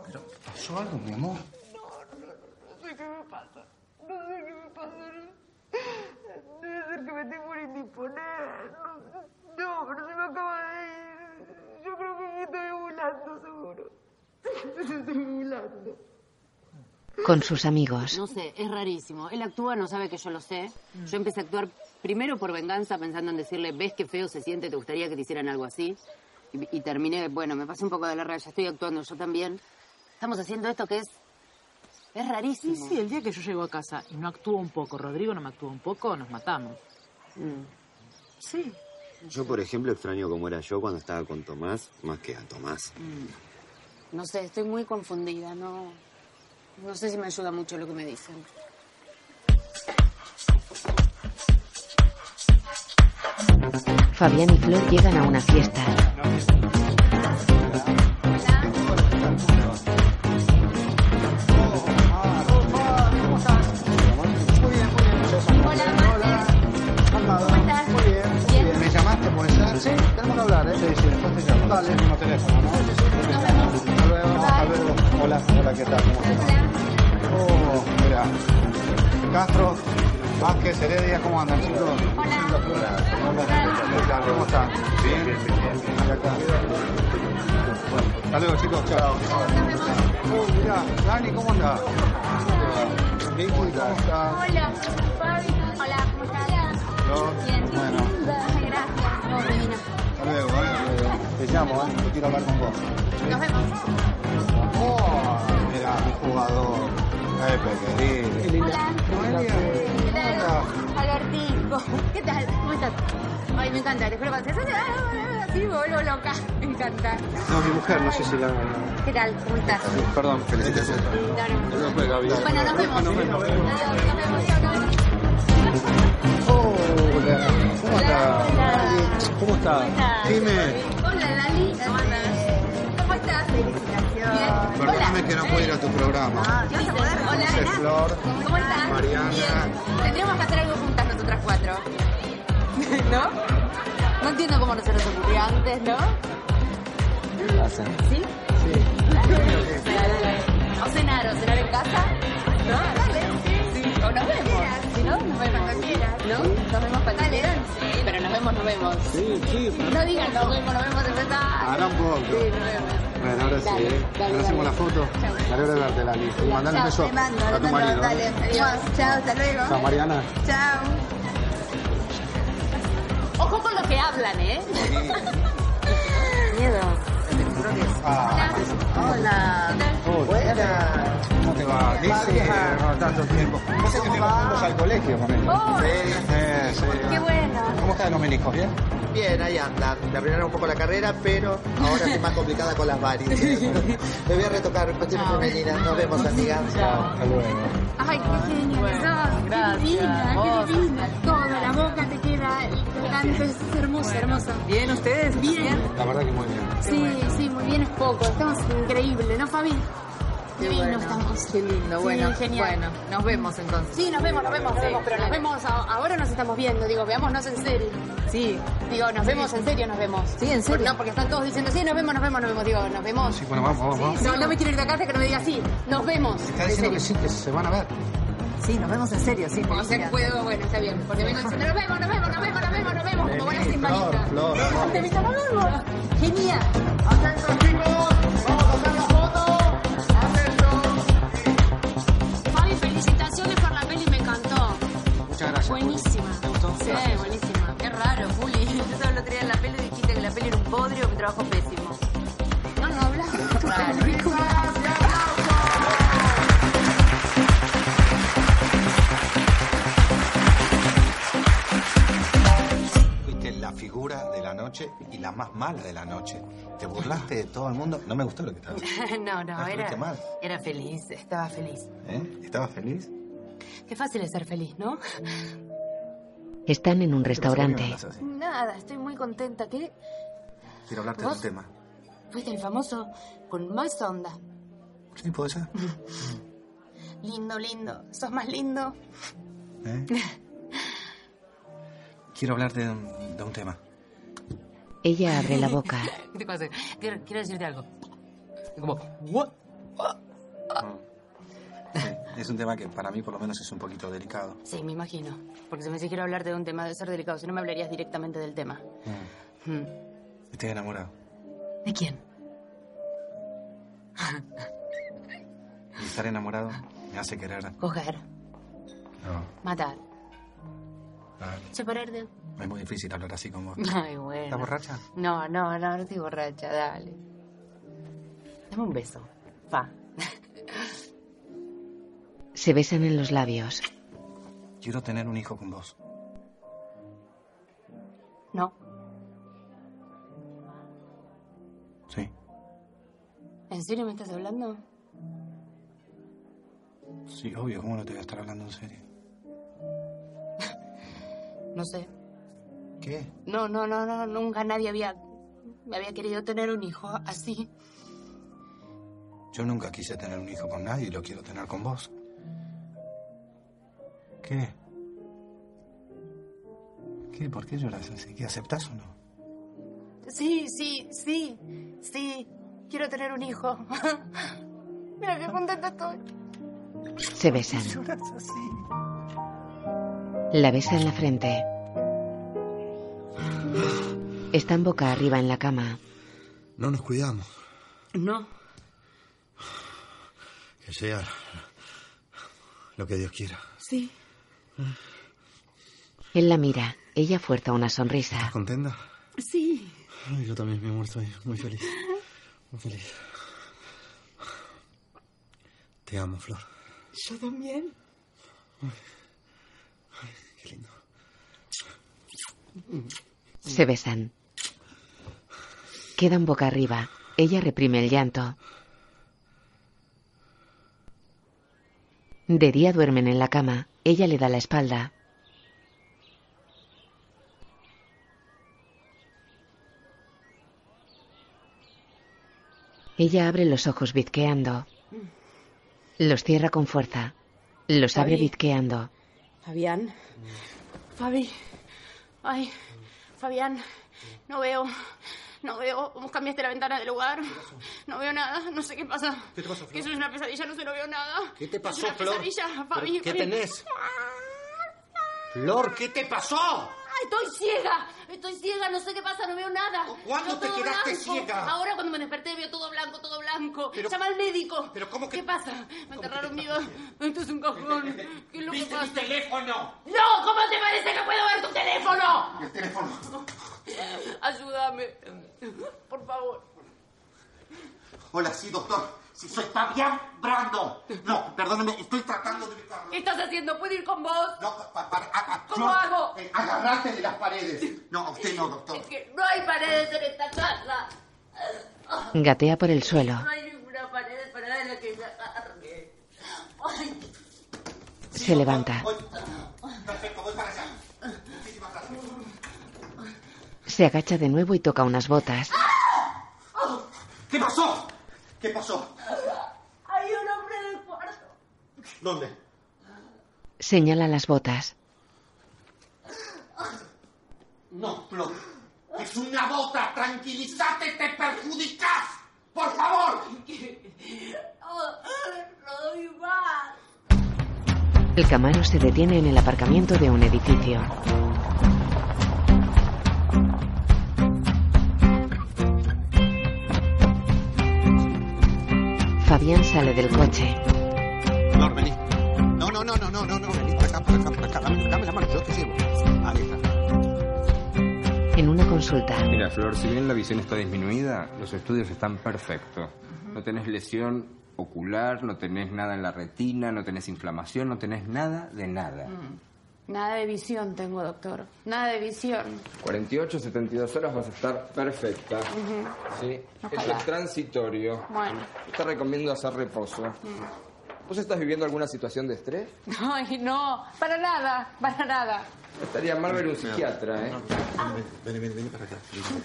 Speaker 5: ¿Pero pasó algo, mi amor?
Speaker 7: No sé qué me pasa. No sé qué me pasa. Debe ser que me tengo por indisponer. No, sé. no, pero se me acaba de ir. Yo creo que me estoy burlando, seguro. Me estoy burlando.
Speaker 2: Con sus amigos.
Speaker 48: No sé, es rarísimo. Él actúa, no sabe que yo lo sé.
Speaker 49: Mm.
Speaker 48: Yo empecé a actuar primero por venganza, pensando en decirle, ves qué feo se siente, te gustaría que te hicieran algo así. Y, y terminé, bueno, me pasé un poco de la raya, estoy actuando yo también. Estamos haciendo esto que es... Es rarísimo.
Speaker 49: Sí, sí, el día que yo llego a casa y no actúo un poco, Rodrigo no me actúa un poco, nos matamos. Sí.
Speaker 4: Yo, por ejemplo, extraño cómo era yo cuando estaba con Tomás, más que a Tomás.
Speaker 48: Mm.
Speaker 1: No sé, estoy muy confundida, no. No sé si me ayuda mucho lo que me dicen.
Speaker 2: Fabián y Flor llegan a una fiesta.
Speaker 5: ¿Me llamaste, puede ser? Sí, tenemos que hablar, ¿eh? Sí, sí, después te llamo. Dale. mismo teléfono, ¿no? Hasta luego, hasta luego. Hola, hola, ¿qué tal? ¿Cómo estás? Oh, mira. Castro, Vázquez, Heredia, ¿cómo andan, chicos? Hola. Hola. ¿Qué tal? ¿Cómo están? Bien, bien, bien. Acá está. Hasta luego, chicos. Chao. Oh, mira, Dani, ¿cómo andás? Vicky, ¿cómo estás?
Speaker 1: Hola, Fabi. Hola, ¿cómo estás?
Speaker 5: Yo, bueno.
Speaker 1: Gracias. No, divina.
Speaker 5: Hasta luego, ¿eh? Hasta luego. Te llamo, ¿eh? Te quiero hablar con vos.
Speaker 1: Nos vemos.
Speaker 5: ¡Oh! Mira, mi jugador. ¡Ay, pequeñín!
Speaker 1: Hola. ¿Qué tal? Albertico. ¿Qué tal? ¿Cómo estás? Ay, me encanta, te juro que así me vuelvo loca. Me encanta.
Speaker 5: No, mi mujer, no sé si la...
Speaker 1: ¿Qué tal? ¿Cómo estás?
Speaker 5: Perdón, felicitaciones.
Speaker 1: Bueno, nos vemos. Nos vemos.
Speaker 5: Hola, ¿cómo estás? ¿Cómo estás? Dime,
Speaker 8: Hola, Lali. ¿Cómo andas? ¿Cómo estás? Felicitaciones.
Speaker 7: Perdóname que no puedo ir a tu programa.
Speaker 8: ¿Qué vas a poder? Hola,
Speaker 7: José
Speaker 8: Ana.
Speaker 7: Flor,
Speaker 8: ¿Cómo estás?
Speaker 7: Mariana.
Speaker 8: Bien. Tendríamos que hacer algo juntas nosotras cuatro. ¿No? No entiendo cómo no se nos ocurrió antes, ¿no? ¿Sí? Sí. O cenar, o cenar en casa. ¿No? Dale. Sí. O nos vemos. Si no, nos vemos. Cuando quieras. ¿No? Nos vemos cuando quieras. Pero nos vemos, nos vemos.
Speaker 7: Sí, sí.
Speaker 8: No digan nos vemos, nos vemos de verdad.
Speaker 7: Ahora un poco.
Speaker 8: Sí, nos vemos.
Speaker 7: Bueno, ahora sí,
Speaker 8: Dale,
Speaker 7: ¿eh?
Speaker 8: dale,
Speaker 7: Ahora hacemos la
Speaker 8: dale.
Speaker 7: foto. Me alegro de verte, Lali. Y mandale un
Speaker 8: Chao,
Speaker 7: beso
Speaker 8: te mando,
Speaker 7: a
Speaker 8: te
Speaker 7: tu
Speaker 8: mando,
Speaker 7: marido. ¿eh?
Speaker 8: Dale, adiós. Chao, hasta luego.
Speaker 7: Chao, Mariana.
Speaker 8: Chao. Ojo con lo que hablan, ¿eh? Miedo.
Speaker 7: Ah,
Speaker 8: Hola.
Speaker 7: Buenas. ¿Cómo te va? Dice eh, no, tanto tiempo. No sé que me vamos al colegio con él.
Speaker 8: Oh.
Speaker 7: Sí, sí.
Speaker 8: Qué bueno.
Speaker 7: ¿Cómo están los meniscos? ¿Bien?
Speaker 4: Bien, ahí anda. Me frenaron un poco la carrera, pero ahora es más complicada con las varices. Me voy a retocar cuestiones femeninas. Nos vemos, amiga.
Speaker 7: Hasta luego.
Speaker 8: Ay, qué genio. que sos.
Speaker 25: gracias.
Speaker 8: Qué divina,
Speaker 25: Vos.
Speaker 8: qué divina. Toda la boca te queda. El cantante es hermoso, hermoso.
Speaker 25: Bien, ustedes.
Speaker 8: Bien.
Speaker 7: La verdad que muy bien.
Speaker 8: Sí, sí, muy bien es poco. Estamos increíble, ¿no, Fabi?
Speaker 25: Qué
Speaker 8: Divino
Speaker 25: bueno.
Speaker 8: estamos.
Speaker 25: Qué lindo,
Speaker 8: Sí,
Speaker 25: bueno.
Speaker 8: genial.
Speaker 25: Bueno, nos vemos entonces.
Speaker 8: Sí, nos vemos, nos vemos, nos
Speaker 25: Sí.
Speaker 8: vemos, pero nos vemos, a- ahora nos estamos viendo, digo, veámonos en serio. Sí. Digo, nos vemos en serio, nos vemos. Sí, en serio. No, porque están todos diciendo, sí, nos vemos, nos vemos, nos vemos, digo, nos vemos.
Speaker 7: Sí, bueno, vamos, vamos, vamos.
Speaker 8: No, no me quiero ir de acá hasta que no me diga sí, nos vemos.
Speaker 7: Está
Speaker 8: En
Speaker 7: diciendo
Speaker 8: serio.
Speaker 7: que sí, que se van a ver.
Speaker 25: Sí, nos vemos en serio, sí.
Speaker 8: O sea, puedo, bueno, está bien, porque vengo diciendo, nos vemos, nos vemos, nos vemos, nos vemos, nos vemos, como buenas invalidas.
Speaker 7: Flor, vamos.
Speaker 8: Te invito, nos vemos. Genial.
Speaker 50: Fabi, felicitaciones por la peli, me encantó.
Speaker 7: Muchas gracias.
Speaker 50: Buenísima.
Speaker 7: ¿Te gustó?
Speaker 50: Sí,
Speaker 7: Gracias.
Speaker 50: buenísima.
Speaker 25: Qué raro, Juli. Yo solo tenía en la peli y dijiste que la peli era un podrio, que trabajo pésimo.
Speaker 8: No, no hablas.
Speaker 5: Fuiste la figura de la noche y la más mala de la noche. Te burlaste de todo el mundo. No me gustó lo que estabas haciendo.
Speaker 25: no, no,
Speaker 5: Ah, estuviste
Speaker 25: era,
Speaker 5: mal.
Speaker 25: era feliz, estaba feliz.
Speaker 5: ¿Eh? ¿Estabas feliz?
Speaker 25: Qué fácil es ser feliz, ¿no?
Speaker 2: Están en un restaurante.
Speaker 8: Nada, estoy muy contenta. ¿Qué?
Speaker 5: Quiero hablarte
Speaker 8: de un ¿Vos?
Speaker 5: tema.
Speaker 8: Fuiste el famoso con más onda.
Speaker 5: Sí, puede ser.
Speaker 8: Lindo, lindo. Sos más lindo.
Speaker 5: ¿Eh? Quiero hablarte de un, de un tema.
Speaker 2: Ella abre la boca.
Speaker 25: ¿Qué te pasa? Quiero, quiero decirte algo. Y Como, ¿what?
Speaker 5: Es un tema que para mí por lo menos es un poquito delicado.
Speaker 25: Sí, me imagino. Porque si me decís quiero hablarte de un tema, debe ser delicado. Si no me hablarías directamente del tema. Mm.
Speaker 5: Estoy enamorado.
Speaker 25: ¿De quién?
Speaker 5: Y estar enamorado me hace querer.
Speaker 25: Coger,
Speaker 5: No,
Speaker 25: matar,
Speaker 5: ah,
Speaker 25: separarte.
Speaker 5: es muy difícil hablar así con vos.
Speaker 25: Ay, bueno.
Speaker 5: ¿Estás borracha?
Speaker 25: No, no, no, no estoy borracha, dale. Dame un beso. Pa.
Speaker 2: Se besan en los labios.
Speaker 5: Quiero tener un hijo con vos.
Speaker 25: No,
Speaker 5: Sí.
Speaker 25: ¿en serio me estás hablando?
Speaker 5: Sí, obvio, ¿cómo no te voy a estar hablando en serio?
Speaker 25: No sé.
Speaker 5: ¿Qué?
Speaker 25: No, no, no, no, nunca nadie había. Me había querido tener un hijo así.
Speaker 5: Yo nunca quise tener un hijo con nadie y lo quiero tener con vos. ¿Qué? ¿Qué? ¿Por qué lloras así? ¿Qué aceptás o no?
Speaker 25: Sí, sí, sí, sí. Quiero tener un hijo. Mira qué contenta estoy.
Speaker 2: Se besan.
Speaker 25: Lloras así.
Speaker 2: La besa en la frente. Están boca arriba en la cama.
Speaker 51: No nos cuidamos.
Speaker 25: No.
Speaker 51: Que sea lo que Dios quiera.
Speaker 25: Sí.
Speaker 2: Él la mira. Ella fuerza una sonrisa.
Speaker 51: ¿Contenta?
Speaker 25: Sí.
Speaker 51: Ay, yo también, mi amor, estoy muy feliz. Muy feliz. Te amo, Flor.
Speaker 25: Yo también.
Speaker 51: Qué lindo.
Speaker 2: Se besan. Quedan boca arriba. Ella reprime el llanto. De día duermen en la cama. Ella le da la espalda. Ella abre los ojos bizqueando. Los cierra con fuerza. Los abre
Speaker 8: Fabi.
Speaker 2: bizqueando.
Speaker 8: Fabián. Fabi. Ay, Fabián. No veo. No veo. Vos cambiaste la ventana de lugar. No veo nada. No sé qué pasa.
Speaker 5: ¿Qué te pasó, Flor?
Speaker 8: Que eso es una pesadilla. No se lo veo nada.
Speaker 5: ¿Qué te pasó,
Speaker 8: es una
Speaker 5: Flor?
Speaker 8: pesadilla,
Speaker 5: ¿Pero
Speaker 8: Fabi.
Speaker 5: qué
Speaker 8: Fabi.
Speaker 5: tenés? Flor, ¿qué te pasó?
Speaker 8: ¡Ay, Ah, estoy ciega! Estoy ciega, no sé qué pasa, no veo nada.
Speaker 5: ¿Cuándo
Speaker 8: Veo
Speaker 5: te
Speaker 8: todo
Speaker 5: quedaste
Speaker 8: blanco.
Speaker 5: ciega?
Speaker 8: Ahora cuando me desperté veo todo blanco, todo blanco. Llama al médico. ¿Pero cómo que...? ¿Qué pasa? Me enterraron vivo. Esto es un cajón. ¿Qué es lo que
Speaker 5: ¿Viste
Speaker 8: pasa?
Speaker 5: mi teléfono?
Speaker 8: ¡No! ¿Cómo te parece que puedo ver tu teléfono?
Speaker 5: El teléfono.
Speaker 8: Ayúdame. Por favor.
Speaker 5: Hola, sí, doctor. Sí, soy Fabián Brando. No, perdóneme, estoy tratando de...
Speaker 8: ¿Qué estás haciendo? ¿Puedo ir con vos?
Speaker 5: No, pa- para- a- a-
Speaker 8: ¿Cómo
Speaker 5: Flor,
Speaker 8: hago?
Speaker 5: eh, agarrarte de las paredes. No, a usted no, doctor.
Speaker 8: Es que no hay paredes en esta casa.
Speaker 2: Gatea por el suelo.
Speaker 8: No hay ninguna pared para la que agarrarme. Ay,
Speaker 2: Se levanta.
Speaker 5: Perfecto, voy para allá.
Speaker 2: Se agacha de nuevo y toca unas botas.
Speaker 5: ¿Qué pasó? ¿Qué pasó?
Speaker 8: hay un hombre en el cuarto.
Speaker 5: ¿Dónde?
Speaker 2: Señala las botas.
Speaker 5: No, Flor. Es una bota. Tranquilízate, te perjudicas. Por favor.
Speaker 8: Oh, no doy más.
Speaker 2: El camaro se detiene en el aparcamiento de un edificio. Fabián sale del coche.
Speaker 5: Flor, vení. No, no, no, no, no, no, no. Vení por acá, por acá, por acá. Dame, dame la mano, yo te sirvo. Ahí está.
Speaker 2: En una consulta,
Speaker 25: Mira, Flor, si bien la visión está disminuida, los estudios están perfectos. No tenés lesión ocular, no tenés nada en la retina, no tenés inflamación, no tenés nada de nada.
Speaker 8: Nada de visión tengo, doctor. Nada de visión.
Speaker 25: 48, 72 horas vas a estar perfecta. ¿Sí?
Speaker 8: Ojalá.
Speaker 25: Eso es transitorio.
Speaker 8: Bueno.
Speaker 25: Te recomiendo hacer reposo. ¿Vos estás viviendo alguna situación de estrés?
Speaker 8: Ay, no. Para nada. Para nada.
Speaker 25: Estaría mal ver un psiquiatra, ¿eh?
Speaker 5: Vení, vení, vení para acá.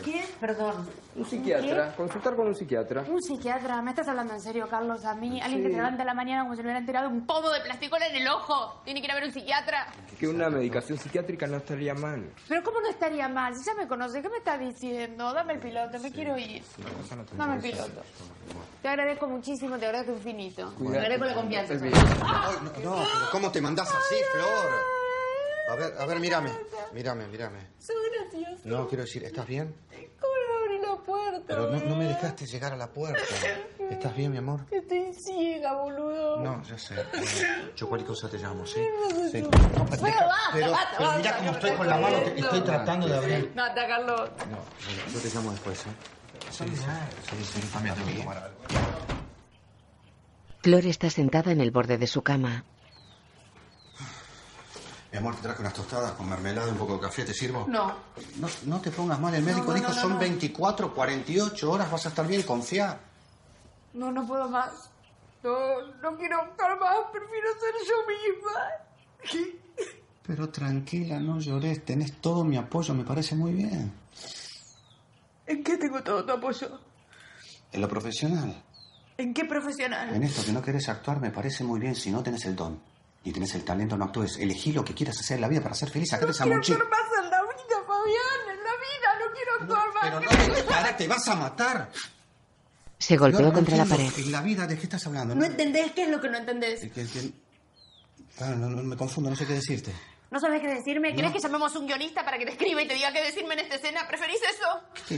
Speaker 8: ¿Qué? Perdón.
Speaker 25: Un psiquiatra. Consultar con un psiquiatra.
Speaker 8: Un psiquiatra, ¿me estás hablando en serio, Carlos? A mí, alguien que
Speaker 25: Sí.
Speaker 8: se levanta a la mañana como si le hubieran tirado un pomo de plasticola en el ojo. Tiene que ir a ver un psiquiatra.
Speaker 25: Que una medicación psiquiátrica no estaría mal.
Speaker 8: Pero ¿cómo no estaría mal? Si ya me conoce, ¿qué me estás diciendo? Dame el piloto, me quiero ir. Dame el piloto. Te agradezco muchísimo, te agradezco infinito.
Speaker 5: Cuidado.
Speaker 8: Te agradezco la confianza.
Speaker 5: Ay, no, no, pero ¿cómo te mandás así, Flor? A ver, a ver, mírame. Mírame, mírame.
Speaker 8: Soy gracioso.
Speaker 5: No, quiero decir, ¿estás bien?
Speaker 8: ¿Cómo no abrí la puerta?
Speaker 5: Pero no, no me dejaste llegar a la puerta. ¿Estás bien, mi amor?
Speaker 8: Estoy ciega, boludo.
Speaker 5: No, ya sé. Bueno, Yo cualquier cosa te llamo, ¿sí? Sí.
Speaker 8: Pero
Speaker 5: No, pero deja-
Speaker 8: basta,
Speaker 5: pero-
Speaker 8: basta,
Speaker 5: pero mira
Speaker 8: basta,
Speaker 5: cómo
Speaker 8: que
Speaker 5: estoy
Speaker 8: me
Speaker 5: con la mano, te-
Speaker 8: esto.
Speaker 5: estoy tratando de abrir.
Speaker 8: No, está Carlos.
Speaker 5: No, bueno, yo te llamo después, ¿eh? Sí, sí, sí, sí, también tengo que tomar algo.
Speaker 2: Flor está sentada en el borde de su cama.
Speaker 5: Mi amor, te traje unas tostadas con mermelada, un poco de café, ¿te sirvo?
Speaker 8: No.
Speaker 5: No, no te pongas mal, el médico
Speaker 8: No, no,
Speaker 5: dijo
Speaker 8: no,
Speaker 5: son
Speaker 8: no.
Speaker 5: 24, 48 horas, vas a estar bien, confía.
Speaker 8: No, no puedo más. No, no quiero buscar más. Prefiero ser yo misma.
Speaker 5: Pero tranquila, no llores, tenés todo mi apoyo, me parece muy bien.
Speaker 8: ¿En qué tengo todo tu apoyo?
Speaker 5: En lo profesional,
Speaker 8: ¿En qué profesional?
Speaker 5: en esto que no querés actuar, me parece muy bien si no tenés el don. Y tenés el talento, no actúes. Elegí lo que quieras hacer en la vida para ser feliz. Sacate esa
Speaker 8: quiero
Speaker 5: mochila.
Speaker 8: actuar más en la vida, Fabián. En la vida no quiero actuar más.
Speaker 5: Pero no te, pará, te vas a matar.
Speaker 2: Se golpeó
Speaker 5: No, no
Speaker 2: contra la pared.
Speaker 5: entiendo. En la vida, ¿de qué estás hablando?
Speaker 8: ¿No entendés qué es lo que no entendés?
Speaker 5: Eh, que- que- Ah, no, no, me confundo, no sé qué decirte.
Speaker 8: ¿No sabés qué decirme? ¿Crees
Speaker 5: No.
Speaker 8: que llamemos a un guionista para que te escriba y te diga qué decirme en esta escena? ¿Preferís eso?
Speaker 5: ¿Qué?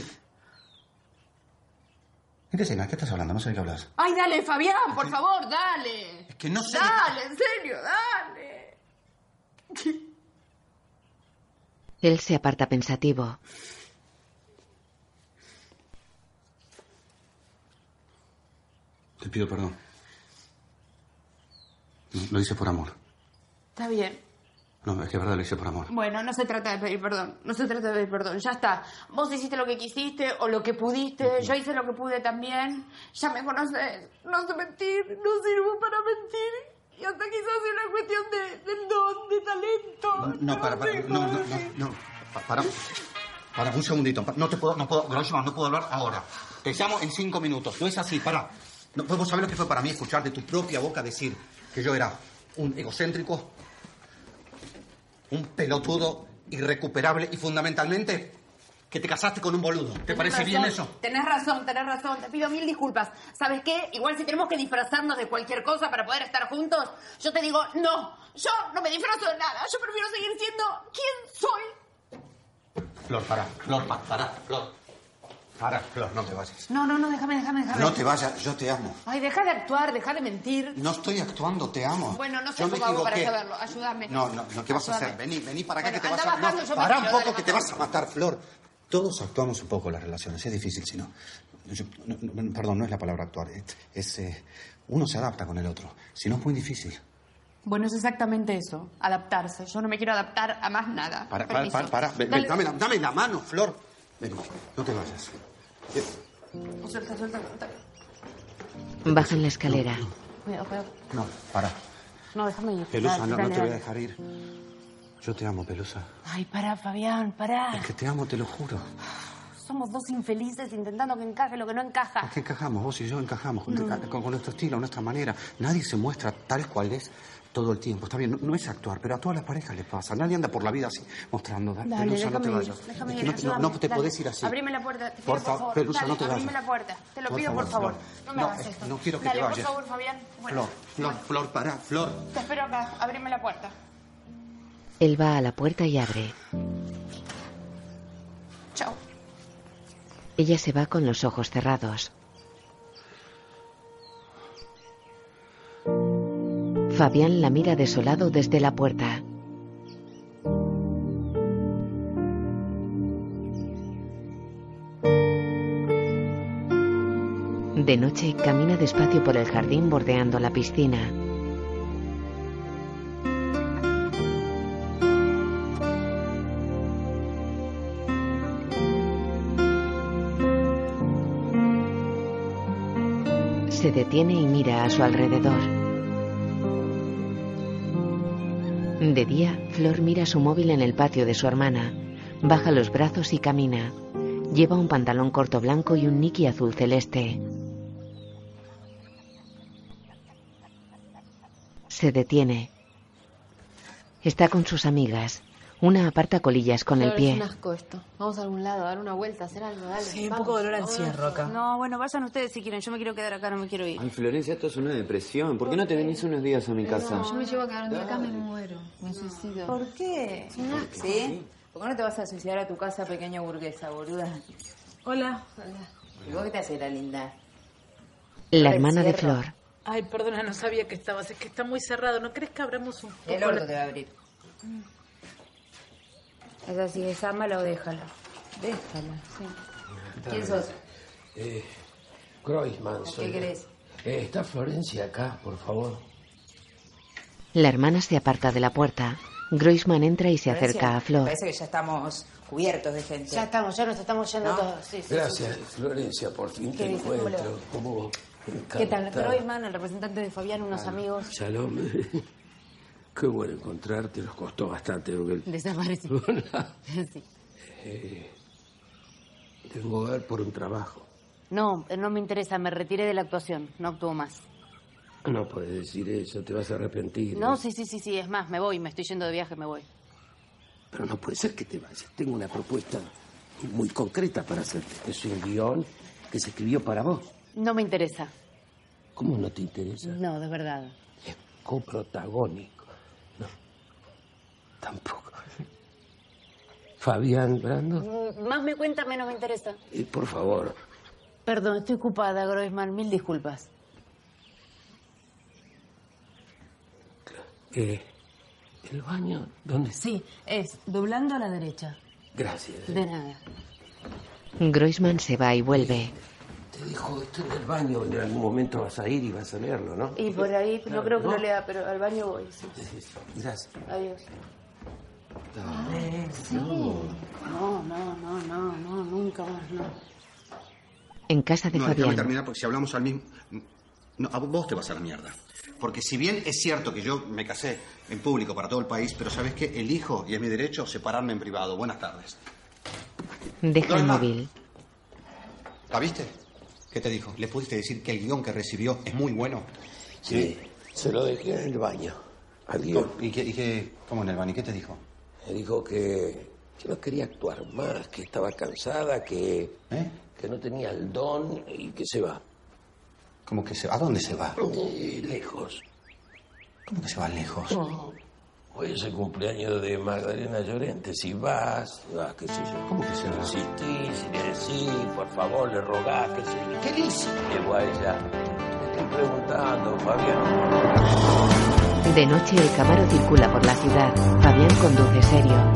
Speaker 5: ¿En qué escena? ¿Qué estás hablando? No sé de qué hablas.
Speaker 8: Ay, dale, Fabián, por favor, dale.
Speaker 5: Es que no sé.
Speaker 8: Dale, en serio, dale.
Speaker 2: Él se aparta pensativo.
Speaker 5: Te pido perdón. No, Lo hice por amor.
Speaker 8: Está bien.
Speaker 5: No, es que es verdad, lo hice por amor.
Speaker 8: Bueno, no se trata de pedir perdón. No se trata de pedir perdón. Ya está. Vos hiciste lo que quisiste o lo que pudiste. Yo hice lo que pude también. Ya me conoces. No sé mentir. No sirvo para mentir. Y hasta quizás es una cuestión de, de don, de talento.
Speaker 5: No, para, para. No, no, no. no. Pa- para. Para, un segundito. Pa- No te puedo, no puedo, Grossman, no puedo hablar ahora. Te llamo en cinco minutos. No es así, para. No podemos saber lo que fue para mí escuchar de tu propia boca decir que yo era un egocéntrico, un pelotudo, irrecuperable y fundamentalmente que te casaste con un boludo. ¿Te
Speaker 52: Tenés
Speaker 5: parece
Speaker 52: razón,
Speaker 5: bien eso?
Speaker 52: Tenés razón, tenés razón. Te pido mil disculpas. ¿Sabes qué? Igual si tenemos que disfrazarnos de cualquier cosa para poder estar juntos, yo te digo, no, yo no me disfrazo de nada. Yo prefiero seguir siendo quien soy.
Speaker 5: Flor, para, Flor, pa- para, Flor. Para, Flor, no te vayas.
Speaker 52: No, no, no, déjame, déjame, déjame.
Speaker 5: No te vayas, yo te amo.
Speaker 52: Ay, deja de actuar, deja de mentir.
Speaker 5: No estoy actuando, te amo.
Speaker 52: Bueno, no sé
Speaker 5: Yo me
Speaker 52: cómo hago para
Speaker 5: equivoqué.
Speaker 52: saberlo. Ayúdame.
Speaker 5: No, no, no, ¿qué vas a
Speaker 52: Ayúdame.
Speaker 5: hacer? Vení, vení para acá
Speaker 52: Bueno,
Speaker 5: que te
Speaker 52: anda
Speaker 5: vas a
Speaker 52: bajando,
Speaker 5: no,
Speaker 52: yo me
Speaker 5: Pará un
Speaker 52: tiro,
Speaker 5: poco
Speaker 52: dale,
Speaker 5: que te
Speaker 52: bajando.
Speaker 5: vas a matar, Flor. Todos actuamos un poco las relaciones, es difícil si no. Yo- no, no, perdón, no es la palabra actuar, es, es, eh, uno se adapta con el otro, si no es muy difícil.
Speaker 52: Bueno, es exactamente eso, adaptarse. Yo no me quiero adaptar a más nada.
Speaker 5: Para, para,
Speaker 52: Permiso.
Speaker 5: para, para. Ven, ven,
Speaker 52: Dale.
Speaker 5: dame, la, dame la mano, Flor. Ven, no te vayas.
Speaker 52: Oh, Suelta, suelta, suelta.
Speaker 2: Bajan la escalera.
Speaker 52: Cuidado, cuidado.
Speaker 5: No, para.
Speaker 52: No, déjame ir.
Speaker 5: Pelusa,
Speaker 52: Dale,
Speaker 5: no, no
Speaker 52: dale,
Speaker 5: te voy a
Speaker 52: dale.
Speaker 5: dejar ir. Yo te amo, Pelusa.
Speaker 52: Ay, pará, Fabián, pará.
Speaker 5: Es que te amo, te lo juro.
Speaker 52: Somos dos infelices intentando que encaje lo que no encaja.
Speaker 5: Aquí encajamos, vos y yo encajamos con, con- con nuestro estilo, nuestra manera. Nadie se muestra tal cual es todo el tiempo. Está bien, no, no es actuar, pero a todas las parejas les pasa. Nadie anda por la vida así, mostrando. Da-
Speaker 52: Dale,
Speaker 5: Pelusa, no te
Speaker 52: déjame ir,
Speaker 5: vayas.
Speaker 52: déjame
Speaker 5: Es
Speaker 52: ir.
Speaker 5: que no te- no,
Speaker 52: ayúdame,
Speaker 5: no te
Speaker 52: dale.
Speaker 5: podés ir así.
Speaker 52: Abrime la puerta, te pido
Speaker 5: Por
Speaker 52: por,
Speaker 5: favor,
Speaker 52: favor.
Speaker 5: Pelusa,
Speaker 52: Dale,
Speaker 5: no te
Speaker 52: abrime
Speaker 5: vayas.
Speaker 52: la puerta, te lo
Speaker 5: Por
Speaker 52: pido por
Speaker 5: favor,
Speaker 52: favor.
Speaker 5: Flor.
Speaker 52: No me
Speaker 5: No,
Speaker 52: hagas
Speaker 5: es-
Speaker 52: esto.
Speaker 5: no quiero que
Speaker 52: Dale,
Speaker 5: te vayas.
Speaker 52: por favor, Fabián. Bueno,
Speaker 5: Flor, Flor, Flor, pará, Flor.
Speaker 52: te espero acá, abrime la puerta.
Speaker 2: Él va a la puerta y abre.
Speaker 52: Chao.
Speaker 2: Ella se va con los ojos cerrados. Fabián la mira desolado desde la puerta. De noche camina despacio por el jardín bordeando la piscina. Se detiene y mira a su alrededor. De día, Flor mira su móvil en el patio de su hermana. Baja los brazos y camina. Lleva un pantalón corto blanco y un niqui azul celeste. Se detiene. Está con sus amigas. Una aparta colillas con el
Speaker 8: Flor,
Speaker 2: pie.
Speaker 8: Es un asco esto. Vamos a algún lado, a dar una vuelta, hacer algo, dale.
Speaker 7: Sí, un poco de olor a encierro acá.
Speaker 8: No, bueno, vayan ustedes si quieren. Yo me quiero quedar acá, no me quiero ir.
Speaker 53: Ay, Florencia, esto es una depresión. ¿Por qué no te venís unos días a mi casa?
Speaker 8: Yo me llevo a quedarme acá, me muero. Me suicido. ¿Por qué?
Speaker 7: ¿Sí? ¿Por qué no te vas a suicidar a tu casa, pequeña burguesa, boluda? Hola.
Speaker 8: ¿Y vos qué te haces la linda?
Speaker 2: La hermana de Flor.
Speaker 25: Ay, perdona, no sabía que estabas. Es que está muy cerrado. ¿No crees que abramos un poco?
Speaker 8: El orto
Speaker 25: la-
Speaker 8: te va a abrir. Mm. Es así, desámala o déjala. Déjala, sí. ¿Quién sos?
Speaker 6: Eh, Groisman, soy.
Speaker 8: querés?
Speaker 6: Eh, está Florencia acá, por favor.
Speaker 2: La hermana se aparta de la puerta. Groisman entra y se acerca a Flor.
Speaker 7: Parece que ya estamos cubiertos de gente.
Speaker 8: Ya estamos, ya nos estamos yendo todos. Sí, sí,
Speaker 6: Gracias, Florencia, por fin
Speaker 8: ¿Qué
Speaker 6: te
Speaker 8: dices? ¿Cómo le va?
Speaker 6: encuentro. ¿Cómo
Speaker 8: sí. ¿Qué tal? Groisman, el representante de Fabián, unos amigos.
Speaker 6: Shalom. Qué bueno encontrarte, nos costó bastante. porque-
Speaker 8: Desaparecido.
Speaker 6: Eh, tengo que ver por un trabajo.
Speaker 8: No, no me interesa, me retiré de la actuación, no actúo más.
Speaker 6: No puedes decir eso, te vas a arrepentir.
Speaker 8: No, sí, sí, sí, sí, es más, me voy, me estoy yendo de viaje, me voy.
Speaker 6: Pero no puede ser que te vayas. Tengo una propuesta muy concreta para hacerte. Es un guión que se escribió para vos.
Speaker 8: No me interesa.
Speaker 6: ¿Cómo no te interesa?
Speaker 8: No, de verdad.
Speaker 6: Coprotagónico. No. Tampoco. Fabián Brando,
Speaker 8: Mm, Más me cuenta, menos me interesa.
Speaker 6: eh, por favor.
Speaker 8: Perdón, estoy ocupada, Groisman, mil disculpas.
Speaker 6: eh, ¿El baño? ¿Dónde?
Speaker 8: Sí, es doblando a la derecha.
Speaker 6: Gracias. eh.
Speaker 8: De nada.
Speaker 2: Groisman se va y vuelve.
Speaker 6: Te dijo esto en el baño. En algún momento vas a ir y vas a leerlo, ¿no?
Speaker 8: Y por ahí,
Speaker 6: no creo que lo
Speaker 8: lea, pero al baño voy, sí. Ah,
Speaker 6: Gracias.
Speaker 8: Adiós.
Speaker 6: Sí.
Speaker 8: No, no, no, no, no, nunca más, no.
Speaker 2: En casa de
Speaker 5: No, déjame
Speaker 2: Fabián.
Speaker 5: terminar porque si hablamos al mismo. No, a vos te vas a la mierda. Porque si bien es cierto que yo me casé en público para todo el país, pero sabes qué? Elijo, y es mi derecho, separarme en privado. Buenas tardes.
Speaker 2: Deja el móvil.
Speaker 54: ¿La viste? ¿Qué te dijo? ¿Le pudiste decir que el guión que recibió es muy bueno?
Speaker 6: Sí, se lo dejé en el baño. Al guión.
Speaker 54: ¿Y qué, y qué- cómo en el baño? ¿Qué te dijo?
Speaker 6: Me dijo que, que no quería actuar más, que estaba cansada, que,
Speaker 54: ¿Eh?
Speaker 6: que no tenía el don y que se va.
Speaker 54: ¿Cómo que se va? ¿A dónde se va?
Speaker 6: Eh, lejos.
Speaker 54: ¿Cómo que se va lejos?
Speaker 6: Hoy es el cumpleaños de Magdalena Llorente. Si vas, vas, qué sé yo. ¿Cómo que se va? Insistí, si le decís, por favor, le rogás, qué sé yo. ¿Qué dice? Llego a ella. Te estoy preguntando, Fabián.
Speaker 2: De noche el camaro circula por la ciudad. Fabián conduce serio.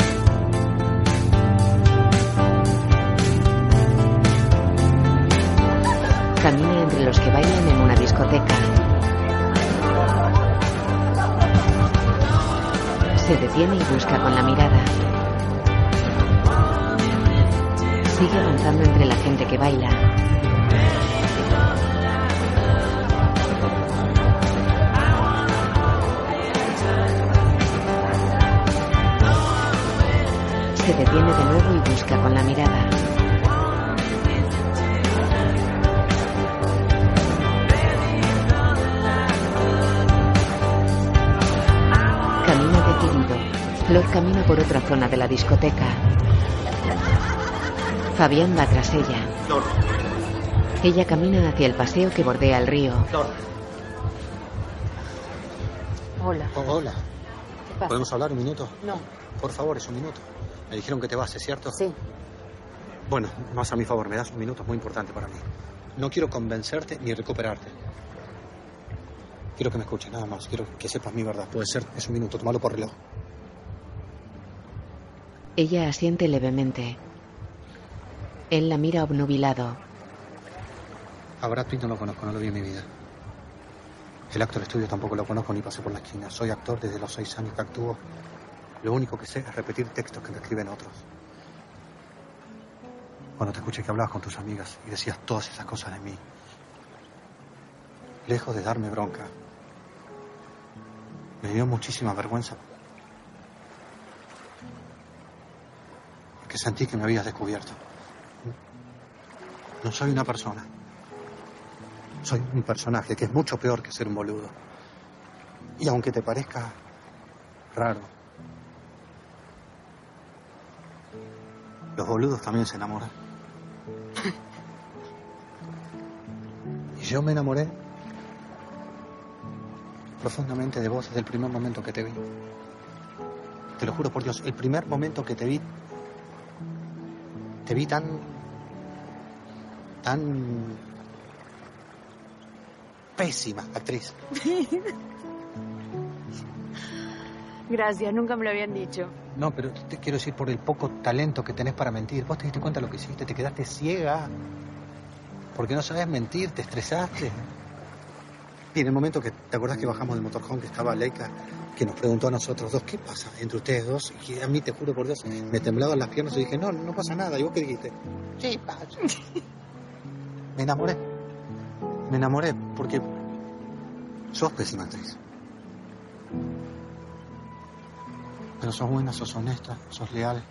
Speaker 2: Camina entre los que bailan en una discoteca. Se detiene y busca con la mirada. Sigue avanzando entre la gente que baila. Se detiene de nuevo y busca con la mirada. Camina detenido. Flor camina por otra zona de la discoteca. Fabián va tras ella.
Speaker 7: Flor,
Speaker 2: Ella camina hacia el paseo que bordea el río.
Speaker 7: Flor.
Speaker 55: Hola.
Speaker 5: Oh, hola.
Speaker 55: ¿Qué pasa?
Speaker 5: ¿Podemos hablar un minuto?
Speaker 55: No.
Speaker 5: Por favor, es un minuto. Me dijeron que te vas, ¿es cierto? Sí. Bueno, más a mi favor, me das un minuto, es muy importante para mí. No quiero convencerte ni recuperarte. Quiero que me escuches, nada más. Quiero que sepas mi verdad. Puede ser, es un minuto, tomalo por reloj.
Speaker 2: Ella asiente levemente. Él la mira obnubilado.
Speaker 5: A Brad Pitt no lo conozco, no lo vi en mi vida. El actor estudio tampoco lo conozco ni pasé por la esquina. Soy actor desde los seis años que actúo. Lo único que sé es repetir textos que me escriben otros. Cuando te escuché que hablabas con tus amigas y decías todas esas cosas de mí, lejos de darme bronca, me dio muchísima vergüenza. Porque sentí que me habías descubierto. No soy una persona. Soy un personaje que es mucho peor que ser un boludo. Y aunque te parezca raro, los boludos también se enamoran. Y yo me enamoré profundamente de vos desde el primer momento que te vi. Te lo juro por Dios, el primer momento que te vi, te vi tan, tan pésima actriz.
Speaker 8: Gracias, nunca me lo habían dicho.
Speaker 5: No, pero te quiero decir por el poco talento que tenés para mentir. Vos te diste cuenta de lo que hiciste, te quedaste ciega. Porque no sabes mentir, te estresaste. Y en el momento que te acordás que bajamos del motorhome, que estaba Leica, que nos preguntó a nosotros dos, ¿qué pasa entre ustedes dos? Y que a mí, te juro por Dios, me temblaban las piernas y dije, no, no pasa nada. ¿Y vos qué dijiste? Sí, pasa. Me enamoré. Me enamoré porque sos pésima actriz. Pero sos buena, sos honesta, sos leal,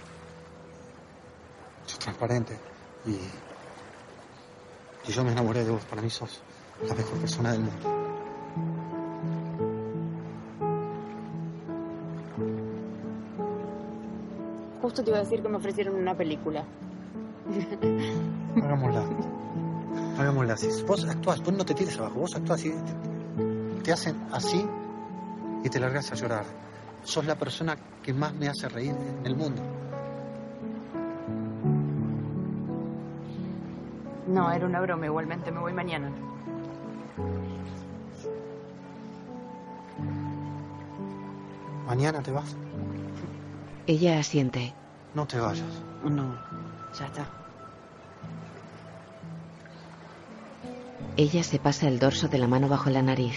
Speaker 5: sos transparente. Y, y yo me enamoré de vos. Para mí sos la mejor persona del mundo.
Speaker 8: Justo te iba a decir que me ofrecieron una película.
Speaker 5: Hagámosla. Hagámosla así. Vos actuás, vos no te tires abajo, vos actuás y te, te hacen así y te largas a llorar. Sos la persona que más me hace reír en el mundo.
Speaker 8: No, era una broma, igualmente me voy mañana.
Speaker 5: Mañana te vas.
Speaker 2: Ella asiente. Mm,
Speaker 5: No te vayas.
Speaker 8: No, ya está.
Speaker 2: Ella se pasa el dorso de la mano bajo la nariz.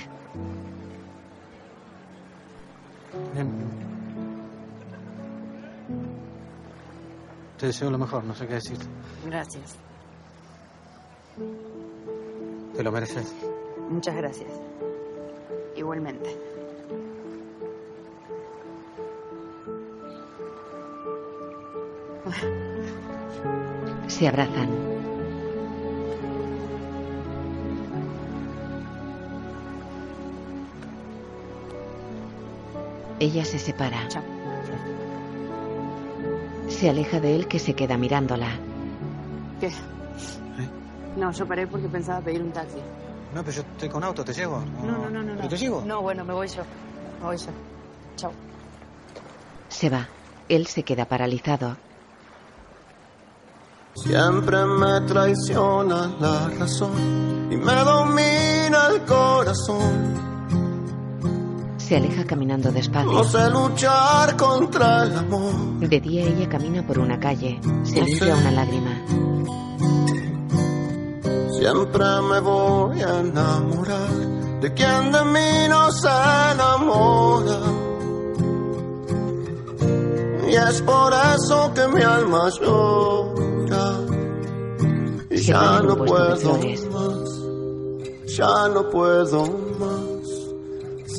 Speaker 5: Te deseo lo mejor, no sé qué decirte.
Speaker 8: Gracias.
Speaker 5: Te lo mereces.
Speaker 8: Muchas gracias. Igualmente.
Speaker 2: Se abrazan. Ella se separa. Se aleja de él que se queda mirándola.
Speaker 56: ¿Qué?
Speaker 8: ¿Eh?
Speaker 56: No, yo paré porque pensaba pedir un taxi.
Speaker 5: No, pero yo estoy con auto, te llevo.
Speaker 56: No, no, no, no.
Speaker 5: ¿Pero te llevo?
Speaker 56: No, bueno, me voy yo. Me voy yo. Chao.
Speaker 2: Se va. Él se queda paralizado.
Speaker 7: Siempre me traiciona la razón y me domina el corazón.
Speaker 2: Se aleja caminando despacio.
Speaker 7: No sé luchar contra el amor.
Speaker 2: De día ella camina por una calle. Se
Speaker 7: No sé.
Speaker 2: limpia una lágrima.
Speaker 7: Siempre me voy a enamorar de quien de mí no se enamora. Y es por eso que mi alma llora. Y
Speaker 2: Se
Speaker 7: ya
Speaker 2: van en
Speaker 7: no
Speaker 2: un puesto de
Speaker 7: puedo
Speaker 2: flores.
Speaker 7: más, ya no puedo más.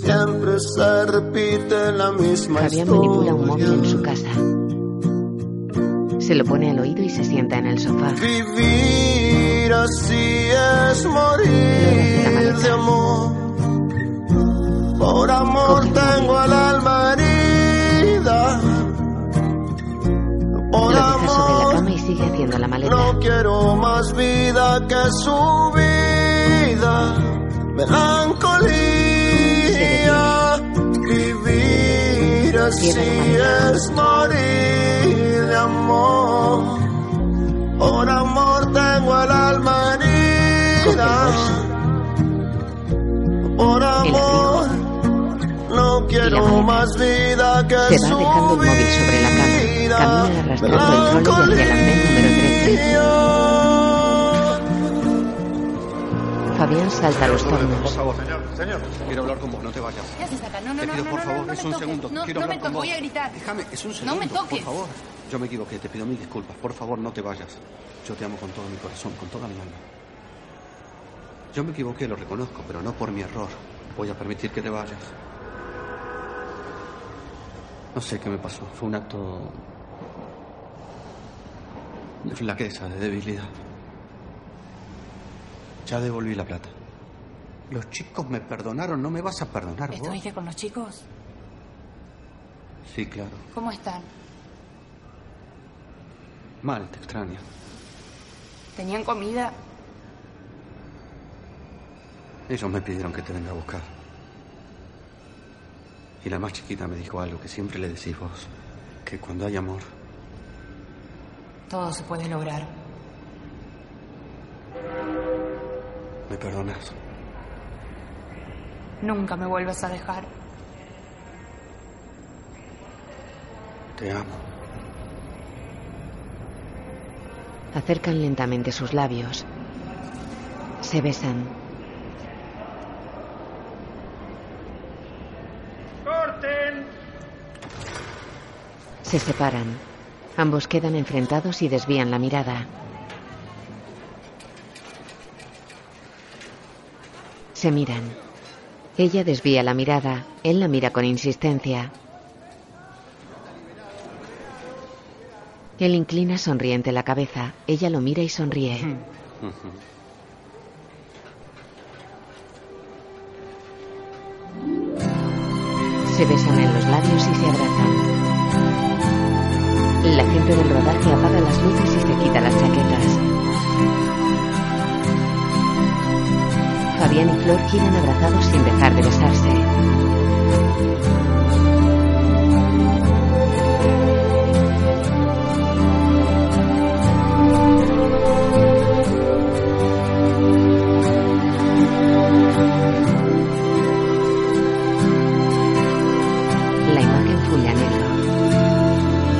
Speaker 7: Siempre se repite la misma
Speaker 2: Fabián manipula un móvil en su casa. Se lo pone al oído y se sienta en el sofá.
Speaker 7: Vivir así es morir de amor. Por amor tengo el alma herida.
Speaker 2: Lo
Speaker 7: Por
Speaker 2: deja sobre la
Speaker 7: amor
Speaker 2: cama y sigue haciendo la maleta.
Speaker 7: no quiero más vida que su vida. Melancolía. Vivir así es morir de amor. Por amor tengo el alma herida. Por amor no quiero más vida que
Speaker 2: Se va
Speaker 7: su
Speaker 2: dejando el móvil sobre la cama. Camina arrastrando el trono desde el andén número 13. Fabián salta a los
Speaker 5: Por
Speaker 2: tornos.
Speaker 5: favor, señor, señor. Quiero hablar con vos, no te vayas.
Speaker 8: ¿Qué haces acá? No, no,
Speaker 5: te
Speaker 8: no,
Speaker 5: pido,
Speaker 8: no,
Speaker 5: por
Speaker 8: no,
Speaker 5: favor,
Speaker 8: no, no
Speaker 5: es
Speaker 8: me
Speaker 5: un
Speaker 8: toques.
Speaker 5: segundo.
Speaker 8: No,
Speaker 5: Quiero
Speaker 8: no
Speaker 5: hablar
Speaker 8: me
Speaker 5: con
Speaker 8: toques,
Speaker 5: vos.
Speaker 8: voy a gritar.
Speaker 5: Déjame, es un
Speaker 8: No
Speaker 5: segundo,
Speaker 8: me
Speaker 5: por
Speaker 8: toques.
Speaker 5: favor. Yo me equivoqué, te pido mil disculpas. Por favor, no te vayas. Yo te amo con todo mi corazón, con toda mi alma. Yo me equivoqué, lo reconozco, pero no por mi error. Voy a permitir que te vayas. No sé qué me pasó. Fue un acto de flaqueza, de debilidad. Ya devolví la plata. Los chicos me perdonaron, no me vas a perdonar vos.
Speaker 8: ¿Estuviste con los chicos?
Speaker 5: Sí, claro.
Speaker 8: ¿Cómo están?
Speaker 5: Mal, te extraño.
Speaker 8: ¿Tenían comida?
Speaker 5: Ellos me pidieron que te venga a buscar. Y la más chiquita me dijo algo que siempre le decís vos, que cuando hay amor,
Speaker 8: Todo se puede lograr.
Speaker 5: me perdonas.
Speaker 8: Nunca me vuelvas a dejar.
Speaker 5: Te amo.
Speaker 2: Acercan lentamente sus labios. Se besan.
Speaker 57: ¡Corten!
Speaker 2: Se separan. Ambos quedan enfrentados y desvían la mirada. Se miran. Ella desvía la mirada, él la mira con insistencia. Él inclina sonriente la cabeza, ella lo mira y sonríe. Se besan en los labios y se abrazan. La gente del rodaje apaga las luces y se quita las chaquetas. Fabián y Flor giran abrazados sin dejar de besarse. La imagen fulla negro.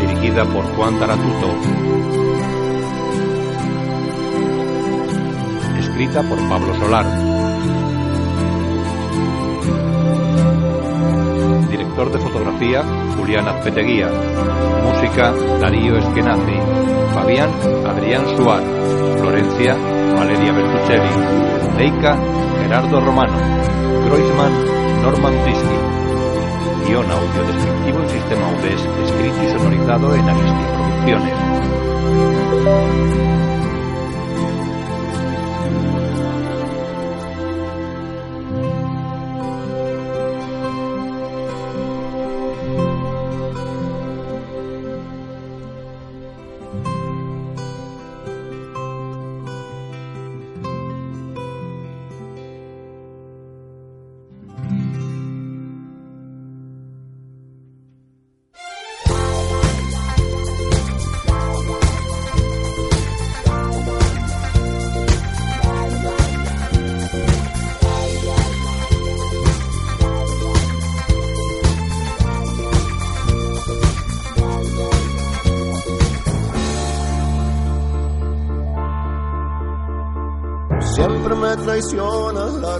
Speaker 1: dirigida por Juan Taratuto. Escrita por Pablo Solar. Director de fotografía, Julián Azpeteguía. Música, Darío Eskenazi. Fabián, Adrián Suárez. Florencia, Valeria Bertuccelli. Leica, Gerardo Romano. Groisman, Norman Trisky. Guión audiodescriptivo en sistema UDES, escrito y sonorizado en Amistad Producciones.
Speaker 7: Siempre me traiciona la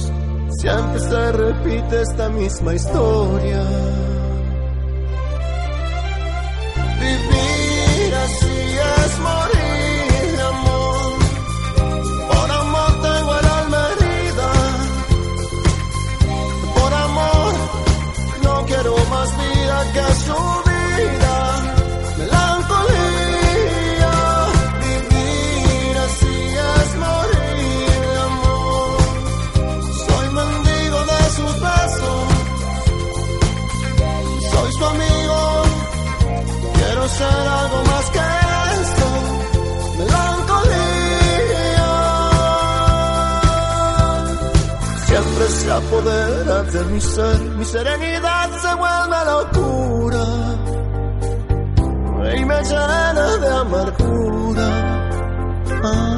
Speaker 7: Siempre se repite esta misma historia. Vivir así es morir, de amor. Por amor tengo el alma herida. Por amor no quiero más vida que su vida. Melancolía. Vivir así es morir, de amor. Soy mendigo de sus besos. Soy su amigo. Quiero ser algo más que esto. Melancolía. Siempre se apodera de mi ser. Mi serenidad se vuelve locura. Y me llena de amargura. Ah.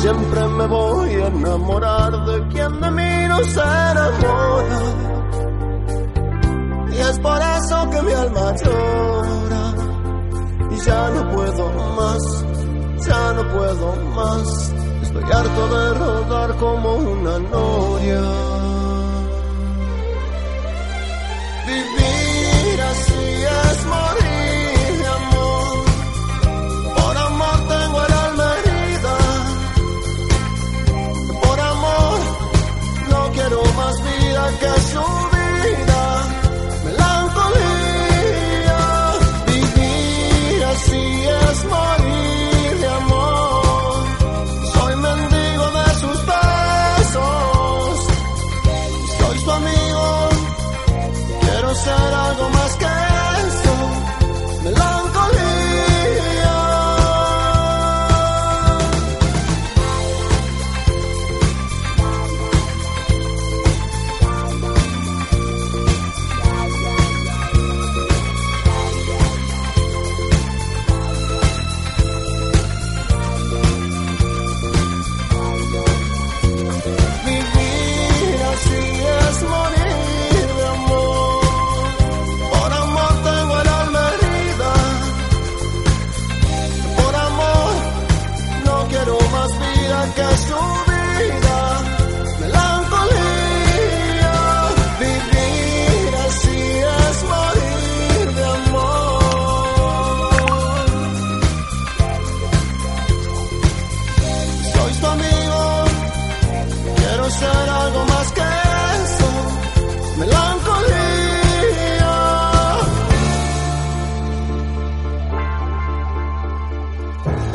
Speaker 7: Siempre me voy a enamorar de quien de mí no se enamora. Y es por eso que mi alma llora. Y ya no puedo más, ya no puedo más. Estoy harto de rodar como una noria. Vivir así es morir, de amor. Por amor tengo el alma herida. Por amor, no quiero más vida que su vida. Melancolía, vivir así es morir de amor. Soy mendigo de sus besos. Soy su amigo, quiero ser algo más que eso. Melancolía. Vivir así es morir de amor. Por amor tengo el alma herida. Por amor no quiero más vida que su vida. Melancolía. Vivir así es morir de amor. Soy tu amigo. Quiero ser algo más que eso. Melancolía.